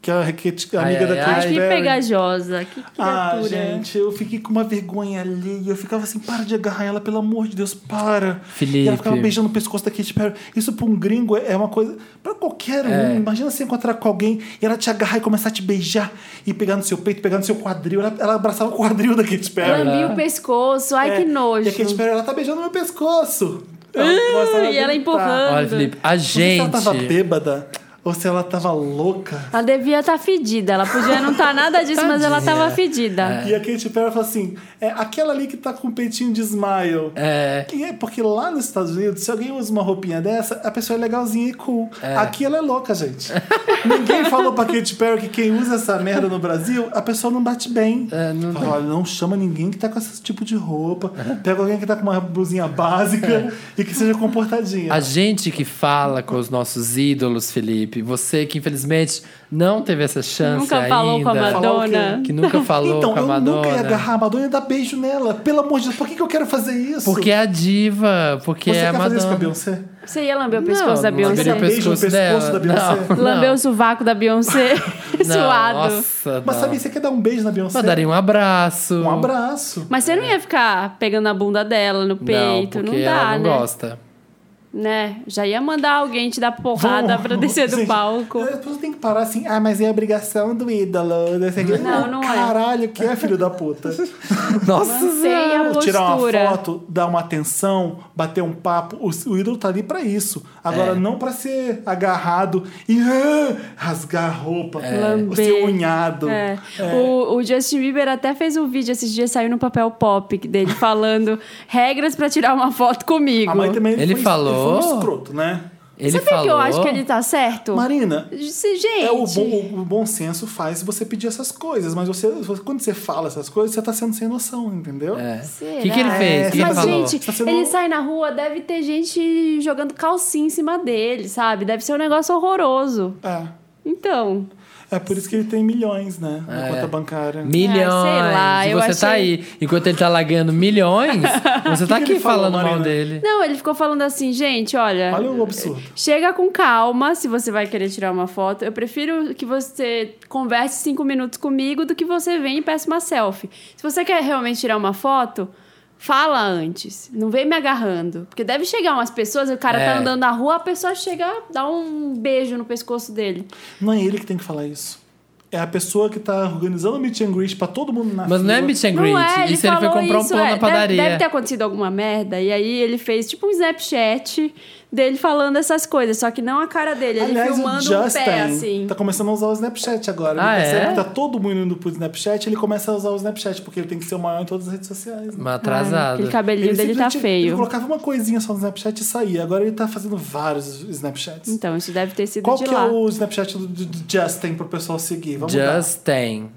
[SPEAKER 3] que é a, que é a
[SPEAKER 2] Ai,
[SPEAKER 3] amiga
[SPEAKER 2] ai,
[SPEAKER 3] da
[SPEAKER 2] ai.
[SPEAKER 1] Ai,
[SPEAKER 3] Katy
[SPEAKER 1] que
[SPEAKER 3] Perry.
[SPEAKER 1] pegajosa, que
[SPEAKER 3] Ah,
[SPEAKER 1] criatura.
[SPEAKER 3] gente, eu fiquei com uma vergonha ali. Eu ficava assim, para de agarrar ela, pelo amor de Deus, para.
[SPEAKER 2] Felipe.
[SPEAKER 3] E ela ficava beijando o pescoço da Katy Perry. Isso pra um gringo é uma coisa... Pra qualquer
[SPEAKER 2] É.
[SPEAKER 3] um. Imagina você encontrar com alguém e ela te agarrar e começar a te beijar. E pegar no seu peito, pegar no seu quadril. Ela, ela abraçava o quadril da Katy Perry.
[SPEAKER 1] Lambia o pescoço, ai
[SPEAKER 3] É,
[SPEAKER 1] que nojo.
[SPEAKER 3] E a Katy Perry, ela tá beijando meu pescoço. Ela mostra
[SPEAKER 1] e ela
[SPEAKER 3] gritar.
[SPEAKER 1] empurrando.
[SPEAKER 2] Olha, Felipe, a
[SPEAKER 3] Não sei se ela tava
[SPEAKER 2] gente.
[SPEAKER 3] bêbada ou se ela tava louca.
[SPEAKER 1] Ela devia estar fedida. Ela podia não estar nada disso, mas ela tava fedida.
[SPEAKER 3] E a Katy Perry fala assim: é aquela ali que tá com o peitinho de smile.
[SPEAKER 2] É.
[SPEAKER 3] E é porque lá nos Estados Unidos, se alguém usa uma roupinha dessa, a pessoa é legalzinha e cool. Aqui ela é louca, gente. Ninguém falou pra Katy Perry que quem usa essa merda no Brasil, a pessoa não bate bem.
[SPEAKER 2] É, não-
[SPEAKER 3] Fala, olha, não chama ninguém que tá com esse tipo de roupa. Pega alguém que tá com uma blusinha básica e que seja comportadinha.
[SPEAKER 2] A gente que fala com os nossos ídolos, Felipe. Você que infelizmente não teve essa chance
[SPEAKER 1] Nunca
[SPEAKER 2] É, ainda.
[SPEAKER 1] falou com a
[SPEAKER 3] Falou o quê?
[SPEAKER 1] Madonna.
[SPEAKER 2] Que nunca falou
[SPEAKER 3] então,
[SPEAKER 2] com a
[SPEAKER 3] eu
[SPEAKER 2] Madonna.
[SPEAKER 3] nunca ia agarrar a Madonna e dar beijo nela. Pelo amor de Deus, por que, que eu quero fazer isso?
[SPEAKER 2] Porque é a diva, porque
[SPEAKER 3] Você
[SPEAKER 2] é a
[SPEAKER 3] quer fazer
[SPEAKER 2] Madonna.
[SPEAKER 3] isso com a Beyoncé?
[SPEAKER 1] Você ia lamber o pescoço da
[SPEAKER 2] não lamberia
[SPEAKER 1] Beyoncé?
[SPEAKER 2] o
[SPEAKER 3] Beijo no
[SPEAKER 2] pescoço
[SPEAKER 3] pescoço
[SPEAKER 2] dela.
[SPEAKER 3] da Beyoncé?
[SPEAKER 2] Não,
[SPEAKER 1] Lambeu
[SPEAKER 2] não.
[SPEAKER 1] o sovaco da Beyoncé
[SPEAKER 2] Não,
[SPEAKER 1] suado.
[SPEAKER 2] Nossa,
[SPEAKER 3] Mas
[SPEAKER 2] não.
[SPEAKER 3] sabe, você quer dar um beijo na Beyoncé?
[SPEAKER 2] Eu daria um abraço.
[SPEAKER 3] Um abraço.
[SPEAKER 1] Mas você não ia ficar pegando a bunda dela no peito,
[SPEAKER 2] não,
[SPEAKER 1] não,
[SPEAKER 2] porque
[SPEAKER 1] dá,
[SPEAKER 2] ela não
[SPEAKER 1] né?
[SPEAKER 2] gosta.
[SPEAKER 1] né? Já ia mandar alguém te dar porrada pra descer do
[SPEAKER 3] Gente, é,
[SPEAKER 1] palco.
[SPEAKER 3] As pessoas têm que parar assim, ah, mas é obrigação do ídolo. né? Desse aqui.
[SPEAKER 1] Não, não é.
[SPEAKER 3] Caralho, que é filho da puta.
[SPEAKER 2] Nossa,
[SPEAKER 1] Sem a
[SPEAKER 3] Tirar
[SPEAKER 1] postura.
[SPEAKER 3] uma foto, dar uma atenção, bater um papo. O, o ídolo tá ali pra isso. Agora, não pra ser agarrado e ah, rasgar a roupa,
[SPEAKER 1] Lamber.
[SPEAKER 3] ser unhado.
[SPEAKER 1] É. O, o Justin Bieber até fez um vídeo esses dias, saiu no papel pop dele falando regras pra tirar uma foto comigo.
[SPEAKER 3] A mãe também
[SPEAKER 2] Ele
[SPEAKER 3] foi,
[SPEAKER 2] falou.
[SPEAKER 3] Ele foi um escroto, né?
[SPEAKER 2] ele
[SPEAKER 1] Sabe
[SPEAKER 2] falou.
[SPEAKER 1] que eu acho que ele tá certo?
[SPEAKER 3] Marina,
[SPEAKER 1] Se- Gente,
[SPEAKER 3] É, o, bom, o bom senso faz você pedir essas coisas, mas você, você- quando você fala essas coisas, você tá sendo sem noção, entendeu?
[SPEAKER 2] É. O
[SPEAKER 1] Será?
[SPEAKER 2] que, que ele fez? O que ele
[SPEAKER 1] Mas,
[SPEAKER 2] falou?
[SPEAKER 1] gente,
[SPEAKER 3] Tá sendo-
[SPEAKER 1] ele sai na rua, deve ter gente jogando calcinha em cima dele, sabe? Deve ser um negócio horroroso.
[SPEAKER 3] É.
[SPEAKER 1] Então,
[SPEAKER 3] É por isso que ele tem milhões, né? Na
[SPEAKER 2] É.
[SPEAKER 3] conta bancária.
[SPEAKER 2] Milhões.
[SPEAKER 1] Ah, sei lá,
[SPEAKER 2] e
[SPEAKER 1] eu
[SPEAKER 2] você tá
[SPEAKER 1] achei-
[SPEAKER 2] aí. Enquanto ele tá lá ganhando milhões, você tá
[SPEAKER 3] que
[SPEAKER 2] aqui
[SPEAKER 3] que ele falou,
[SPEAKER 2] falando mal
[SPEAKER 3] Marina?
[SPEAKER 2] dele.
[SPEAKER 1] não, ele ficou falando assim, gente, olha,
[SPEAKER 3] Olha o absurdo.
[SPEAKER 1] Chega com calma se você vai querer tirar uma foto. Eu prefiro que você converse cinco minutos comigo do que você venha e peça uma selfie. Se você quer realmente tirar uma foto, fala antes. Não vem me agarrando. Porque deve chegar umas pessoas, o cara
[SPEAKER 2] É.
[SPEAKER 1] tá andando na rua, a pessoa chega, dá um beijo no pescoço dele.
[SPEAKER 3] Não é ele que tem que falar isso. é a pessoa que tá organizando o meet and greet pra todo mundo na
[SPEAKER 2] Mas não é
[SPEAKER 3] fila.
[SPEAKER 2] meet and
[SPEAKER 1] Não
[SPEAKER 2] greet.
[SPEAKER 1] é, ele
[SPEAKER 2] isso ele foi
[SPEAKER 1] falou
[SPEAKER 2] comprar um
[SPEAKER 1] isso,
[SPEAKER 2] pão
[SPEAKER 1] é.
[SPEAKER 2] na
[SPEAKER 1] Deve-
[SPEAKER 2] padaria.
[SPEAKER 1] Deve, ter acontecido alguma merda. E aí ele fez tipo um Snapchat dele falando essas coisas, só que não a cara dele. Ele
[SPEAKER 3] Aliás, o
[SPEAKER 1] filmando um
[SPEAKER 3] Justin
[SPEAKER 1] pé, assim.
[SPEAKER 3] tá começando a usar o Snapchat agora.
[SPEAKER 2] Ah,
[SPEAKER 3] ele percebe
[SPEAKER 2] é?
[SPEAKER 3] que tá todo mundo indo pro Snapchat, ele começa a usar o Snapchat, porque ele tem que ser o maior em todas as redes sociais. né?
[SPEAKER 2] Uma
[SPEAKER 1] Ai,
[SPEAKER 2] atrasada.
[SPEAKER 1] Aquele cabelinho dele tá
[SPEAKER 3] simplesmente- Ele
[SPEAKER 1] feio.
[SPEAKER 3] colocava uma coisinha só no Snapchat e saía. Agora ele tá fazendo vários Snapchats.
[SPEAKER 1] Então, isso deve ter sido
[SPEAKER 3] Qual
[SPEAKER 1] de
[SPEAKER 3] que
[SPEAKER 1] lá.
[SPEAKER 3] é o Snapchat do, do, do Justin pro pessoal seguir? Vamos lá.
[SPEAKER 2] Justin.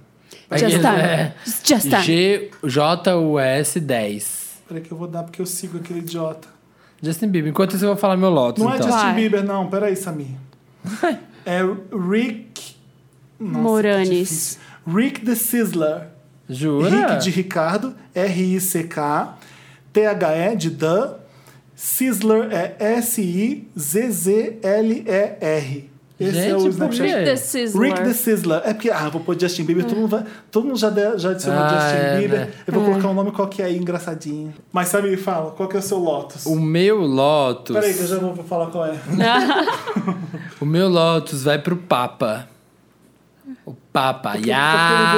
[SPEAKER 1] Justin.
[SPEAKER 2] É.
[SPEAKER 1] Justin.
[SPEAKER 2] G-J-U-S 10.
[SPEAKER 3] Peraí que eu vou dar porque eu sigo aquele idiota.
[SPEAKER 2] Justin Bieber. Enquanto isso, eu vou falar meu Lotus,
[SPEAKER 3] Não é
[SPEAKER 2] então.
[SPEAKER 3] Justin
[SPEAKER 1] Vai.
[SPEAKER 3] Bieber, não. Peraí, Samir. É Rick... Nossa, que
[SPEAKER 1] Moranis.
[SPEAKER 3] difícil. Rick the Sizzler.
[SPEAKER 2] Jura?
[SPEAKER 3] Rick de Ricardo. R-I-C-K. T-H-E de Dan. Sizzler é S-I-Z-Z-L-E-R. Esse é
[SPEAKER 2] Gente,
[SPEAKER 3] o
[SPEAKER 2] por
[SPEAKER 3] Snapchat.
[SPEAKER 2] quê?
[SPEAKER 1] Rick the Sizzler.
[SPEAKER 3] Rick the Sizzler. É porque, ah, vou pôr Justin Bieber. Todo, mundo vai- todo mundo já, de- já adicionou
[SPEAKER 2] É. Ah,
[SPEAKER 3] Justin
[SPEAKER 2] é,
[SPEAKER 3] Bieber.
[SPEAKER 2] né?
[SPEAKER 3] Eu vou colocar um nome qualquer aí, engraçadinho. Mas sabe, me fala, qual que é o seu Lotus?
[SPEAKER 2] O Hum. meu Lotus.
[SPEAKER 3] Peraí, que eu já vou falar qual é.
[SPEAKER 2] O meu Lotus vai pro Papa. O Papa.
[SPEAKER 3] que ele virou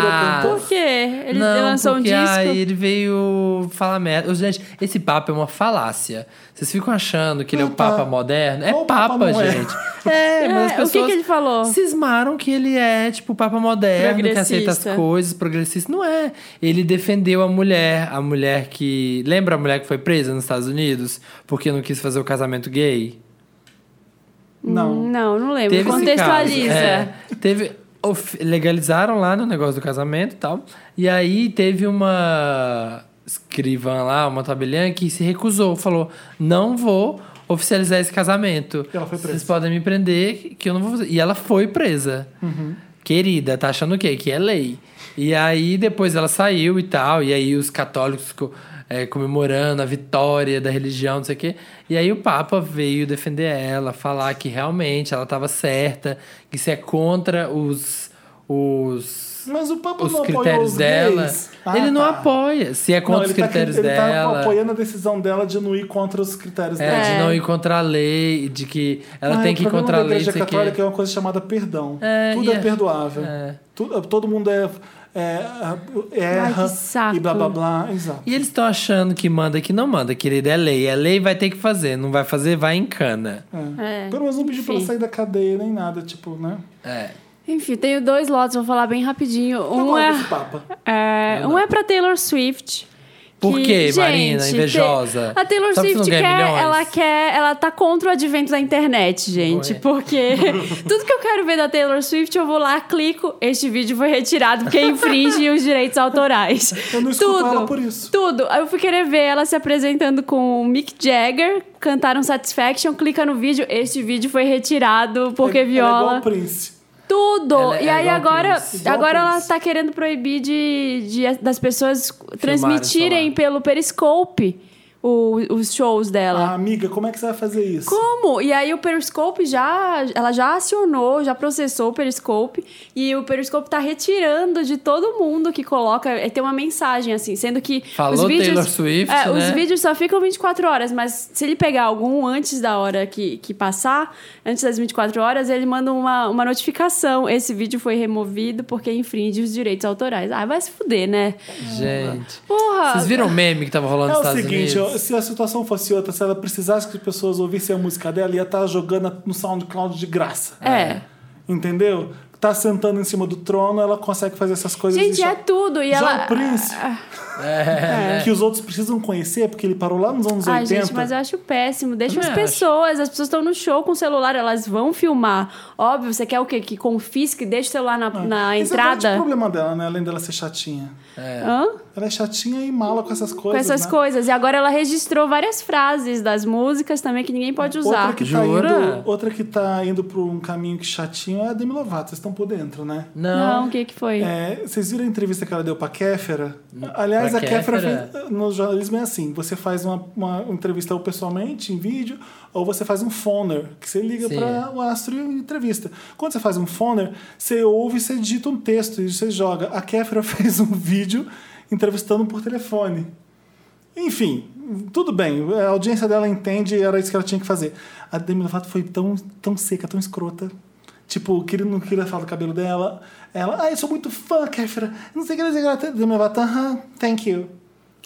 [SPEAKER 2] Yas.
[SPEAKER 3] cantor?
[SPEAKER 1] Por quê? Ele
[SPEAKER 2] Não,
[SPEAKER 1] lançou um
[SPEAKER 2] porque,
[SPEAKER 1] disco.
[SPEAKER 2] ai, ele veio falar merda. Ô, Gente, esse Papa é uma falácia. Vocês ficam achando que ele é o
[SPEAKER 3] Não tá.
[SPEAKER 2] Papa moderno? É
[SPEAKER 3] Qual
[SPEAKER 2] Papa,
[SPEAKER 3] Papa não é?
[SPEAKER 2] gente. É,
[SPEAKER 1] É,
[SPEAKER 2] mas as
[SPEAKER 1] o que,
[SPEAKER 2] pessoas
[SPEAKER 1] que ele falou?
[SPEAKER 2] cismaram que ele é, tipo, o Papa moderno, que aceita as
[SPEAKER 1] Progressista.
[SPEAKER 2] coisas, progressista. Não é. Ele defendeu a mulher, a mulher que... Lembra a mulher que foi presa nos Estados Unidos? Porque não quis fazer o casamento gay?
[SPEAKER 3] Não.
[SPEAKER 1] Não, não lembro.
[SPEAKER 2] esse
[SPEAKER 1] Contextualiza.
[SPEAKER 2] caso. É, teve of- legalizaram lá no negócio do casamento e tal. E aí teve uma escrivã lá, uma tabeliã que se recusou, falou: "Não vou oficializar esse casamento.
[SPEAKER 3] E ela foi
[SPEAKER 2] Vocês
[SPEAKER 3] presa.
[SPEAKER 2] podem me prender que- que eu não vou fazer". E ela foi presa.
[SPEAKER 3] Uhum.
[SPEAKER 2] Querida, tá achando o quê? Que é lei. E aí depois ela saiu e tal, e aí os católicos ficou é, comemorando a vitória da religião, não sei o quê. E aí o Papa veio defender ela, falar que realmente ela estava certa, que isso é contra os. os
[SPEAKER 3] Mas o Papa
[SPEAKER 2] os
[SPEAKER 3] não apoiou
[SPEAKER 2] critérios
[SPEAKER 3] os
[SPEAKER 2] dela.
[SPEAKER 3] gays. Ah,
[SPEAKER 2] ele não
[SPEAKER 3] tá.
[SPEAKER 2] apoia. Se é
[SPEAKER 3] Não,
[SPEAKER 2] contra os
[SPEAKER 3] ele tá aqui-
[SPEAKER 2] critérios
[SPEAKER 3] ele tá
[SPEAKER 2] dela.
[SPEAKER 3] apoiando a decisão dela de não ir contra os critérios
[SPEAKER 2] é,
[SPEAKER 3] dela.
[SPEAKER 2] de não ir contra a lei, de que ela
[SPEAKER 3] Ah,
[SPEAKER 2] tem
[SPEAKER 3] o
[SPEAKER 2] que ir
[SPEAKER 3] problema
[SPEAKER 2] contra a
[SPEAKER 3] da
[SPEAKER 2] lei.
[SPEAKER 3] Igreja
[SPEAKER 2] não sei o quê.
[SPEAKER 3] Católica é uma coisa chamada perdão.
[SPEAKER 2] É,
[SPEAKER 3] Tudo
[SPEAKER 2] e
[SPEAKER 3] é,
[SPEAKER 2] é-
[SPEAKER 3] perdoável.
[SPEAKER 2] É.
[SPEAKER 3] Tu- todo mundo é, é, erra
[SPEAKER 1] Ai, que saco.
[SPEAKER 3] e blá blá blá. Exato.
[SPEAKER 2] E eles estão achando que manda que não manda, querida. É lei. É lei, vai ter que fazer. Não vai fazer, vai em cana.
[SPEAKER 1] É,
[SPEAKER 3] Pelo menos não pediu pra ela
[SPEAKER 1] enfim.
[SPEAKER 3] sair da cadeia nem nada, tipo, né?
[SPEAKER 2] É.
[SPEAKER 1] Enfim, tenho dois lotes, vou falar bem rapidinho.
[SPEAKER 3] Não
[SPEAKER 1] Um
[SPEAKER 3] gosto
[SPEAKER 1] é,
[SPEAKER 3] desse Tá Papa.
[SPEAKER 1] é, um é pra Taylor Swift.
[SPEAKER 2] Por
[SPEAKER 1] que,
[SPEAKER 2] quê,
[SPEAKER 1] gente,
[SPEAKER 2] Marina, invejosa?
[SPEAKER 1] te- A Taylor
[SPEAKER 2] Sabe que
[SPEAKER 1] Swift
[SPEAKER 2] você
[SPEAKER 1] quer,
[SPEAKER 2] não ganha milhões?
[SPEAKER 1] ela quer, ela tá contra o advento da internet, gente,
[SPEAKER 3] é.
[SPEAKER 2] Ué.
[SPEAKER 1] porque tudo que eu quero ver da Taylor Swift, eu vou lá, clico, este vídeo foi retirado porque infringe os direitos autorais.
[SPEAKER 3] Eu não escuto
[SPEAKER 1] tudo,
[SPEAKER 3] ela por isso.
[SPEAKER 1] Tudo. Aí Eu fui querer ver ela se apresentando com o Mick Jagger, cantaram Satisfaction, clica no vídeo, este vídeo foi retirado porque
[SPEAKER 3] Ela- ela é igual
[SPEAKER 1] viola.
[SPEAKER 3] o Prince.
[SPEAKER 1] Tudo!
[SPEAKER 2] Ela é
[SPEAKER 1] e aí
[SPEAKER 2] igual
[SPEAKER 1] agora,
[SPEAKER 2] Prince.
[SPEAKER 3] Igual
[SPEAKER 1] agora ela
[SPEAKER 3] Prince.
[SPEAKER 1] está querendo proibir de, de- das pessoas transmitirem
[SPEAKER 2] celular.
[SPEAKER 1] pelo Periscope o- os shows
[SPEAKER 3] Ah,
[SPEAKER 1] dela.
[SPEAKER 3] amiga, como é que você vai fazer isso?
[SPEAKER 1] Como? E aí o Periscope já, ela já acionou, já processou o Periscope e o Periscope tá retirando de todo mundo que coloca, é, tem uma mensagem assim, sendo que os
[SPEAKER 2] Falou
[SPEAKER 1] vídeos
[SPEAKER 2] Taylor Swift,
[SPEAKER 1] é, os
[SPEAKER 2] né?
[SPEAKER 1] vídeos só ficam 24 horas, mas se ele pegar algum antes da hora que, que passar, antes das 24 horas, ele manda uma, uma notificação. Esse vídeo foi removido porque infringe os direitos autorais. Ah, vai se fuder, né?
[SPEAKER 2] Gente.
[SPEAKER 1] Porra!
[SPEAKER 2] Vocês viram o meme que tava rolando
[SPEAKER 3] É
[SPEAKER 2] nos
[SPEAKER 3] o
[SPEAKER 2] Estados
[SPEAKER 3] seguinte,
[SPEAKER 2] Unidos?
[SPEAKER 3] ó, se a situação fosse outra, se ela precisasse que as pessoas ouvissem a música dela, ia estar jogando no SoundCloud de graça.
[SPEAKER 1] É.
[SPEAKER 3] Entendeu? Tá sentando em cima do trono, ela consegue fazer essas coisas.
[SPEAKER 1] Gente,
[SPEAKER 3] e
[SPEAKER 1] é
[SPEAKER 3] já-
[SPEAKER 1] tudo. E
[SPEAKER 3] já um
[SPEAKER 1] ela. Ah, é.
[SPEAKER 3] o Prince,
[SPEAKER 2] É.
[SPEAKER 3] que os outros precisam conhecer, porque ele parou lá nos anos
[SPEAKER 1] Ai,
[SPEAKER 3] 80.
[SPEAKER 1] gente, mas eu acho péssimo. Deixa
[SPEAKER 2] Também
[SPEAKER 1] as
[SPEAKER 2] acho.
[SPEAKER 1] pessoas, as pessoas estão no show com o celular, elas vão filmar. Óbvio, você quer o quê? Que confisque, deixe o celular na, na
[SPEAKER 3] Esse é o grande
[SPEAKER 1] entrada.
[SPEAKER 3] problema dela, né? Além dela ser chatinha.
[SPEAKER 1] Hã?
[SPEAKER 3] Ela é chatinha e mala com essas
[SPEAKER 1] Com
[SPEAKER 3] coisas.
[SPEAKER 1] essas
[SPEAKER 3] né?
[SPEAKER 1] coisas. E agora ela registrou várias frases das músicas também que ninguém pode usar.
[SPEAKER 3] Outra que, tá
[SPEAKER 2] Jura?
[SPEAKER 3] indo, outra que tá indo pra um caminho que chatinho é a Demi Lovato. Vocês estão por dentro, né?
[SPEAKER 1] Não,
[SPEAKER 2] Não.
[SPEAKER 1] o que que foi?
[SPEAKER 3] É, vocês viram a entrevista que ela deu pra Kéfera? Aliás,
[SPEAKER 2] pra
[SPEAKER 3] a Kéfera,
[SPEAKER 2] Kéfera?
[SPEAKER 3] fez- no jornalismo é assim: você faz uma, uma entrevista ou pessoalmente, em vídeo, ou você faz um foner, que você liga
[SPEAKER 2] Sim.
[SPEAKER 3] pra o astro e entrevista. Quando você faz um foner, você ouve, você digita um texto e você joga. A Kéfera fez um vídeo entrevistando por telefone. Enfim, tudo bem. A audiência dela entende, era isso que ela tinha que fazer. A Demi Lovato foi tão, tão seca, tão escrota. Tipo, que ele não queria falar do cabelo dela. Ela, ah, eu sou muito fã, Kéfera. Não sei o que dizer. Ela tem meu avatar. Aham, thank you.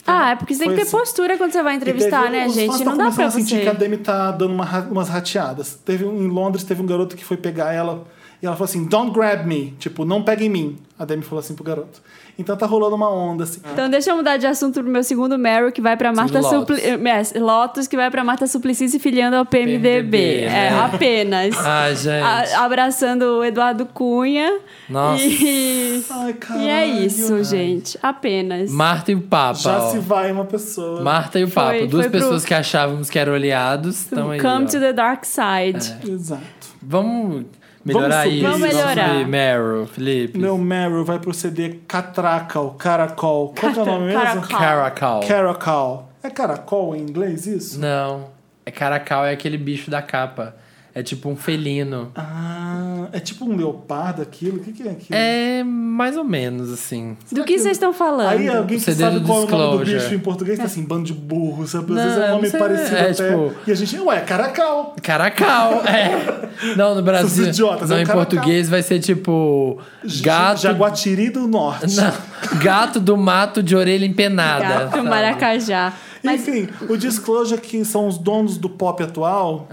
[SPEAKER 1] Ah, é porque você tem
[SPEAKER 3] Foi
[SPEAKER 1] que ter
[SPEAKER 3] assim.
[SPEAKER 1] postura quando você vai entrevistar,
[SPEAKER 3] E teve-
[SPEAKER 1] né,
[SPEAKER 3] os fãs
[SPEAKER 1] gente?
[SPEAKER 3] tão
[SPEAKER 1] Não dá
[SPEAKER 3] começando
[SPEAKER 1] pra
[SPEAKER 3] a sentir que a
[SPEAKER 1] você.
[SPEAKER 3] Demi tá dando uma ra- umas rateadas. Teve um, em Londres, teve um garoto que foi pegar ela e ela falou assim: Don't grab me. Tipo, não pegue em mim. A Demi falou assim pro garoto. Então tá rolando uma onda assim.
[SPEAKER 1] Então deixa eu mudar de assunto pro meu segundo Meryl, que vai pra Marta
[SPEAKER 2] Lotus.
[SPEAKER 1] Supli... eh, Lotus, que vai pra Marta Suplicy se filiando ao PMDB.
[SPEAKER 2] PMDB,
[SPEAKER 1] É,
[SPEAKER 2] né?
[SPEAKER 1] apenas.
[SPEAKER 2] Ah, gente.
[SPEAKER 1] A- abraçando o Eduardo Cunha.
[SPEAKER 2] Nossa.
[SPEAKER 1] E,
[SPEAKER 3] Ai, caralho.
[SPEAKER 1] e é isso, gente. Apenas.
[SPEAKER 2] Marta e o Papa.
[SPEAKER 3] Já
[SPEAKER 2] ó.
[SPEAKER 3] se vai uma pessoa.
[SPEAKER 2] Marta e o
[SPEAKER 1] Foi-
[SPEAKER 2] Papa. Duas
[SPEAKER 1] foi pro-
[SPEAKER 2] pessoas que achávamos que eram aliados. Estão então, aí.
[SPEAKER 1] Come
[SPEAKER 2] ó. É.
[SPEAKER 1] to the dark side.
[SPEAKER 3] Exato.
[SPEAKER 2] Vamos melhorar
[SPEAKER 3] subir.
[SPEAKER 2] isso.
[SPEAKER 1] Vamos melhorar.
[SPEAKER 2] sobre Meryl, Felipe.
[SPEAKER 3] Meu Meryl vai pro CD Catracal, Caracol. Qual que é o nome mesmo?
[SPEAKER 1] Caracol.
[SPEAKER 2] Caracal.
[SPEAKER 3] Caracol. É caracol em inglês isso?
[SPEAKER 2] Não. É caracal é aquele bicho da capa. É tipo um felino.
[SPEAKER 3] Ah, é tipo um leopardo aquilo? O que, que é aquilo?
[SPEAKER 2] É mais ou menos assim.
[SPEAKER 1] Do que vocês estão falando?
[SPEAKER 3] Aí alguém
[SPEAKER 2] O
[SPEAKER 3] que
[SPEAKER 2] CD
[SPEAKER 3] sabe
[SPEAKER 2] Ah, do
[SPEAKER 3] qual é o nome do
[SPEAKER 2] Disclosure.
[SPEAKER 3] bicho em português tá assim, bando de burro, sabe? Às
[SPEAKER 2] Não,
[SPEAKER 3] vezes é um
[SPEAKER 2] não
[SPEAKER 3] nome
[SPEAKER 2] sei,
[SPEAKER 3] parecido
[SPEAKER 2] é,
[SPEAKER 3] até.
[SPEAKER 2] tipo-
[SPEAKER 3] E a gente, ué, caracal.
[SPEAKER 2] Caracal, é. Não, no Brasil.
[SPEAKER 3] Esses idiotas,
[SPEAKER 2] não,
[SPEAKER 3] é um
[SPEAKER 2] em
[SPEAKER 3] caracal.
[SPEAKER 2] português vai ser tipo. Gato.
[SPEAKER 3] Jaguatiri do Norte.
[SPEAKER 2] Não, gato do mato de orelha empenada.
[SPEAKER 1] Gato,
[SPEAKER 2] sabe?
[SPEAKER 1] maracajá. Mas
[SPEAKER 3] Enfim, o Disclosure que são os donos do pop atual,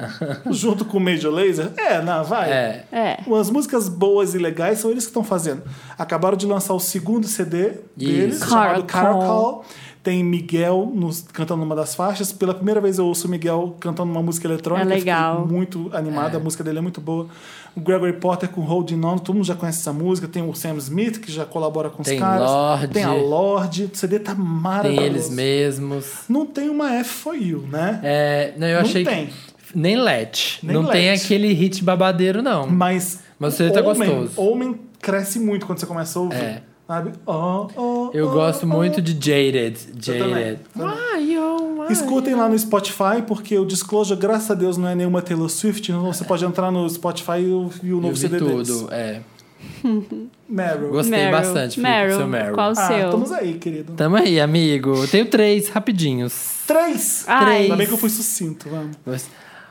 [SPEAKER 3] junto com o Major Laser, é, não, vai.
[SPEAKER 2] É.
[SPEAKER 1] É.
[SPEAKER 3] As músicas boas e legais são eles que estão fazendo. Acabaram de lançar o segundo CD deles,
[SPEAKER 2] Isso.
[SPEAKER 1] Caracol.
[SPEAKER 3] chamado Caracol. Tem Miguel nos, cantando uma das faixas. Pela primeira vez eu ouço o Miguel cantando uma música eletrônica.
[SPEAKER 1] É legal.
[SPEAKER 3] Fiquei muito animada, a música dele é muito boa. O Gregory Porter com Holding On, todo mundo já conhece essa música. Tem o Sam Smith, que já colabora com
[SPEAKER 2] Tem
[SPEAKER 3] os caras.
[SPEAKER 2] Lorde.
[SPEAKER 3] Tem a Lorde. O CD tá
[SPEAKER 2] Tem
[SPEAKER 3] maravilhoso.
[SPEAKER 2] eles mesmos.
[SPEAKER 3] Não tem uma F for You, né?
[SPEAKER 2] É, não, eu
[SPEAKER 3] Não
[SPEAKER 2] achei
[SPEAKER 3] tem.
[SPEAKER 2] que. Nem let.
[SPEAKER 3] Nem
[SPEAKER 2] não tem
[SPEAKER 3] let.
[SPEAKER 2] aquele hit babadeiro, não.
[SPEAKER 3] Mas,
[SPEAKER 2] Mas o CD tá
[SPEAKER 3] Omen-
[SPEAKER 2] gostoso.
[SPEAKER 3] Omen cresce muito quando você começa a ouvir.
[SPEAKER 2] É.
[SPEAKER 3] Sabe? Oh, oh,
[SPEAKER 2] Eu
[SPEAKER 3] oh,
[SPEAKER 2] gosto
[SPEAKER 3] oh.
[SPEAKER 2] muito de Jaded.
[SPEAKER 3] também.
[SPEAKER 2] Jaded. Why, oh, why?
[SPEAKER 3] Escutem lá no Spotify, porque o Disclosure, graças a Deus, não é nenhuma Taylor Swift. Então você pode entrar no Spotify e ouvir o
[SPEAKER 2] Eu
[SPEAKER 3] novo
[SPEAKER 2] vi
[SPEAKER 3] CD deles.
[SPEAKER 2] tudo, é.
[SPEAKER 3] Meryl.
[SPEAKER 2] Gostei
[SPEAKER 1] Meryl.
[SPEAKER 2] bastante, Felipe, do seu Meryl.
[SPEAKER 1] Qual o
[SPEAKER 3] Ah,
[SPEAKER 1] seu?
[SPEAKER 3] estamos aí, querido.
[SPEAKER 2] Tamo aí, amigo. Eu tenho três, rapidinhos.
[SPEAKER 3] Três!
[SPEAKER 1] Ai.
[SPEAKER 3] Ainda bem que eu fui sucinto, vamos.
[SPEAKER 2] Dois.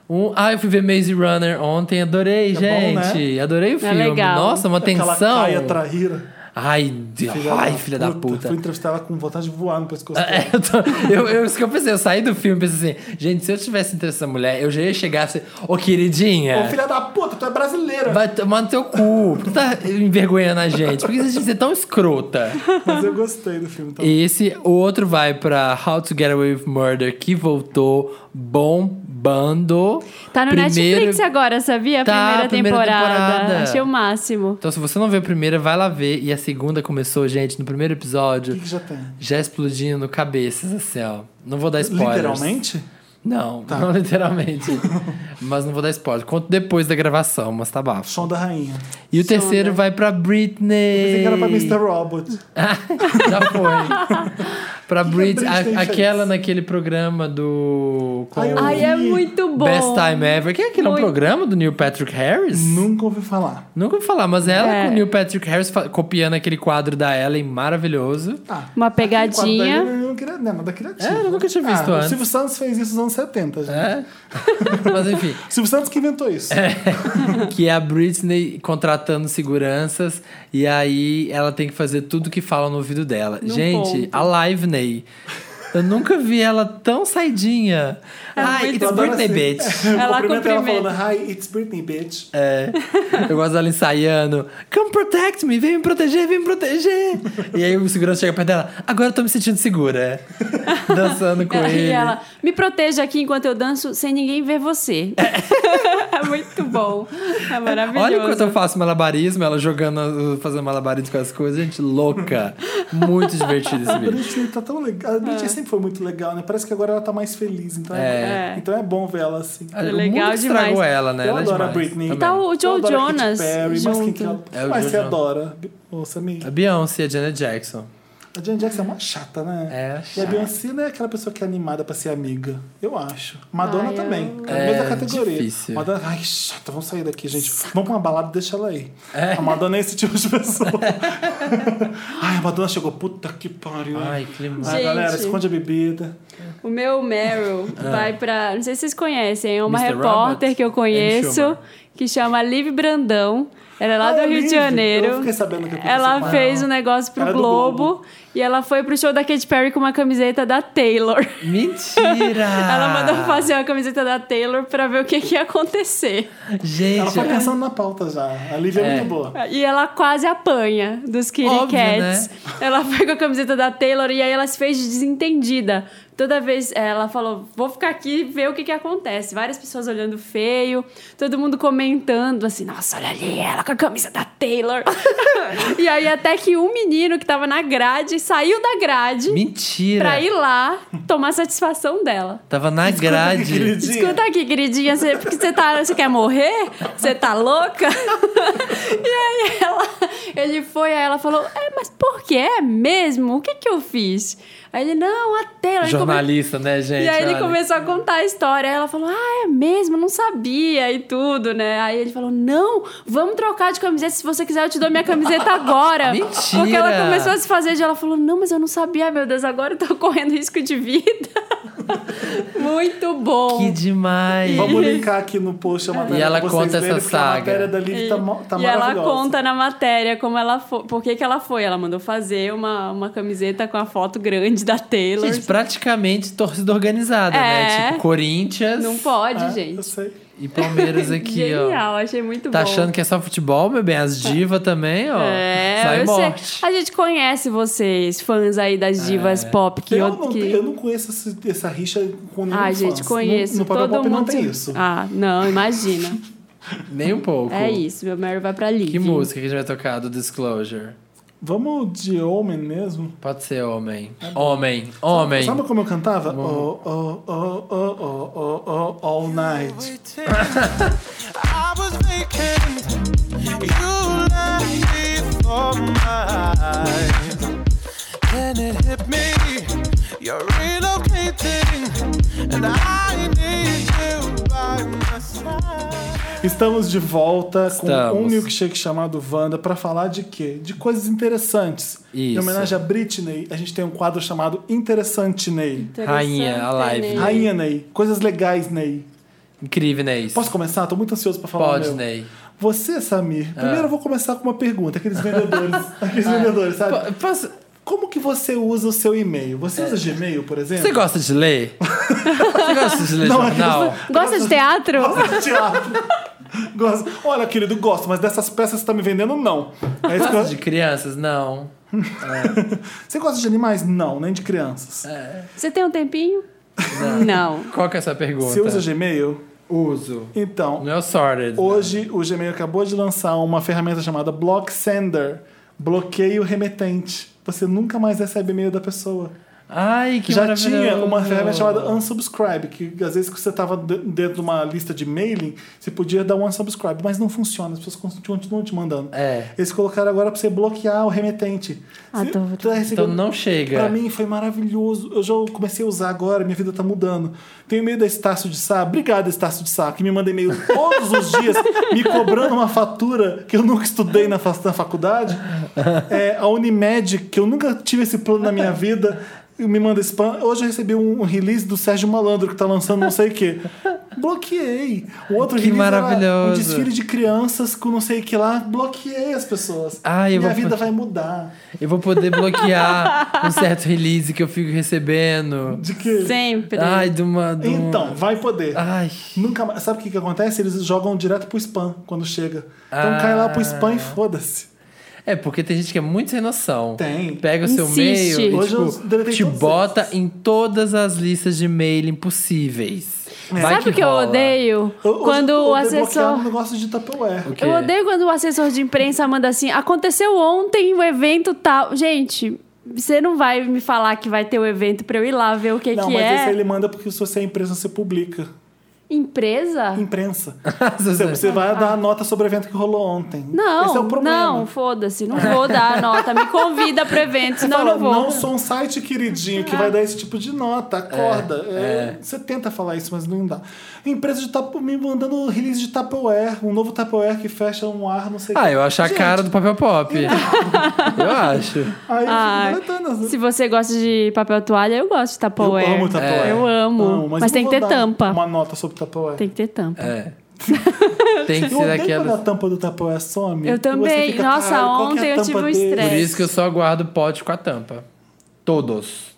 [SPEAKER 2] Um, ah, eu fui ver Maze Runner ontem, adorei,
[SPEAKER 3] É bom, né?
[SPEAKER 2] gente. Adorei o filme.
[SPEAKER 1] É legal.
[SPEAKER 2] Nossa, uma
[SPEAKER 3] Aquela
[SPEAKER 2] tensão.
[SPEAKER 3] caia traíra.
[SPEAKER 2] Ai, de... Ai, filha da puta.
[SPEAKER 3] Fui entrevistar ela com vontade de voar no pescoço. dela.
[SPEAKER 2] É, eu, tô- eu, eu- isso que eu pensei, eu saí do filme e pensei assim, gente, se eu tivesse interesse nessa mulher, eu já ia chegar assim, ô queridinha,
[SPEAKER 3] Ô, filha da puta, tu é brasileira.
[SPEAKER 2] vai tomar no teu cu, por que tá envergonhando a gente, por que você é tão escrota?
[SPEAKER 3] Mas eu gostei do filme então. também.
[SPEAKER 2] Esse o outro vai pra How to Get Away with Murder, que voltou bombando.
[SPEAKER 1] Tá no Netflix agora, sabia? A
[SPEAKER 2] Tá,
[SPEAKER 1] primeira,
[SPEAKER 2] a primeira
[SPEAKER 1] temporada.
[SPEAKER 2] temporada.
[SPEAKER 1] Achei o máximo.
[SPEAKER 2] Então, se você não viu a primeira, vai lá ver. E a segunda começou, gente, no primeiro
[SPEAKER 3] O
[SPEAKER 2] episódio,
[SPEAKER 3] que, que já tem?
[SPEAKER 2] já explodindo cabeças, assim, ó. Não vou dar spoilers.
[SPEAKER 3] Literalmente?
[SPEAKER 2] Não,
[SPEAKER 3] Tá.
[SPEAKER 2] não literalmente. mas não vou dar spoiler. Conto depois da gravação, mas tá bafo.
[SPEAKER 3] Som da rainha.
[SPEAKER 2] E o terceiro vai pra Britney.
[SPEAKER 3] Pensei que era pra Mr. Robot.
[SPEAKER 2] Já foi. pra Britney. a-
[SPEAKER 3] é Britney fez?
[SPEAKER 2] aquela naquele programa do. com
[SPEAKER 3] Ai, eu
[SPEAKER 2] o
[SPEAKER 1] Ai, é
[SPEAKER 3] vi.
[SPEAKER 1] muito bom.
[SPEAKER 2] Best Time Ever. Que é aquele é um
[SPEAKER 1] Muito.
[SPEAKER 2] programa do Neil Patrick Harris?
[SPEAKER 3] Nunca ouvi falar.
[SPEAKER 2] Nunca vou falar, mas ela
[SPEAKER 1] É.
[SPEAKER 2] com o Neil Patrick Harris fa- copiando aquele quadro da Ellen maravilhoso.
[SPEAKER 3] Ah,
[SPEAKER 1] Uma
[SPEAKER 3] aquele quadro da
[SPEAKER 1] pegadinha.
[SPEAKER 3] Ellen Eu não queria, não, é nada criativo.
[SPEAKER 2] É, eu nunca tinha visto
[SPEAKER 3] ah,
[SPEAKER 2] antes.
[SPEAKER 3] O Silvio Santos fez isso nos anos 70, gente.
[SPEAKER 2] É? mas enfim.
[SPEAKER 3] O Silvio Santos que inventou isso. É.
[SPEAKER 2] que é a Britney contratando seguranças e aí ela tem que fazer tudo que fala no ouvido dela.
[SPEAKER 1] Num
[SPEAKER 2] Gente,
[SPEAKER 1] ponto.
[SPEAKER 2] a Live Ney. Eu nunca vi ela tão saidinha. Ai,
[SPEAKER 1] é muito assim.
[SPEAKER 2] it's
[SPEAKER 1] bom.
[SPEAKER 2] Britney, bitch.
[SPEAKER 1] Ela
[SPEAKER 3] ela
[SPEAKER 1] cumprimenta.
[SPEAKER 3] falando, hi, it's Britney, bitch.
[SPEAKER 2] É. Eu gosto dela ensaiando. Come protect me, vem me proteger, vem me proteger. E aí o segurança chega perto dela. Agora eu tô me sentindo segura. Dançando com
[SPEAKER 1] Ela-
[SPEAKER 2] ele.
[SPEAKER 1] E ela, me proteja aqui enquanto eu danço sem ninguém ver você. É muito bom. É maravilhoso.
[SPEAKER 2] Olha enquanto eu faço malabarismo, ela jogando, fazendo malabarismo com as coisas, gente louca. Muito divertido esse
[SPEAKER 3] A
[SPEAKER 2] vídeo.
[SPEAKER 3] Britney tá tão legal. A
[SPEAKER 1] É.
[SPEAKER 3] Britney sempre foi muito legal, né? Parece que agora ela tá mais feliz. Então é,
[SPEAKER 2] É.
[SPEAKER 3] então é bom ver ela assim.
[SPEAKER 2] É
[SPEAKER 1] legal
[SPEAKER 2] o mundo que estragou
[SPEAKER 1] demais.
[SPEAKER 2] ela, né?
[SPEAKER 3] Eu
[SPEAKER 2] ela é
[SPEAKER 3] adoro
[SPEAKER 2] demais.
[SPEAKER 3] a Britney.
[SPEAKER 2] Também.
[SPEAKER 1] Tá o
[SPEAKER 3] Eu
[SPEAKER 1] Joe
[SPEAKER 3] adoro a Katy
[SPEAKER 1] Jonas
[SPEAKER 3] Perry, mas quem que ela-
[SPEAKER 1] junto.
[SPEAKER 2] É o
[SPEAKER 3] mas
[SPEAKER 2] Joe
[SPEAKER 3] você
[SPEAKER 2] Jonas.
[SPEAKER 3] adora, ô Samir?
[SPEAKER 2] A Beyoncé e a Janet Jackson.
[SPEAKER 3] A Jane Jackson é uma chata, né?
[SPEAKER 2] É,
[SPEAKER 3] E a Beyoncé não é aquela pessoa que é animada pra ser amiga. Eu acho. Madonna
[SPEAKER 1] Ai, eu-
[SPEAKER 3] também. É,
[SPEAKER 2] É,
[SPEAKER 3] mesma categoria.
[SPEAKER 2] difícil.
[SPEAKER 3] Madonna, ai, chata, vamos sair daqui, gente. Vamos pra uma balada e deixa ela aí. A Madonna é esse tipo de pessoa. ai, a Madonna chegou, puta que pariu.
[SPEAKER 2] Ai, que
[SPEAKER 3] Ai,
[SPEAKER 2] lindo.
[SPEAKER 1] Gente.
[SPEAKER 3] galera, esconde a bebida.
[SPEAKER 1] O
[SPEAKER 3] Ah.
[SPEAKER 1] meu Meryl vai pra. Não sei se vocês conhecem, é uma
[SPEAKER 2] Mr.
[SPEAKER 1] repórter
[SPEAKER 2] Robot?
[SPEAKER 1] que eu
[SPEAKER 2] Amy
[SPEAKER 1] conheço
[SPEAKER 2] Schumer.
[SPEAKER 1] que chama Liv Brandão. Ela é lá
[SPEAKER 3] Ah,
[SPEAKER 1] do
[SPEAKER 3] é
[SPEAKER 1] Rio de
[SPEAKER 3] Liv.
[SPEAKER 1] Janeiro.
[SPEAKER 3] Eu fiquei sabendo que aconteceu
[SPEAKER 1] Ela
[SPEAKER 3] com ela.
[SPEAKER 1] fez um negócio pro
[SPEAKER 3] Ela é do
[SPEAKER 1] Globo,
[SPEAKER 3] Globo.
[SPEAKER 1] e ela foi pro show da Katy Perry com uma camiseta da Taylor.
[SPEAKER 2] Mentira!
[SPEAKER 1] Ela
[SPEAKER 3] Ah.
[SPEAKER 1] mandou um fazer uma camiseta da Taylor pra ver o que, que ia acontecer.
[SPEAKER 3] Ela
[SPEAKER 2] Gente,
[SPEAKER 3] foi pensando na pauta já. A Lívia é,
[SPEAKER 2] É.
[SPEAKER 3] muito boa.
[SPEAKER 1] E ela quase apanha dos Kitty
[SPEAKER 2] Óbvio,
[SPEAKER 1] Cats. Ela foi com a camiseta da Taylor e aí ela se fez de desentendida. Toda vez eh, ela falou: vou ficar aqui e ver o que, que acontece. Várias pessoas olhando feio, todo mundo comentando assim: nossa, olha ali ela com a camisa da Taylor. e aí, até que um menino que tava na grade saiu da grade
[SPEAKER 2] mentira!
[SPEAKER 1] pra ir lá tomar satisfação dela.
[SPEAKER 2] Tava na grade.
[SPEAKER 1] Escuta aqui, queridinha, você, porque você, tá, você quer morrer? Você tá louca? e aí ela, ele foi, aí ela falou, é, mas por que é mesmo? O que que eu fiz? Aí ele, não, a tela. ele come-
[SPEAKER 2] Jornalista, né, gente?
[SPEAKER 1] E aí ele
[SPEAKER 2] Olha.
[SPEAKER 1] começou a contar a história. Aí ela falou, ah, é mesmo, não sabia e tudo, né? Aí ele falou, não, vamos trocar de camiseta. Se você quiser, eu te dou minha camiseta agora.
[SPEAKER 2] Mentira!
[SPEAKER 1] Porque ela começou a se fazer de... Ela falou, não, mas eu não sabia, meu Deus, agora eu tô correndo risco de vida. Muito bom.
[SPEAKER 2] Que demais!
[SPEAKER 3] Vamos linkar aqui no post a matéria
[SPEAKER 2] E ela
[SPEAKER 3] pra vocês
[SPEAKER 2] conta essa
[SPEAKER 3] verem, porque A
[SPEAKER 2] saga.
[SPEAKER 3] matéria da Lívia tá, mo- tá
[SPEAKER 1] e ela
[SPEAKER 3] maravilhosa.
[SPEAKER 1] conta na matéria como ela foi, por que, que ela foi. Ela mandou fazer uma, uma camiseta com a foto grande da Taylor.
[SPEAKER 2] Gente, praticamente torcida organizada, né?
[SPEAKER 1] É.
[SPEAKER 2] Tipo, Corinthians
[SPEAKER 1] Não pode,
[SPEAKER 3] É, Eu
[SPEAKER 1] gente.
[SPEAKER 3] sei.
[SPEAKER 2] e Palmeiras aqui, ó.
[SPEAKER 1] Genial, achei muito
[SPEAKER 2] Tá
[SPEAKER 1] bom.
[SPEAKER 2] achando que é só futebol, meu bem? As divas também, ó.
[SPEAKER 1] É,
[SPEAKER 2] Sai
[SPEAKER 1] eu
[SPEAKER 2] morte. É.
[SPEAKER 1] sei. A gente conhece vocês, fãs aí das divas pop que
[SPEAKER 3] eu, não,
[SPEAKER 1] que-
[SPEAKER 3] eu não conheço esse- essa rixa com nenhum
[SPEAKER 1] Ah,
[SPEAKER 3] fãs.
[SPEAKER 1] gente, conheço.
[SPEAKER 3] No, no papel
[SPEAKER 1] todo
[SPEAKER 3] pop
[SPEAKER 1] mundo
[SPEAKER 3] não tem isso.
[SPEAKER 1] Ah, não, imagina.
[SPEAKER 2] Nem um pouco.
[SPEAKER 1] é isso, meu Mary vai pra Liv.
[SPEAKER 2] Que música que a gente vai tocar do Disclosure?
[SPEAKER 3] Vamos de Omen mesmo?
[SPEAKER 2] Pode ser homem. Homem, homem.
[SPEAKER 3] É Sabe como eu cantava? Oh, oh, oh, oh, oh, oh, oh, all night.
[SPEAKER 7] I was thinking you left me for mine. Then it hit me, you're relocating, and I need you by my side.
[SPEAKER 3] Estamos de volta com um
[SPEAKER 2] Estamos.
[SPEAKER 3] milkshake chamado Wanda pra falar de quê? De coisas interessantes. Em
[SPEAKER 2] Isso.
[SPEAKER 3] homenagem a Britney, a gente tem um quadro chamado Interessante Ney.
[SPEAKER 2] Rainha, a live.
[SPEAKER 1] Interessante, né?
[SPEAKER 3] Rainha Ney. Coisas legais Ney.
[SPEAKER 2] Incrível, né? Isso.
[SPEAKER 3] Posso começar? Tô muito ansioso pra falar. o
[SPEAKER 2] Pode,
[SPEAKER 3] meu.
[SPEAKER 2] Ney.
[SPEAKER 3] Você, Samir,
[SPEAKER 2] É.
[SPEAKER 3] primeiro eu vou começar com uma pergunta. Aqueles vendedores. aqueles vendedores, sabe?
[SPEAKER 2] Po- posso-
[SPEAKER 3] Como que você usa o seu e-mail? Você usa Gmail, por exemplo?
[SPEAKER 2] É. Você gosta de ler? Você gosta de ler
[SPEAKER 3] Não, é
[SPEAKER 2] jornal?
[SPEAKER 1] Gosta de teatro?
[SPEAKER 3] Gosto de teatro. Gosto. Olha, querido, gosto, mas dessas peças que você tá me vendendo, não. É isso que eu-
[SPEAKER 2] De crianças? Não. É.
[SPEAKER 3] Você gosta de animais? Não, nem de crianças.
[SPEAKER 1] Você tem um tempinho? Não.
[SPEAKER 2] Qual que é essa pergunta?
[SPEAKER 3] Você usa Gmail?
[SPEAKER 2] Uso.
[SPEAKER 3] Então,
[SPEAKER 2] Não é o sorted. né?
[SPEAKER 3] hoje o Gmail acabou de lançar uma ferramenta chamada Block Sender bloqueio remetente. Você nunca mais recebe e-mail da pessoa.
[SPEAKER 2] Ai, que
[SPEAKER 3] Já
[SPEAKER 2] maravilhoso.
[SPEAKER 3] tinha uma ferramenta chamada unsubscribe, que às vezes que você estava dentro de uma lista de mailing, você podia dar um unsubscribe, mas não funciona, as pessoas continuam- continuam te mandando.
[SPEAKER 2] É.
[SPEAKER 3] Eles colocaram agora pra você bloquear o remetente. Você
[SPEAKER 1] Adoro.
[SPEAKER 3] tá recebendo-
[SPEAKER 2] Então não chega.
[SPEAKER 3] Pra mim foi maravilhoso. Eu já comecei a usar agora, minha vida tá mudando. Tenho medo da Estácio de Sá. Obrigado, Estácio de Sá, que me manda e-mail todos os dias me cobrando uma fatura que eu nunca estudei na, fa- na faculdade. É, a Unimed, que eu nunca tive esse plano na minha vida, me manda spam. Hoje eu recebi um, um release do Sérgio Malandro, que tá lançando não sei o quê. Bloqueei. O outro
[SPEAKER 2] Que
[SPEAKER 3] release era um
[SPEAKER 2] maravilhoso.
[SPEAKER 3] desfile de crianças com não sei o que lá. Bloqueei as pessoas.
[SPEAKER 2] Ai, Ah, eu
[SPEAKER 3] minha
[SPEAKER 2] vou-
[SPEAKER 3] vida vai mudar.
[SPEAKER 2] Eu vou poder bloquear um certo release que eu fico recebendo.
[SPEAKER 3] De que...
[SPEAKER 1] Sempre.
[SPEAKER 2] Ai, de uma. de um-
[SPEAKER 3] Então, vai poder.
[SPEAKER 2] Ai.
[SPEAKER 3] Nunca mais. Sabe o que, que acontece? Eles jogam direto pro spam quando chega. Então
[SPEAKER 2] Ah.
[SPEAKER 3] cai lá pro spam e foda-se.
[SPEAKER 2] É, porque tem gente que é muito sem noção.
[SPEAKER 3] Tem.
[SPEAKER 2] Pega o seu
[SPEAKER 1] Insiste.
[SPEAKER 2] e-mail e
[SPEAKER 3] Hoje eu
[SPEAKER 2] tipo,
[SPEAKER 3] deletei
[SPEAKER 2] te
[SPEAKER 3] todos
[SPEAKER 2] bota em todas as listas de e-mail impossíveis.
[SPEAKER 3] É.
[SPEAKER 1] É.
[SPEAKER 2] Vai
[SPEAKER 1] Sabe o que eu
[SPEAKER 2] rola.
[SPEAKER 1] odeio?
[SPEAKER 3] Eu- hoje
[SPEAKER 1] Quando
[SPEAKER 3] eu tô
[SPEAKER 1] o
[SPEAKER 3] desbloqueado
[SPEAKER 1] assessor.
[SPEAKER 3] no negócio de Tupperware.
[SPEAKER 2] O quê?
[SPEAKER 1] Eu odeio quando o assessor de imprensa manda assim: aconteceu ontem o evento tal. Gente, você não vai me falar que vai ter o evento pra eu ir lá ver o que,
[SPEAKER 3] Não,
[SPEAKER 1] que
[SPEAKER 3] mas
[SPEAKER 1] é.
[SPEAKER 3] esse ele manda porque se você é imprensa, você publica.
[SPEAKER 1] Empresa?
[SPEAKER 3] Imprensa.
[SPEAKER 2] é.
[SPEAKER 3] você, você vai dar a nota sobre o evento que rolou ontem.
[SPEAKER 1] Ah. Não,
[SPEAKER 3] Esse é o problema.
[SPEAKER 1] não, foda-se, não vou dar a nota. Me convida pro evento, senão eu
[SPEAKER 3] Fala,
[SPEAKER 1] não vou. Ah.
[SPEAKER 3] não sou um site queridinho que vai dar esse tipo de nota, acorda. É, Você tenta falar isso, mas não dá. Empresa de tapo me mandando release de Tupperware, um novo Tupperware que fecha um ar, não sei o
[SPEAKER 2] Ah,
[SPEAKER 3] quê.
[SPEAKER 2] eu acho a
[SPEAKER 3] Gente,
[SPEAKER 2] cara do papel pop. eu acho.
[SPEAKER 3] Aí
[SPEAKER 1] Ah,
[SPEAKER 3] eu fico deletando.
[SPEAKER 1] Se você gosta de papel toalha, eu gosto de Tupperware.
[SPEAKER 3] Eu amo Tupperware.
[SPEAKER 1] Eu amo.
[SPEAKER 3] Amo,
[SPEAKER 1] mas
[SPEAKER 3] não
[SPEAKER 1] tem que
[SPEAKER 3] vou
[SPEAKER 1] ter
[SPEAKER 3] dar
[SPEAKER 1] tampa.
[SPEAKER 3] Uma nota sobre Tupperware.
[SPEAKER 1] Tem que ter tampa.
[SPEAKER 2] É. Tem que
[SPEAKER 3] Eu
[SPEAKER 2] ser
[SPEAKER 3] odeio quando a
[SPEAKER 2] daquelas.
[SPEAKER 3] tampa do Tupperware some.
[SPEAKER 1] Eu
[SPEAKER 3] e você
[SPEAKER 1] também.
[SPEAKER 3] fica,
[SPEAKER 1] Nossa,
[SPEAKER 3] "Caralho, qual que é a
[SPEAKER 1] ontem eu
[SPEAKER 3] tampa
[SPEAKER 1] tive um
[SPEAKER 3] dele?"
[SPEAKER 2] Por
[SPEAKER 1] estresse.
[SPEAKER 2] isso que eu só guardo pote com a tampa. Todos.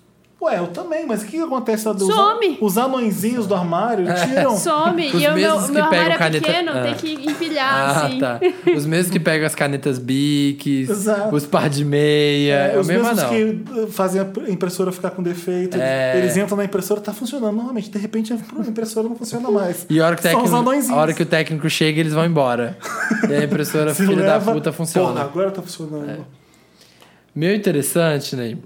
[SPEAKER 3] Ué, eu também, mas o que que acontece? Os-
[SPEAKER 1] Some.
[SPEAKER 3] Os anõezinhos do armário tiram.
[SPEAKER 1] Some.
[SPEAKER 2] Os
[SPEAKER 1] e o meu,
[SPEAKER 2] mesmos que
[SPEAKER 1] meu armário
[SPEAKER 2] pegam
[SPEAKER 1] é
[SPEAKER 2] caneta-
[SPEAKER 1] pequeno,
[SPEAKER 2] Ah.
[SPEAKER 1] tem que empilhar,
[SPEAKER 2] Ah,
[SPEAKER 1] assim.
[SPEAKER 2] tá. Os mesmos que pegam as canetas biques,
[SPEAKER 3] Exato.
[SPEAKER 2] os par de meia.
[SPEAKER 3] É,
[SPEAKER 2] É, o
[SPEAKER 3] os
[SPEAKER 2] mesmo
[SPEAKER 3] mesmos
[SPEAKER 2] não.
[SPEAKER 3] que eh, fazem a impressora ficar com defeito,
[SPEAKER 2] É.
[SPEAKER 3] eles entram na impressora, tá funcionando normalmente, de repente a impressora não funciona mais.
[SPEAKER 2] E a hora, que o
[SPEAKER 3] São os
[SPEAKER 2] técnico,
[SPEAKER 3] anõezinhos.
[SPEAKER 2] a hora que o técnico chega, eles vão embora. E a impressora
[SPEAKER 3] Se
[SPEAKER 2] filha
[SPEAKER 3] leva,
[SPEAKER 2] da puta funciona. É,
[SPEAKER 3] Porra, agora tá funcionando.
[SPEAKER 2] Meu interessante, né?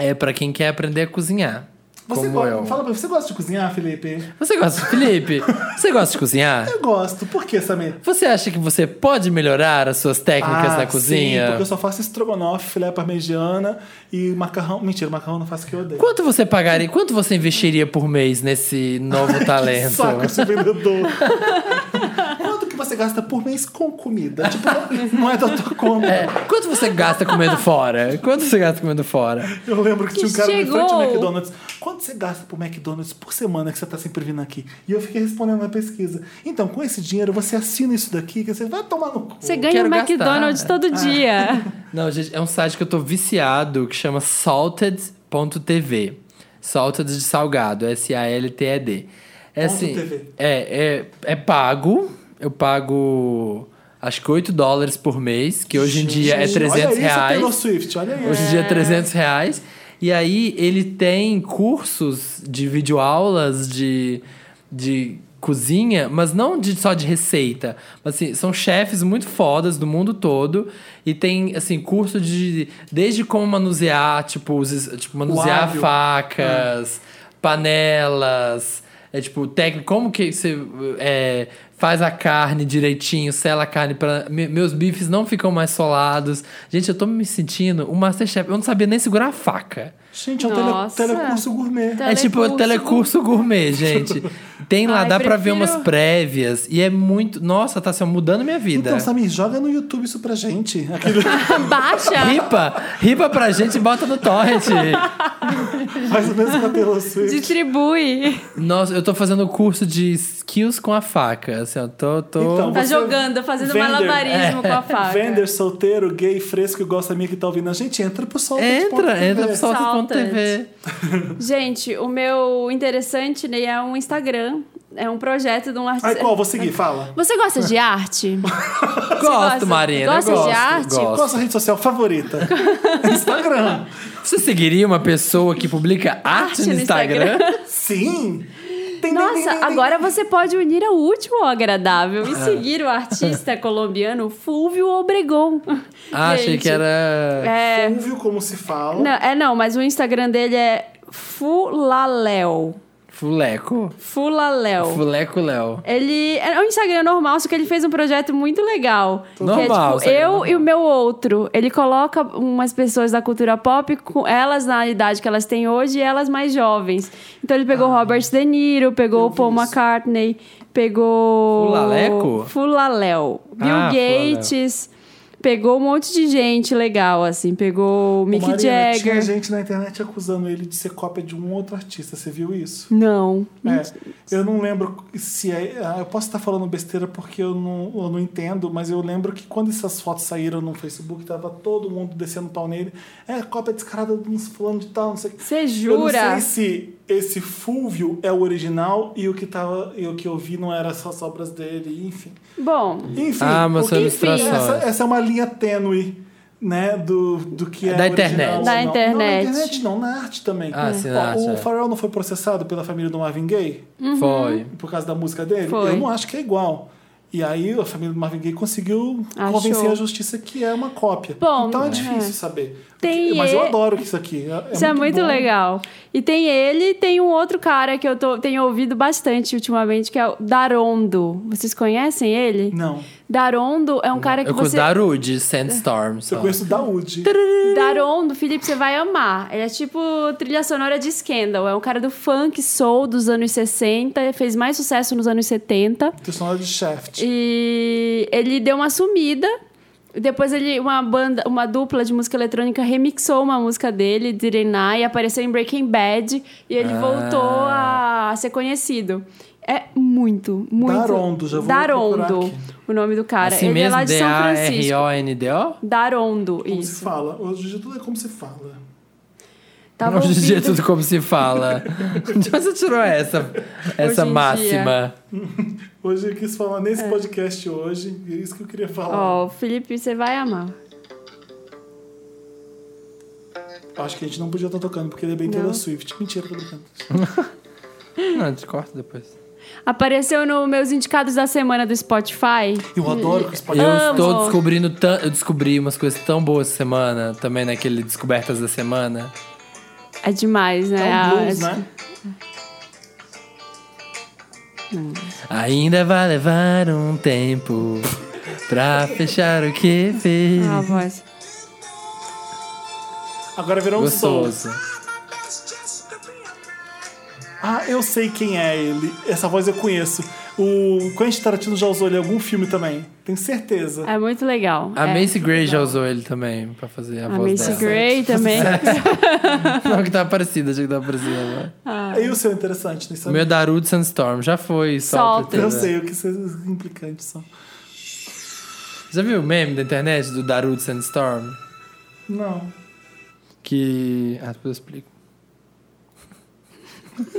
[SPEAKER 2] É pra quem quer aprender a cozinhar.
[SPEAKER 3] Você
[SPEAKER 2] como
[SPEAKER 3] gosta,
[SPEAKER 2] eu.
[SPEAKER 3] fala pra mim, você gosta de cozinhar, Felipe?
[SPEAKER 2] Você gosta, Felipe? você gosta de cozinhar?
[SPEAKER 3] Eu gosto. Por que, Samir?
[SPEAKER 2] Você acha que você pode melhorar as suas técnicas
[SPEAKER 3] Ah,
[SPEAKER 2] na
[SPEAKER 3] Sim,
[SPEAKER 2] cozinha?
[SPEAKER 3] porque eu só faço estrogonofe, filé parmegiana e macarrão. Mentira, macarrão eu não faço que eu odeio.
[SPEAKER 2] Quanto você pagaria? Quanto você investiria por mês nesse novo talento?
[SPEAKER 3] Saco esse vendedor. Quanto que você gasta por mês com comida? Tipo, não é da tua conta.
[SPEAKER 2] É, quanto você gasta comendo fora? Quanto você gasta comendo fora?
[SPEAKER 3] Eu lembro que
[SPEAKER 1] Que
[SPEAKER 3] tinha um cara na frente
[SPEAKER 1] chegou.
[SPEAKER 3] do McDonald's. Quanto você gasta por McDonald's por semana que você tá sempre vindo aqui? E eu fiquei respondendo na pesquisa. Então, com esse dinheiro, você assina isso daqui, que você vai tomar no cu.
[SPEAKER 1] Você ganha
[SPEAKER 2] Quero
[SPEAKER 1] o McDonald's
[SPEAKER 2] gastar. Ah.
[SPEAKER 1] todo dia.
[SPEAKER 2] Não, gente, é um site que eu tô viciado que chama salted.tv. Salted de salgado, S-A-L-T-E-D. É
[SPEAKER 3] Ponto
[SPEAKER 2] assim.
[SPEAKER 3] TV.
[SPEAKER 2] É, é, é pago. Eu pago acho que 8 dólares por mês, que hoje em dia é 300
[SPEAKER 3] olha Isso, Taylor
[SPEAKER 2] reais.
[SPEAKER 3] Swift, olha isso.
[SPEAKER 2] Hoje em dia é 300 reais. E aí ele tem cursos de videoaulas de, de cozinha, mas não de, só de receita. Mas, assim, são chefes muito fodas do mundo todo. E tem, assim, curso de... Desde como manusear, tipo, os, es- tipo manusear
[SPEAKER 3] alho.
[SPEAKER 2] facas, panelas... É tipo, técnico, como que você é, faz a carne direitinho, sela a carne para Meus bifes não ficam mais solados. Gente, eu tô me sentindo um Masterchef. Eu não sabia nem segurar a faca.
[SPEAKER 3] Gente, é um tele,
[SPEAKER 1] Nossa.
[SPEAKER 3] telecurso gourmet.
[SPEAKER 2] É tipo o telecurso gourmet, gente. Tem lá,
[SPEAKER 1] Ai,
[SPEAKER 2] dá pra ver umas
[SPEAKER 1] prefiro-
[SPEAKER 2] prévias. E é muito. Nossa, tá assim, mudando minha vida.
[SPEAKER 3] Então, Samir, joga no YouTube isso pra gente. Aquele
[SPEAKER 1] Baixa.
[SPEAKER 2] Ripa! Ripa pra gente e bota no torrent.
[SPEAKER 3] faz o mesmo com a Taylor Swift.
[SPEAKER 1] Distribui.
[SPEAKER 2] Nossa, eu tô fazendo curso de skills com a faca. Assim, ó, tô. tô...
[SPEAKER 3] Então,
[SPEAKER 1] Tá
[SPEAKER 3] Você-
[SPEAKER 1] jogando, fazendo
[SPEAKER 3] Vender.
[SPEAKER 1] malabarismo
[SPEAKER 2] É,
[SPEAKER 1] com a faca.
[SPEAKER 3] Vender solteiro, gay, fresco, igual a minha que tá ouvindo a gente, entra pro sol.
[SPEAKER 2] Entra, entra pro
[SPEAKER 1] Salted.
[SPEAKER 2] salto.tv.
[SPEAKER 1] Gente, o meu interessante, Ney, é um Instagram. É um projeto de um artista.
[SPEAKER 3] Aí qual? Vou seguir, fala.
[SPEAKER 1] Você gosta de arte? Você
[SPEAKER 2] Gosto, Marina.
[SPEAKER 1] Gosta
[SPEAKER 2] gosto,
[SPEAKER 1] de arte?
[SPEAKER 2] gosto.
[SPEAKER 3] Qual a sua rede social favorita? Instagram.
[SPEAKER 2] Você seguiria uma pessoa que publica arte, no Instagram?
[SPEAKER 3] Sim. Tem, tem,
[SPEAKER 1] Nossa,
[SPEAKER 3] tem, tem,
[SPEAKER 1] agora você pode unir ao útil ao agradável
[SPEAKER 2] É.
[SPEAKER 1] e seguir o artista colombiano Fulvio Obregon.
[SPEAKER 2] ah, achei
[SPEAKER 1] Gente,
[SPEAKER 2] que era.
[SPEAKER 1] É,
[SPEAKER 3] tem. Ouviu como se fala?
[SPEAKER 1] não, é, não, mas o Instagram dele é Fulaléu.
[SPEAKER 2] Fuleco.
[SPEAKER 1] Fulaléu.
[SPEAKER 2] Fuleco Léo.
[SPEAKER 1] Ele é um Instagram normal, só que ele fez um projeto muito legal. Que é,
[SPEAKER 2] Normal,
[SPEAKER 1] tipo,
[SPEAKER 2] Instagram
[SPEAKER 1] eu
[SPEAKER 2] normal.
[SPEAKER 1] e o meu outro. Ele coloca umas pessoas da cultura pop, com elas na idade que elas têm hoje e elas mais jovens. Então ele pegou
[SPEAKER 3] Ah.
[SPEAKER 1] Robert De Niro, pegou o Paul McCartney, pegou.
[SPEAKER 2] Fulaleco?
[SPEAKER 1] Fulaléu. Bill
[SPEAKER 2] Ah,
[SPEAKER 1] Gates. Pegou um monte de gente legal, assim. Pegou o
[SPEAKER 3] Ô,
[SPEAKER 1] Mick
[SPEAKER 3] Marina, Tinha
[SPEAKER 1] Jagger.
[SPEAKER 3] gente na internet acusando ele de ser cópia de um outro artista. Você viu isso?
[SPEAKER 1] Não.
[SPEAKER 3] É, eu não lembro se é. ah, Eu posso estar falando besteira porque eu não, eu não entendo, mas eu lembro que quando essas fotos saíram no Facebook, tava todo mundo descendo pau nele. É, cópia descarada de uns fulano de tal, não sei o que.
[SPEAKER 1] Você
[SPEAKER 3] Eu não
[SPEAKER 1] jura?
[SPEAKER 3] sei se esse Fulvio é o original e o que, tava, e o que eu vi não era só as obras dele, enfim.
[SPEAKER 1] Bom.
[SPEAKER 3] Enfim,
[SPEAKER 2] Ah, mas
[SPEAKER 3] o que-
[SPEAKER 2] são ilustrações.
[SPEAKER 3] Essa, essa é uma linha tênue, né, do, do que é
[SPEAKER 2] Da
[SPEAKER 3] original
[SPEAKER 2] internet.
[SPEAKER 3] ou
[SPEAKER 1] Da
[SPEAKER 3] não.
[SPEAKER 1] internet.
[SPEAKER 3] Não, na internet não, na arte também.
[SPEAKER 2] Ah, sim, na
[SPEAKER 3] Ó,
[SPEAKER 2] arte,
[SPEAKER 3] o
[SPEAKER 2] é.
[SPEAKER 3] Pharrell não foi processado pela família do Marvin Gaye
[SPEAKER 1] Uhum.
[SPEAKER 2] Foi.
[SPEAKER 3] por causa da música dele?
[SPEAKER 1] Foi.
[SPEAKER 3] Eu não acho que é igual. E aí a família do Marvin Gaye conseguiu
[SPEAKER 1] Achou.
[SPEAKER 3] convencer a justiça que é uma cópia.
[SPEAKER 1] Bom,
[SPEAKER 3] então é
[SPEAKER 1] é.
[SPEAKER 3] difícil saber.
[SPEAKER 1] Tem
[SPEAKER 3] Mas eu
[SPEAKER 1] e-
[SPEAKER 3] adoro isso aqui. É,
[SPEAKER 1] Isso é muito
[SPEAKER 3] bom.
[SPEAKER 1] legal. E tem ele, tem um outro cara que eu tô, tenho ouvido bastante ultimamente, que é o Darondo. Vocês conhecem ele?
[SPEAKER 3] Não.
[SPEAKER 1] Darondo é um cara que
[SPEAKER 2] Eu conheço
[SPEAKER 1] você.
[SPEAKER 2] Darude, Sandstorm.
[SPEAKER 3] Eu
[SPEAKER 2] só.
[SPEAKER 3] conheço Daúde.
[SPEAKER 1] Darondo, Felipe, você vai amar. Ele é tipo trilha sonora de Scandal. É um cara do funk soul dos anos 60, fez mais sucesso nos anos 70.
[SPEAKER 3] Trilha sonora é de Shaft.
[SPEAKER 1] E ele deu uma sumida. Depois ele, uma banda, uma dupla de música eletrônica remixou uma música dele,
[SPEAKER 3] Ah.
[SPEAKER 1] Direnai, apareceu em Breaking Bad e ele voltou a ser conhecido. É muito, muito.
[SPEAKER 3] Darondo, já vou procurar
[SPEAKER 1] Darondo,
[SPEAKER 3] aqui.
[SPEAKER 1] o nome do cara.
[SPEAKER 2] assim
[SPEAKER 1] Ele é
[SPEAKER 2] mesmo,
[SPEAKER 1] lá de São Francisco.
[SPEAKER 2] D-A-R-O-N-D-O?
[SPEAKER 1] Darondo,
[SPEAKER 3] Como se
[SPEAKER 1] isso.
[SPEAKER 3] fala? Hoje em dia tudo é como se fala.
[SPEAKER 1] Tava
[SPEAKER 2] Hoje em
[SPEAKER 1] ouvindo-
[SPEAKER 2] dia é tudo como se fala. De onde você tirou essa, essa
[SPEAKER 1] Hoje em
[SPEAKER 2] máxima?
[SPEAKER 3] Hoje eu quis falar nesse podcast hoje, e é isso que eu queria
[SPEAKER 1] É.
[SPEAKER 3] falar.
[SPEAKER 1] Ó, Felipe, você vai amar.
[SPEAKER 3] Acho que a gente não podia estar tocando, porque ele é bem Taylor Swift. Mentira, tô brincando.
[SPEAKER 2] Não, a gente corta depois.
[SPEAKER 1] Apareceu nos meus indicados da semana do Spotify.
[SPEAKER 3] Eu adoro que os
[SPEAKER 2] Eu
[SPEAKER 3] podcasts.
[SPEAKER 2] estou descobrindo tan- Eu descobri umas coisas tão boas essa semana, também naquele Descobertas da Semana.
[SPEAKER 1] É demais, né?
[SPEAKER 3] É um blues,
[SPEAKER 1] Ah,
[SPEAKER 3] né?
[SPEAKER 2] Ainda vai levar um tempo pra fechar o que fez.
[SPEAKER 1] a voz.
[SPEAKER 3] Agora virou um soul.
[SPEAKER 2] Gostoso.
[SPEAKER 3] Ah, eu sei quem é ele. Essa voz eu conheço. O Quentin Tarantino já usou ele em algum filme também. Tenho certeza.
[SPEAKER 1] É muito legal.
[SPEAKER 2] A
[SPEAKER 1] é.
[SPEAKER 2] Macy Gray já usou ele também pra fazer a,
[SPEAKER 1] A
[SPEAKER 2] voz
[SPEAKER 1] Macy
[SPEAKER 2] dela.
[SPEAKER 1] Gray também.
[SPEAKER 2] Não, que tava parecida, achei que tava parecida agora.
[SPEAKER 3] E o seu é interessante nisso?
[SPEAKER 2] O meu é Darude Sandstorm já foi,
[SPEAKER 1] Solta.
[SPEAKER 2] solta.
[SPEAKER 3] Eu sei o que vocês implicantes são.
[SPEAKER 2] Já viu o meme da internet do Darude Sandstorm?
[SPEAKER 3] Não.
[SPEAKER 2] Que. Ah, depois eu explico.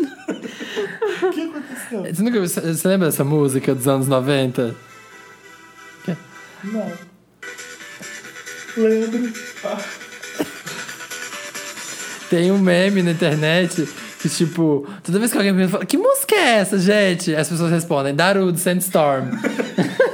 [SPEAKER 3] O que aconteceu?
[SPEAKER 2] Você, nunca, você lembra dessa música dos anos 90?
[SPEAKER 3] Não. Lembro.
[SPEAKER 2] Tem um meme na internet que, tipo, toda vez que alguém me fala, que música é essa, gente? As pessoas respondem, Darude Sandstorm.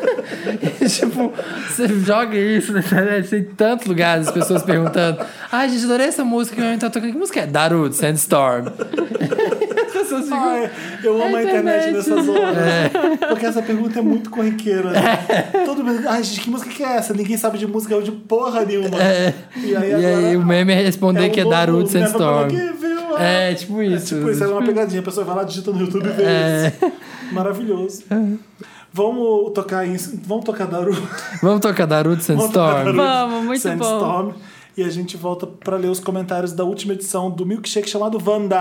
[SPEAKER 2] E, tipo, você joga isso na internet, tem tantos lugares, as pessoas perguntando, ai, gente, adorei essa música que eu tô tocando. Que música é? Darude Sandstorm. as pessoas ficam.
[SPEAKER 3] Ah, é. eu amo a internet
[SPEAKER 2] internet.
[SPEAKER 3] nessas horas. Porque essa pergunta é muito corriqueira. Né?
[SPEAKER 2] É.
[SPEAKER 3] Todo mundo. Ai, gente, que música que é essa? Ninguém sabe de música de porra nenhuma.
[SPEAKER 2] É.
[SPEAKER 3] E aí
[SPEAKER 2] E aí
[SPEAKER 3] agora-
[SPEAKER 2] o meme é responder
[SPEAKER 3] um
[SPEAKER 2] que é
[SPEAKER 3] novo
[SPEAKER 2] Darude
[SPEAKER 3] Never Gonna
[SPEAKER 2] Sandstorm.
[SPEAKER 3] Give You Up.
[SPEAKER 2] É, tipo isso.
[SPEAKER 3] Tipo, isso é uma pegadinha. A pessoa vai lá, digita no YouTube e vê
[SPEAKER 2] É.
[SPEAKER 3] isso. Maravilhoso. Vamos tocar isso. Vamos tocar Darude.
[SPEAKER 2] Vamos tocar Darude
[SPEAKER 3] Vamos tocar Darude
[SPEAKER 2] Sandstorm?
[SPEAKER 1] Vamos, muito
[SPEAKER 3] Sandstorm. E a gente volta pra ler os comentários da última edição do Milkshake chamado Wanda.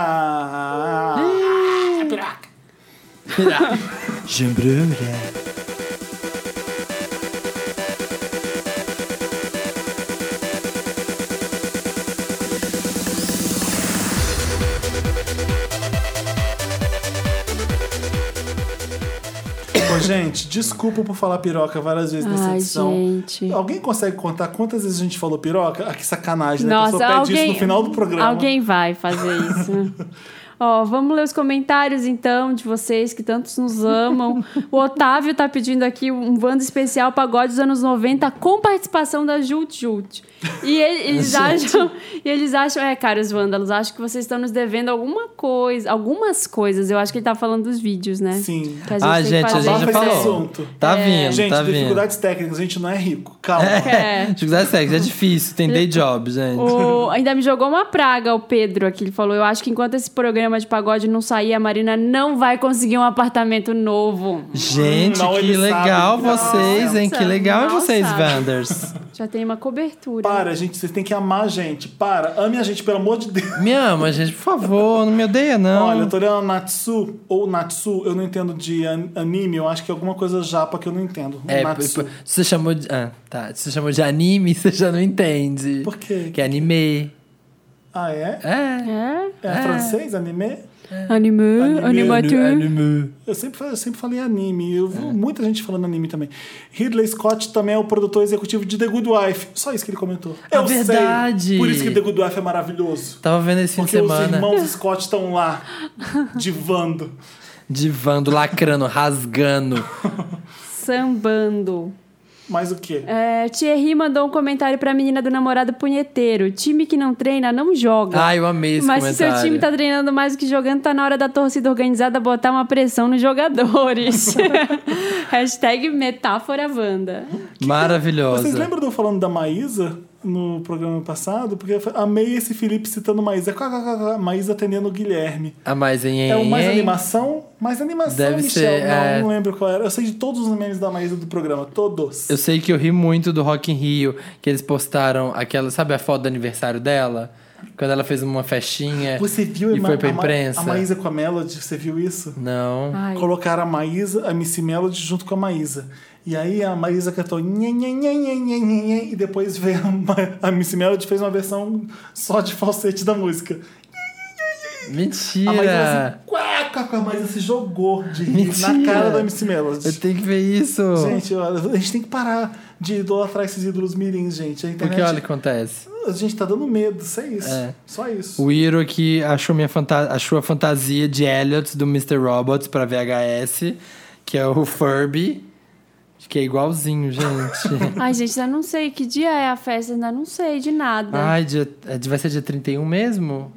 [SPEAKER 3] Bom, gente, desculpa por falar piroca várias vezes nessa
[SPEAKER 1] Ai,
[SPEAKER 3] edição.
[SPEAKER 1] gente.
[SPEAKER 3] Alguém consegue contar quantas vezes a gente falou piroca? Ah, que sacanagem, né? a
[SPEAKER 1] Nossa,
[SPEAKER 3] pessoa pede
[SPEAKER 1] alguém,
[SPEAKER 3] isso no final do programa.
[SPEAKER 1] alguém vai fazer isso. Ó, vamos ler os comentários então de vocês que tantos nos amam. O Otávio tá pedindo aqui um Wanda especial pagode dos anos 90 com participação da Jult Jult. E ele- eles acham, e eles acham, é, caros vândalos, acho que vocês estão nos devendo alguma coisa, algumas coisas. Eu acho que ele tá falando dos vídeos, né?
[SPEAKER 3] Sim.
[SPEAKER 1] Que a
[SPEAKER 2] Ah,
[SPEAKER 1] tem que É.
[SPEAKER 2] gente, a
[SPEAKER 1] fazer.
[SPEAKER 2] gente já
[SPEAKER 3] Abafa esse
[SPEAKER 2] falou.
[SPEAKER 3] assunto.
[SPEAKER 2] Tá vindo,
[SPEAKER 3] Gente,
[SPEAKER 2] tá vindo.
[SPEAKER 3] dificuldades técnicas, a gente não é rico. Calma.
[SPEAKER 1] É.
[SPEAKER 2] Dificuldade sexo, é difícil, tem day job, gente.
[SPEAKER 1] O- ainda me jogou uma praga o Pedro aqui. Ele falou: Eu acho que enquanto esse programa de pagode não sair, a Marina não vai conseguir um apartamento novo.
[SPEAKER 2] Gente,
[SPEAKER 3] Não,
[SPEAKER 2] que
[SPEAKER 3] ele
[SPEAKER 2] legal
[SPEAKER 3] sabe.
[SPEAKER 2] vocês, hein?
[SPEAKER 1] Nossa,
[SPEAKER 2] Que legal é vocês,
[SPEAKER 1] nossa.
[SPEAKER 2] Vanders.
[SPEAKER 1] Já tem uma cobertura.
[SPEAKER 3] Para, gente, vocês têm que amar a gente. Para, ame a gente, pelo amor de Deus.
[SPEAKER 2] Me ama, gente, por favor, não me odeia, não.
[SPEAKER 3] Olha, eu tô olhando a Natsu ou Natsu, eu não entendo de an- anime, eu acho que é alguma coisa japa que eu não entendo.
[SPEAKER 2] É, p-
[SPEAKER 3] Natsu.
[SPEAKER 2] p- se você chamou de. Ah, tá. Se você chamou de anime, você já não entende.
[SPEAKER 3] Por quê?
[SPEAKER 2] Que é anime.
[SPEAKER 3] Ah, é?
[SPEAKER 2] É.
[SPEAKER 1] É?
[SPEAKER 3] É, francês, anime?
[SPEAKER 1] Anime,
[SPEAKER 3] Anime,
[SPEAKER 1] animatu.
[SPEAKER 2] Anime.
[SPEAKER 3] Eu sempre, fa- eu sempre falei anime, eu
[SPEAKER 2] É.
[SPEAKER 3] vi muita gente falando anime também. Ridley Scott também é o produtor executivo de The Good Wife. Só isso que ele comentou.
[SPEAKER 2] É
[SPEAKER 3] eu sei.
[SPEAKER 2] verdade.
[SPEAKER 3] Por isso que The Good Wife é maravilhoso.
[SPEAKER 2] Tava vendo esse fim de
[SPEAKER 3] Porque os
[SPEAKER 2] semana.
[SPEAKER 3] irmãos Scott estão lá, divando.
[SPEAKER 2] Divando, lacrando, rasgando.
[SPEAKER 1] Sambando.
[SPEAKER 3] Mas o quê?
[SPEAKER 1] É, Thierry mandou um comentário pra menina do namorado punheteiro: Time que não treina, não joga.
[SPEAKER 2] Ai, eu amei Ah, esse
[SPEAKER 1] Mas se
[SPEAKER 2] comentário.
[SPEAKER 1] seu time tá treinando mais do que jogando, tá na hora da torcida organizada botar uma pressão nos jogadores. Hashtag metáfora Wanda.
[SPEAKER 2] Maravilhosa.
[SPEAKER 3] Vocês lembram de eu falando da Maísa no programa passado? Porque eu amei esse Felipe citando Maísa. Quá, quá, quá, quá, Maísa atendendo o Guilherme.
[SPEAKER 2] A mais em.
[SPEAKER 3] É o mais
[SPEAKER 2] em-
[SPEAKER 3] animação? Mais animação,
[SPEAKER 2] Deve
[SPEAKER 3] Michel.
[SPEAKER 2] ser,
[SPEAKER 3] não,
[SPEAKER 2] é.
[SPEAKER 3] não lembro qual era. Eu sei de todos os memes da Maísa do programa. Todos.
[SPEAKER 2] Eu sei que eu ri muito do Rock in Rio, que eles postaram aquela, sabe a foto do aniversário dela? Quando ela fez uma festinha.
[SPEAKER 3] Você viu
[SPEAKER 2] E
[SPEAKER 3] Ma-
[SPEAKER 2] foi pra
[SPEAKER 3] a Ma-
[SPEAKER 2] imprensa?
[SPEAKER 3] A Maísa Ah. com a Melody, você viu isso?
[SPEAKER 2] Não.
[SPEAKER 1] Ai.
[SPEAKER 3] Colocaram a Maísa, a Missy Melody junto com a Maísa. E aí a Maísa cantou nhe, nhe, nhe, nhe, nhe, nhe, nhe, e depois veio a, Ma- a Missy Melody fez uma versão só de falsete da música. A Maísa era assim,
[SPEAKER 2] Mentira!
[SPEAKER 3] quá, quá, quá, a Maísa se jogou de rir na
[SPEAKER 2] Mentira.
[SPEAKER 3] cara da Missy Melody.
[SPEAKER 2] Eu tenho que ver isso.
[SPEAKER 3] Gente, olha, a gente tem que parar de idolatrar esses ídolos mirins, gente. A internet,
[SPEAKER 2] Porque olha o que acontece.
[SPEAKER 3] a gente tá dando medo, isso é isso.
[SPEAKER 2] É.
[SPEAKER 3] Só isso.
[SPEAKER 2] O Iro aqui achou, minha fanta- achou a fantasia de Elliot do Mr. Robots pra VHS, que é o Furby, que é igualzinho, gente.
[SPEAKER 1] Ai, gente, ainda não sei que dia é a festa, ainda não sei de nada.
[SPEAKER 2] Ai, dia, é, vai ser dia 31 mesmo?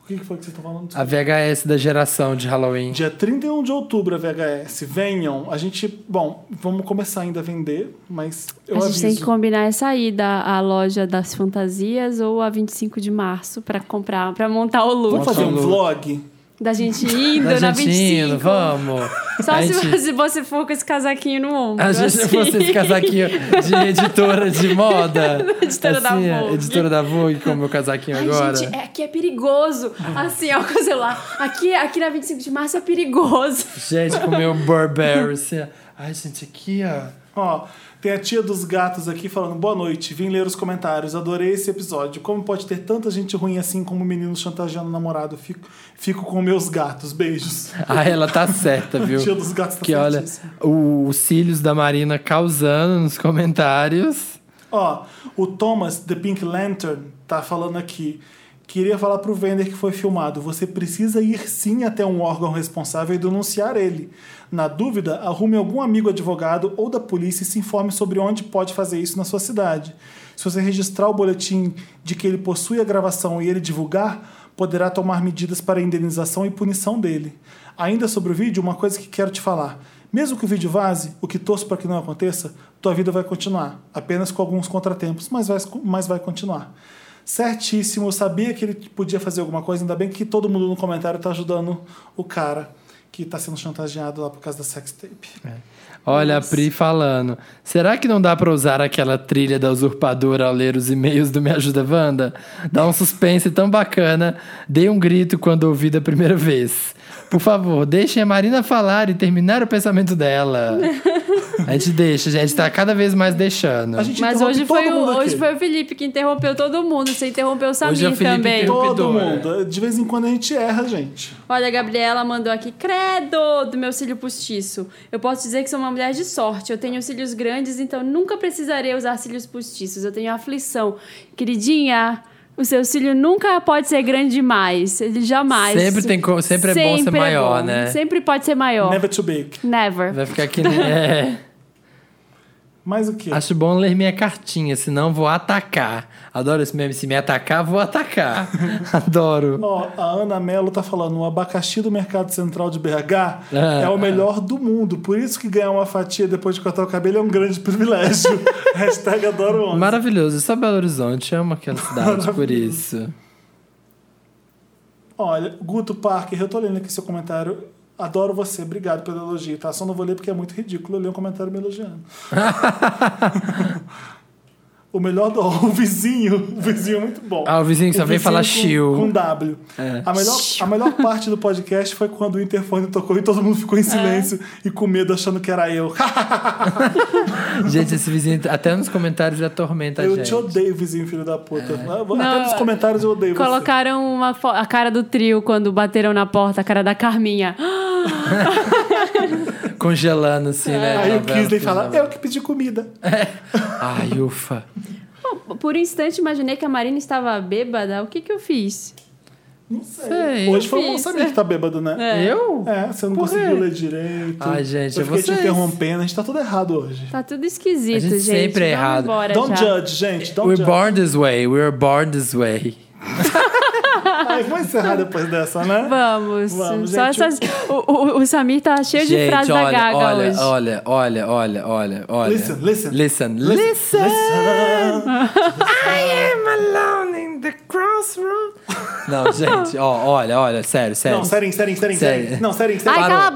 [SPEAKER 3] O que que foi que vocês estão falando?
[SPEAKER 2] A VHS da geração de Halloween.
[SPEAKER 3] Dia 31 de outubro, a VHS. Venham. A gente, bom, vamos começar ainda a vender, mas eu
[SPEAKER 1] a gente
[SPEAKER 3] aviso.
[SPEAKER 1] tem que combinar essa ida à loja das fantasias ou a 25 de março pra comprar, pra montar o look.
[SPEAKER 3] Vamos fazer um
[SPEAKER 2] Falou.
[SPEAKER 3] vlog?
[SPEAKER 1] Da gente indo
[SPEAKER 2] Da
[SPEAKER 1] na
[SPEAKER 2] gente
[SPEAKER 1] 25.
[SPEAKER 2] indo, vamos.
[SPEAKER 1] Só
[SPEAKER 2] a
[SPEAKER 1] se
[SPEAKER 2] gente,
[SPEAKER 1] você- você for com esse casaquinho no ombro.
[SPEAKER 2] a gente
[SPEAKER 1] assim.
[SPEAKER 2] fosse esse casaquinho de editora de moda.
[SPEAKER 1] Editora da
[SPEAKER 2] assim, é,
[SPEAKER 1] Vogue.
[SPEAKER 2] Editora da Vogue com o meu casaquinho
[SPEAKER 1] Ai,
[SPEAKER 2] agora.
[SPEAKER 1] gente, é- aqui é perigoso. Assim, ó, com o celular. Aqui, aqui na 25 de março é perigoso.
[SPEAKER 2] Gente, com o meu Burberry. assim, ó. Ai, gente, aqui, ó.
[SPEAKER 3] Ó, tem a tia dos gatos aqui falando: boa noite, vim ler os comentários, adorei esse episódio. Como pode ter tanta gente ruim assim como o menino chantageando o namorado? Fico, fico com meus gatos, beijos.
[SPEAKER 2] Ah, ela tá certa, viu?
[SPEAKER 3] Tia dos gatos tá
[SPEAKER 2] que olha,
[SPEAKER 3] certíssima.
[SPEAKER 2] o- os cílios da Marina causando nos comentários.
[SPEAKER 3] Ó, o Thomas, The Pink Lantern, tá falando aqui. Queria falar pro Vender que foi filmado. Você precisa ir sim até um órgão responsável e denunciar ele. Na dúvida, arrume algum amigo advogado ou da polícia e se informe sobre onde pode fazer isso na sua cidade. Se você registrar o boletim de que ele possui a gravação e ele divulgar, poderá tomar medidas para indenização e punição dele. Ainda sobre o vídeo, uma coisa que quero te falar. Mesmo que o vídeo vaze, o que torço para que não aconteça, tua vida vai continuar, apenas com alguns contratempos, mas vai, mas vai continuar. Certíssimo, eu sabia que ele podia fazer alguma coisa, ainda bem que todo mundo no comentário tá ajudando o cara que tá sendo chantageado lá por causa da sex tape.
[SPEAKER 2] É. Olha a Pri falando. Será que não dá pra usar aquela trilha da usurpadora ao ler os e-mails do Me Ajuda Wanda? Dá um suspense tão bacana. Dei um grito quando ouvi da primeira vez. Por favor, deixem a Marina falar e terminar o pensamento dela. A gente deixa, gente. Tá cada vez mais deixando.
[SPEAKER 3] A gente
[SPEAKER 1] Mas
[SPEAKER 3] interrompe
[SPEAKER 1] hoje
[SPEAKER 3] todo
[SPEAKER 1] foi,
[SPEAKER 3] mundo
[SPEAKER 1] o,
[SPEAKER 3] aqui.
[SPEAKER 1] hoje foi o Felipe que interrompeu todo mundo. Você interrompeu o Samir
[SPEAKER 2] Hoje é o Felipe
[SPEAKER 1] também.
[SPEAKER 2] interrompeu.
[SPEAKER 3] Todo
[SPEAKER 2] interrompidor,
[SPEAKER 3] mundo. De vez em quando a gente erra, gente.
[SPEAKER 1] Olha, a Gabriela mandou aqui, credo do meu cílio postiço. Eu posso dizer que sou uma mulher de sorte. Eu tenho cílios grandes, então nunca precisarei usar cílios postiços. Eu tenho aflição. Queridinha, o seu cílio nunca pode ser grande demais. Ele jamais.
[SPEAKER 2] Sempre tem co- sempre é bom ser maior, né?
[SPEAKER 1] Sempre pode ser maior. Never.
[SPEAKER 3] Never too big.
[SPEAKER 2] Vai ficar aqui. É.
[SPEAKER 3] Mas o quê?
[SPEAKER 2] Acho bom ler minha cartinha, senão vou atacar. Adoro esse meme. Se me atacar, vou atacar. Adoro.
[SPEAKER 3] Ó, a Ana Mello tá falando, o abacaxi do Mercado Central de BH é, o melhor do mundo. Por isso que ganhar uma fatia depois de cortar o cabelo é um grande privilégio. Hashtag adoro homem.
[SPEAKER 2] Maravilhoso. Só Belo Horizonte. Amo aquela cidade por isso.
[SPEAKER 3] Olha, Guto Parker, eu tô lendo aqui seu comentário. Adoro você, obrigado pelo elogio, tá? Só não vou ler porque é muito ridículo eu ler um comentário me elogiando. o melhor do... O vizinho, o vizinho é muito bom.
[SPEAKER 2] Ah, o vizinho que só vem falar É.
[SPEAKER 3] vizinho com-
[SPEAKER 2] chill.
[SPEAKER 3] Com W. A, melhor, a melhor parte do podcast foi quando o interfone tocou e todo mundo ficou em silêncio e com medo achando que era eu.
[SPEAKER 2] Gente, esse vizinho, até nos comentários, ele atormenta a
[SPEAKER 3] eu
[SPEAKER 2] gente. É.
[SPEAKER 3] te odeio, vizinho, filho da puta. Até
[SPEAKER 1] Não,
[SPEAKER 3] nos comentários eu odeio
[SPEAKER 1] Colocaram uma fo- a cara do trio quando bateram na porta, a cara da Carminha.
[SPEAKER 2] Congelando, assim, né?
[SPEAKER 3] você. É, Aí o
[SPEAKER 2] novela,
[SPEAKER 3] Kisley
[SPEAKER 2] tudo
[SPEAKER 3] fala, "É
[SPEAKER 2] novela.
[SPEAKER 3] eu que pedi comida.
[SPEAKER 2] Ai, ufa.
[SPEAKER 1] Bom, Por um instante imaginei que a Marina estava bêbada. O que que eu fiz?
[SPEAKER 3] Não sei.
[SPEAKER 2] Sei.
[SPEAKER 3] Hoje foi o
[SPEAKER 1] fiz.
[SPEAKER 3] Samir que tá bêbado, né?
[SPEAKER 2] Eu?
[SPEAKER 3] É, você não
[SPEAKER 2] Por quê?
[SPEAKER 3] conseguiu ler direito.
[SPEAKER 2] Ai, gente,
[SPEAKER 3] eu
[SPEAKER 2] é
[SPEAKER 3] fiquei te
[SPEAKER 2] vocês.
[SPEAKER 3] interrompendo. A gente tá tudo errado hoje.
[SPEAKER 1] Tá tudo esquisito,
[SPEAKER 2] A gente sempre é
[SPEAKER 1] Vamos
[SPEAKER 2] errado.
[SPEAKER 1] embora
[SPEAKER 3] Don't
[SPEAKER 1] já.
[SPEAKER 3] judge, gente. Don't
[SPEAKER 2] We're
[SPEAKER 3] judge.
[SPEAKER 2] born this way. We're born this way.
[SPEAKER 3] Ai, vamos encerrar depois dessa, né?
[SPEAKER 1] Vamos.
[SPEAKER 3] Vamos,
[SPEAKER 1] Só
[SPEAKER 3] gente.
[SPEAKER 1] essas... o, o- o Samir tá cheio de frases
[SPEAKER 2] olha,
[SPEAKER 1] da Gaga
[SPEAKER 2] olha,
[SPEAKER 1] hoje.
[SPEAKER 2] olha, olha, olha, olha, olha.
[SPEAKER 3] Listen, listen.
[SPEAKER 2] Listen, listen. I am alone in the crossroad. Não, gente, ó, olha, olha, sério, sério.
[SPEAKER 3] Não, sério, sério, sério,
[SPEAKER 2] Sério.
[SPEAKER 3] sério. Não, sério, sério.
[SPEAKER 1] Ai,
[SPEAKER 2] Parou.
[SPEAKER 1] cala a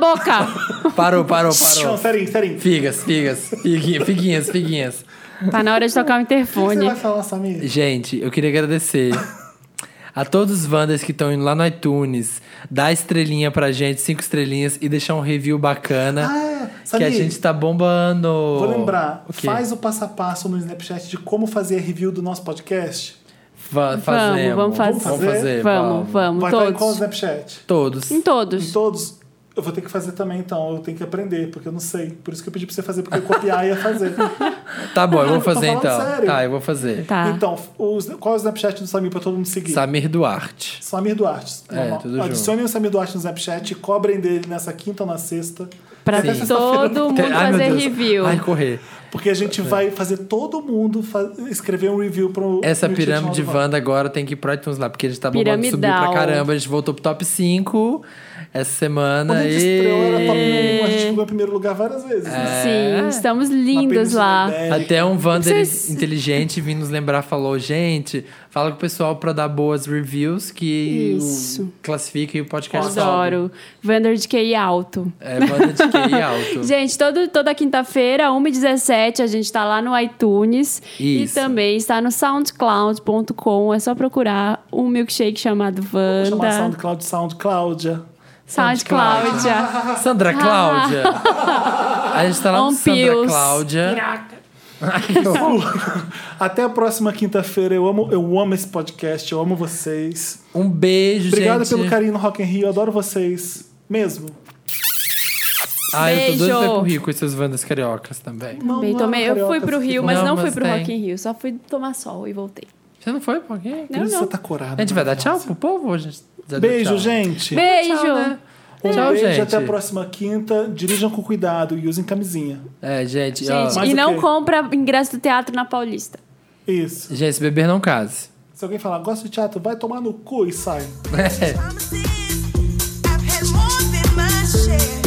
[SPEAKER 1] boca!
[SPEAKER 2] Parou, parou,
[SPEAKER 3] Não,
[SPEAKER 2] parou.
[SPEAKER 3] sério, sério. O
[SPEAKER 2] Figas, figas, figuinha- figuinhas, figuinhas.
[SPEAKER 1] Tá na hora de tocar o
[SPEAKER 3] que você
[SPEAKER 1] interfone.
[SPEAKER 3] vai falar, Samir?
[SPEAKER 2] Gente, eu queria agradecer a todos os Wanders que estão indo lá no iTunes, dá estrelinha pra gente, cinco estrelinhas, e deixar um review bacana.
[SPEAKER 3] Ah,
[SPEAKER 2] que
[SPEAKER 3] sabe?
[SPEAKER 2] a gente tá bombando.
[SPEAKER 3] Vou lembrar.
[SPEAKER 2] O quê?
[SPEAKER 3] Faz o passo a passo no Snapchat de como fazer a review do nosso podcast.
[SPEAKER 2] Va- fazemos.
[SPEAKER 1] Vamos, vamos fazer.
[SPEAKER 2] Vamos fazer?
[SPEAKER 1] Vamos, Então- vamos,
[SPEAKER 3] Vai estar em qual
[SPEAKER 1] todos.
[SPEAKER 3] Snapchat?
[SPEAKER 2] Todos.
[SPEAKER 1] Em
[SPEAKER 3] Em
[SPEAKER 1] todos.
[SPEAKER 3] todos. Eu vou ter que fazer também, então. Eu tenho que aprender, porque eu não sei. Por isso que eu pedi pra você fazer, porque eu copiar e ia fazer.
[SPEAKER 2] Tá bom, eu vou
[SPEAKER 3] Tô
[SPEAKER 2] fazer
[SPEAKER 3] falando
[SPEAKER 2] então.
[SPEAKER 3] sério.
[SPEAKER 2] Tá, eu vou fazer.
[SPEAKER 1] Tá.
[SPEAKER 3] Então, o- qual é o Snapchat do Samir pra todo mundo seguir?
[SPEAKER 2] Samir Duarte.
[SPEAKER 3] Samir Duarte.
[SPEAKER 2] É,
[SPEAKER 3] Normal.
[SPEAKER 2] tudo junto.
[SPEAKER 3] Adicionem o Samir Duarte no Snapchat e cobrem dele nessa quinta ou na sexta.
[SPEAKER 1] Pra
[SPEAKER 2] Sim.
[SPEAKER 1] todo mundo
[SPEAKER 2] Ai, meu
[SPEAKER 1] fazer
[SPEAKER 2] Deus.
[SPEAKER 1] review.
[SPEAKER 2] Ai, correr.
[SPEAKER 3] Porque a
[SPEAKER 2] É.
[SPEAKER 3] gente vai fazer todo mundo fa- escrever um review pro.
[SPEAKER 2] Essa
[SPEAKER 3] pro
[SPEAKER 2] pirâmide de
[SPEAKER 3] Instituto Nova.
[SPEAKER 2] Wanda agora tem que ir pro iTunes lá, porque a gente tá bombando, subiu pra
[SPEAKER 1] Piramidal.
[SPEAKER 2] caramba. A gente voltou pro top 5 essa semana.
[SPEAKER 3] Quando a gente
[SPEAKER 2] e...
[SPEAKER 3] estreou, era top 1, a gente ficou em primeiro lugar várias vezes. né?
[SPEAKER 2] É.
[SPEAKER 1] Sim, estamos
[SPEAKER 3] Na
[SPEAKER 1] lindos
[SPEAKER 3] Península
[SPEAKER 1] lá.
[SPEAKER 3] Ibérica.
[SPEAKER 2] Até um Wander
[SPEAKER 1] Vocês-
[SPEAKER 2] inteligente vindo nos lembrar, falou: gente, fala com o pessoal pra dar boas reviews que
[SPEAKER 1] Isso.
[SPEAKER 2] o- classifica e o podcast sobe."
[SPEAKER 1] Adoro. Vander de QI alto.
[SPEAKER 2] É, Wander de QI alto.
[SPEAKER 1] Gente, todo, toda quinta-feira, 1h17, a gente tá lá no iTunes.
[SPEAKER 2] Isso.
[SPEAKER 1] E também está no soundcloud.com. É só procurar um milkshake chamado
[SPEAKER 2] Tá
[SPEAKER 3] Vou chamar
[SPEAKER 1] Wanda.
[SPEAKER 3] SoundCloud, SoundCláudia.
[SPEAKER 1] SoundCloud.
[SPEAKER 2] Sandra Cláudia. A gente tá lá no
[SPEAKER 1] On
[SPEAKER 2] Sandra
[SPEAKER 1] Ah. Um Pills.
[SPEAKER 2] Cláudia. Ai, que horror.
[SPEAKER 3] Até a próxima quinta-feira. Eu amo, eu amo esse podcast, eu amo vocês.
[SPEAKER 2] um beijo,
[SPEAKER 3] Obrigado
[SPEAKER 2] gente.
[SPEAKER 3] pelo carinho no Rock in Rio, eu adoro vocês. Mesmo.
[SPEAKER 2] Ai, eu tô doido pra ir
[SPEAKER 1] Beijo.
[SPEAKER 2] pro Rio com esses Wandas cariocas também.
[SPEAKER 3] Não,
[SPEAKER 1] Bem,
[SPEAKER 3] não
[SPEAKER 1] tomei,
[SPEAKER 3] era
[SPEAKER 1] eu fui
[SPEAKER 3] carioca,
[SPEAKER 1] pro
[SPEAKER 3] você
[SPEAKER 1] Rio,
[SPEAKER 3] ficou-
[SPEAKER 1] mas
[SPEAKER 2] Não,
[SPEAKER 1] não,
[SPEAKER 2] mas
[SPEAKER 1] fui pro
[SPEAKER 2] tem.
[SPEAKER 1] Rock in Rio. Só fui tomar sol e voltei.
[SPEAKER 2] Você não foi, por quê?
[SPEAKER 1] Não,
[SPEAKER 3] Você
[SPEAKER 1] não.
[SPEAKER 3] tá curada.
[SPEAKER 2] A gente vai dar tchau pro povo hoje?
[SPEAKER 3] Beijo, gente.
[SPEAKER 1] Beijo!
[SPEAKER 2] né?
[SPEAKER 3] Um
[SPEAKER 2] Tchau,
[SPEAKER 3] beijo
[SPEAKER 2] gente.
[SPEAKER 3] até a próxima quinta. Dirijam com cuidado e usem camisinha.
[SPEAKER 2] É, gente,
[SPEAKER 1] Gente,
[SPEAKER 2] ó.
[SPEAKER 3] Mas
[SPEAKER 1] e
[SPEAKER 3] o
[SPEAKER 1] não
[SPEAKER 3] quê?
[SPEAKER 1] compra ingresso do teatro na Paulista.
[SPEAKER 3] Isso.
[SPEAKER 2] Gente, se beber não case.
[SPEAKER 3] Se alguém falar, gosta de teatro, vai tomar no cu e sai.
[SPEAKER 2] É.
[SPEAKER 8] promises. I've had more than my share.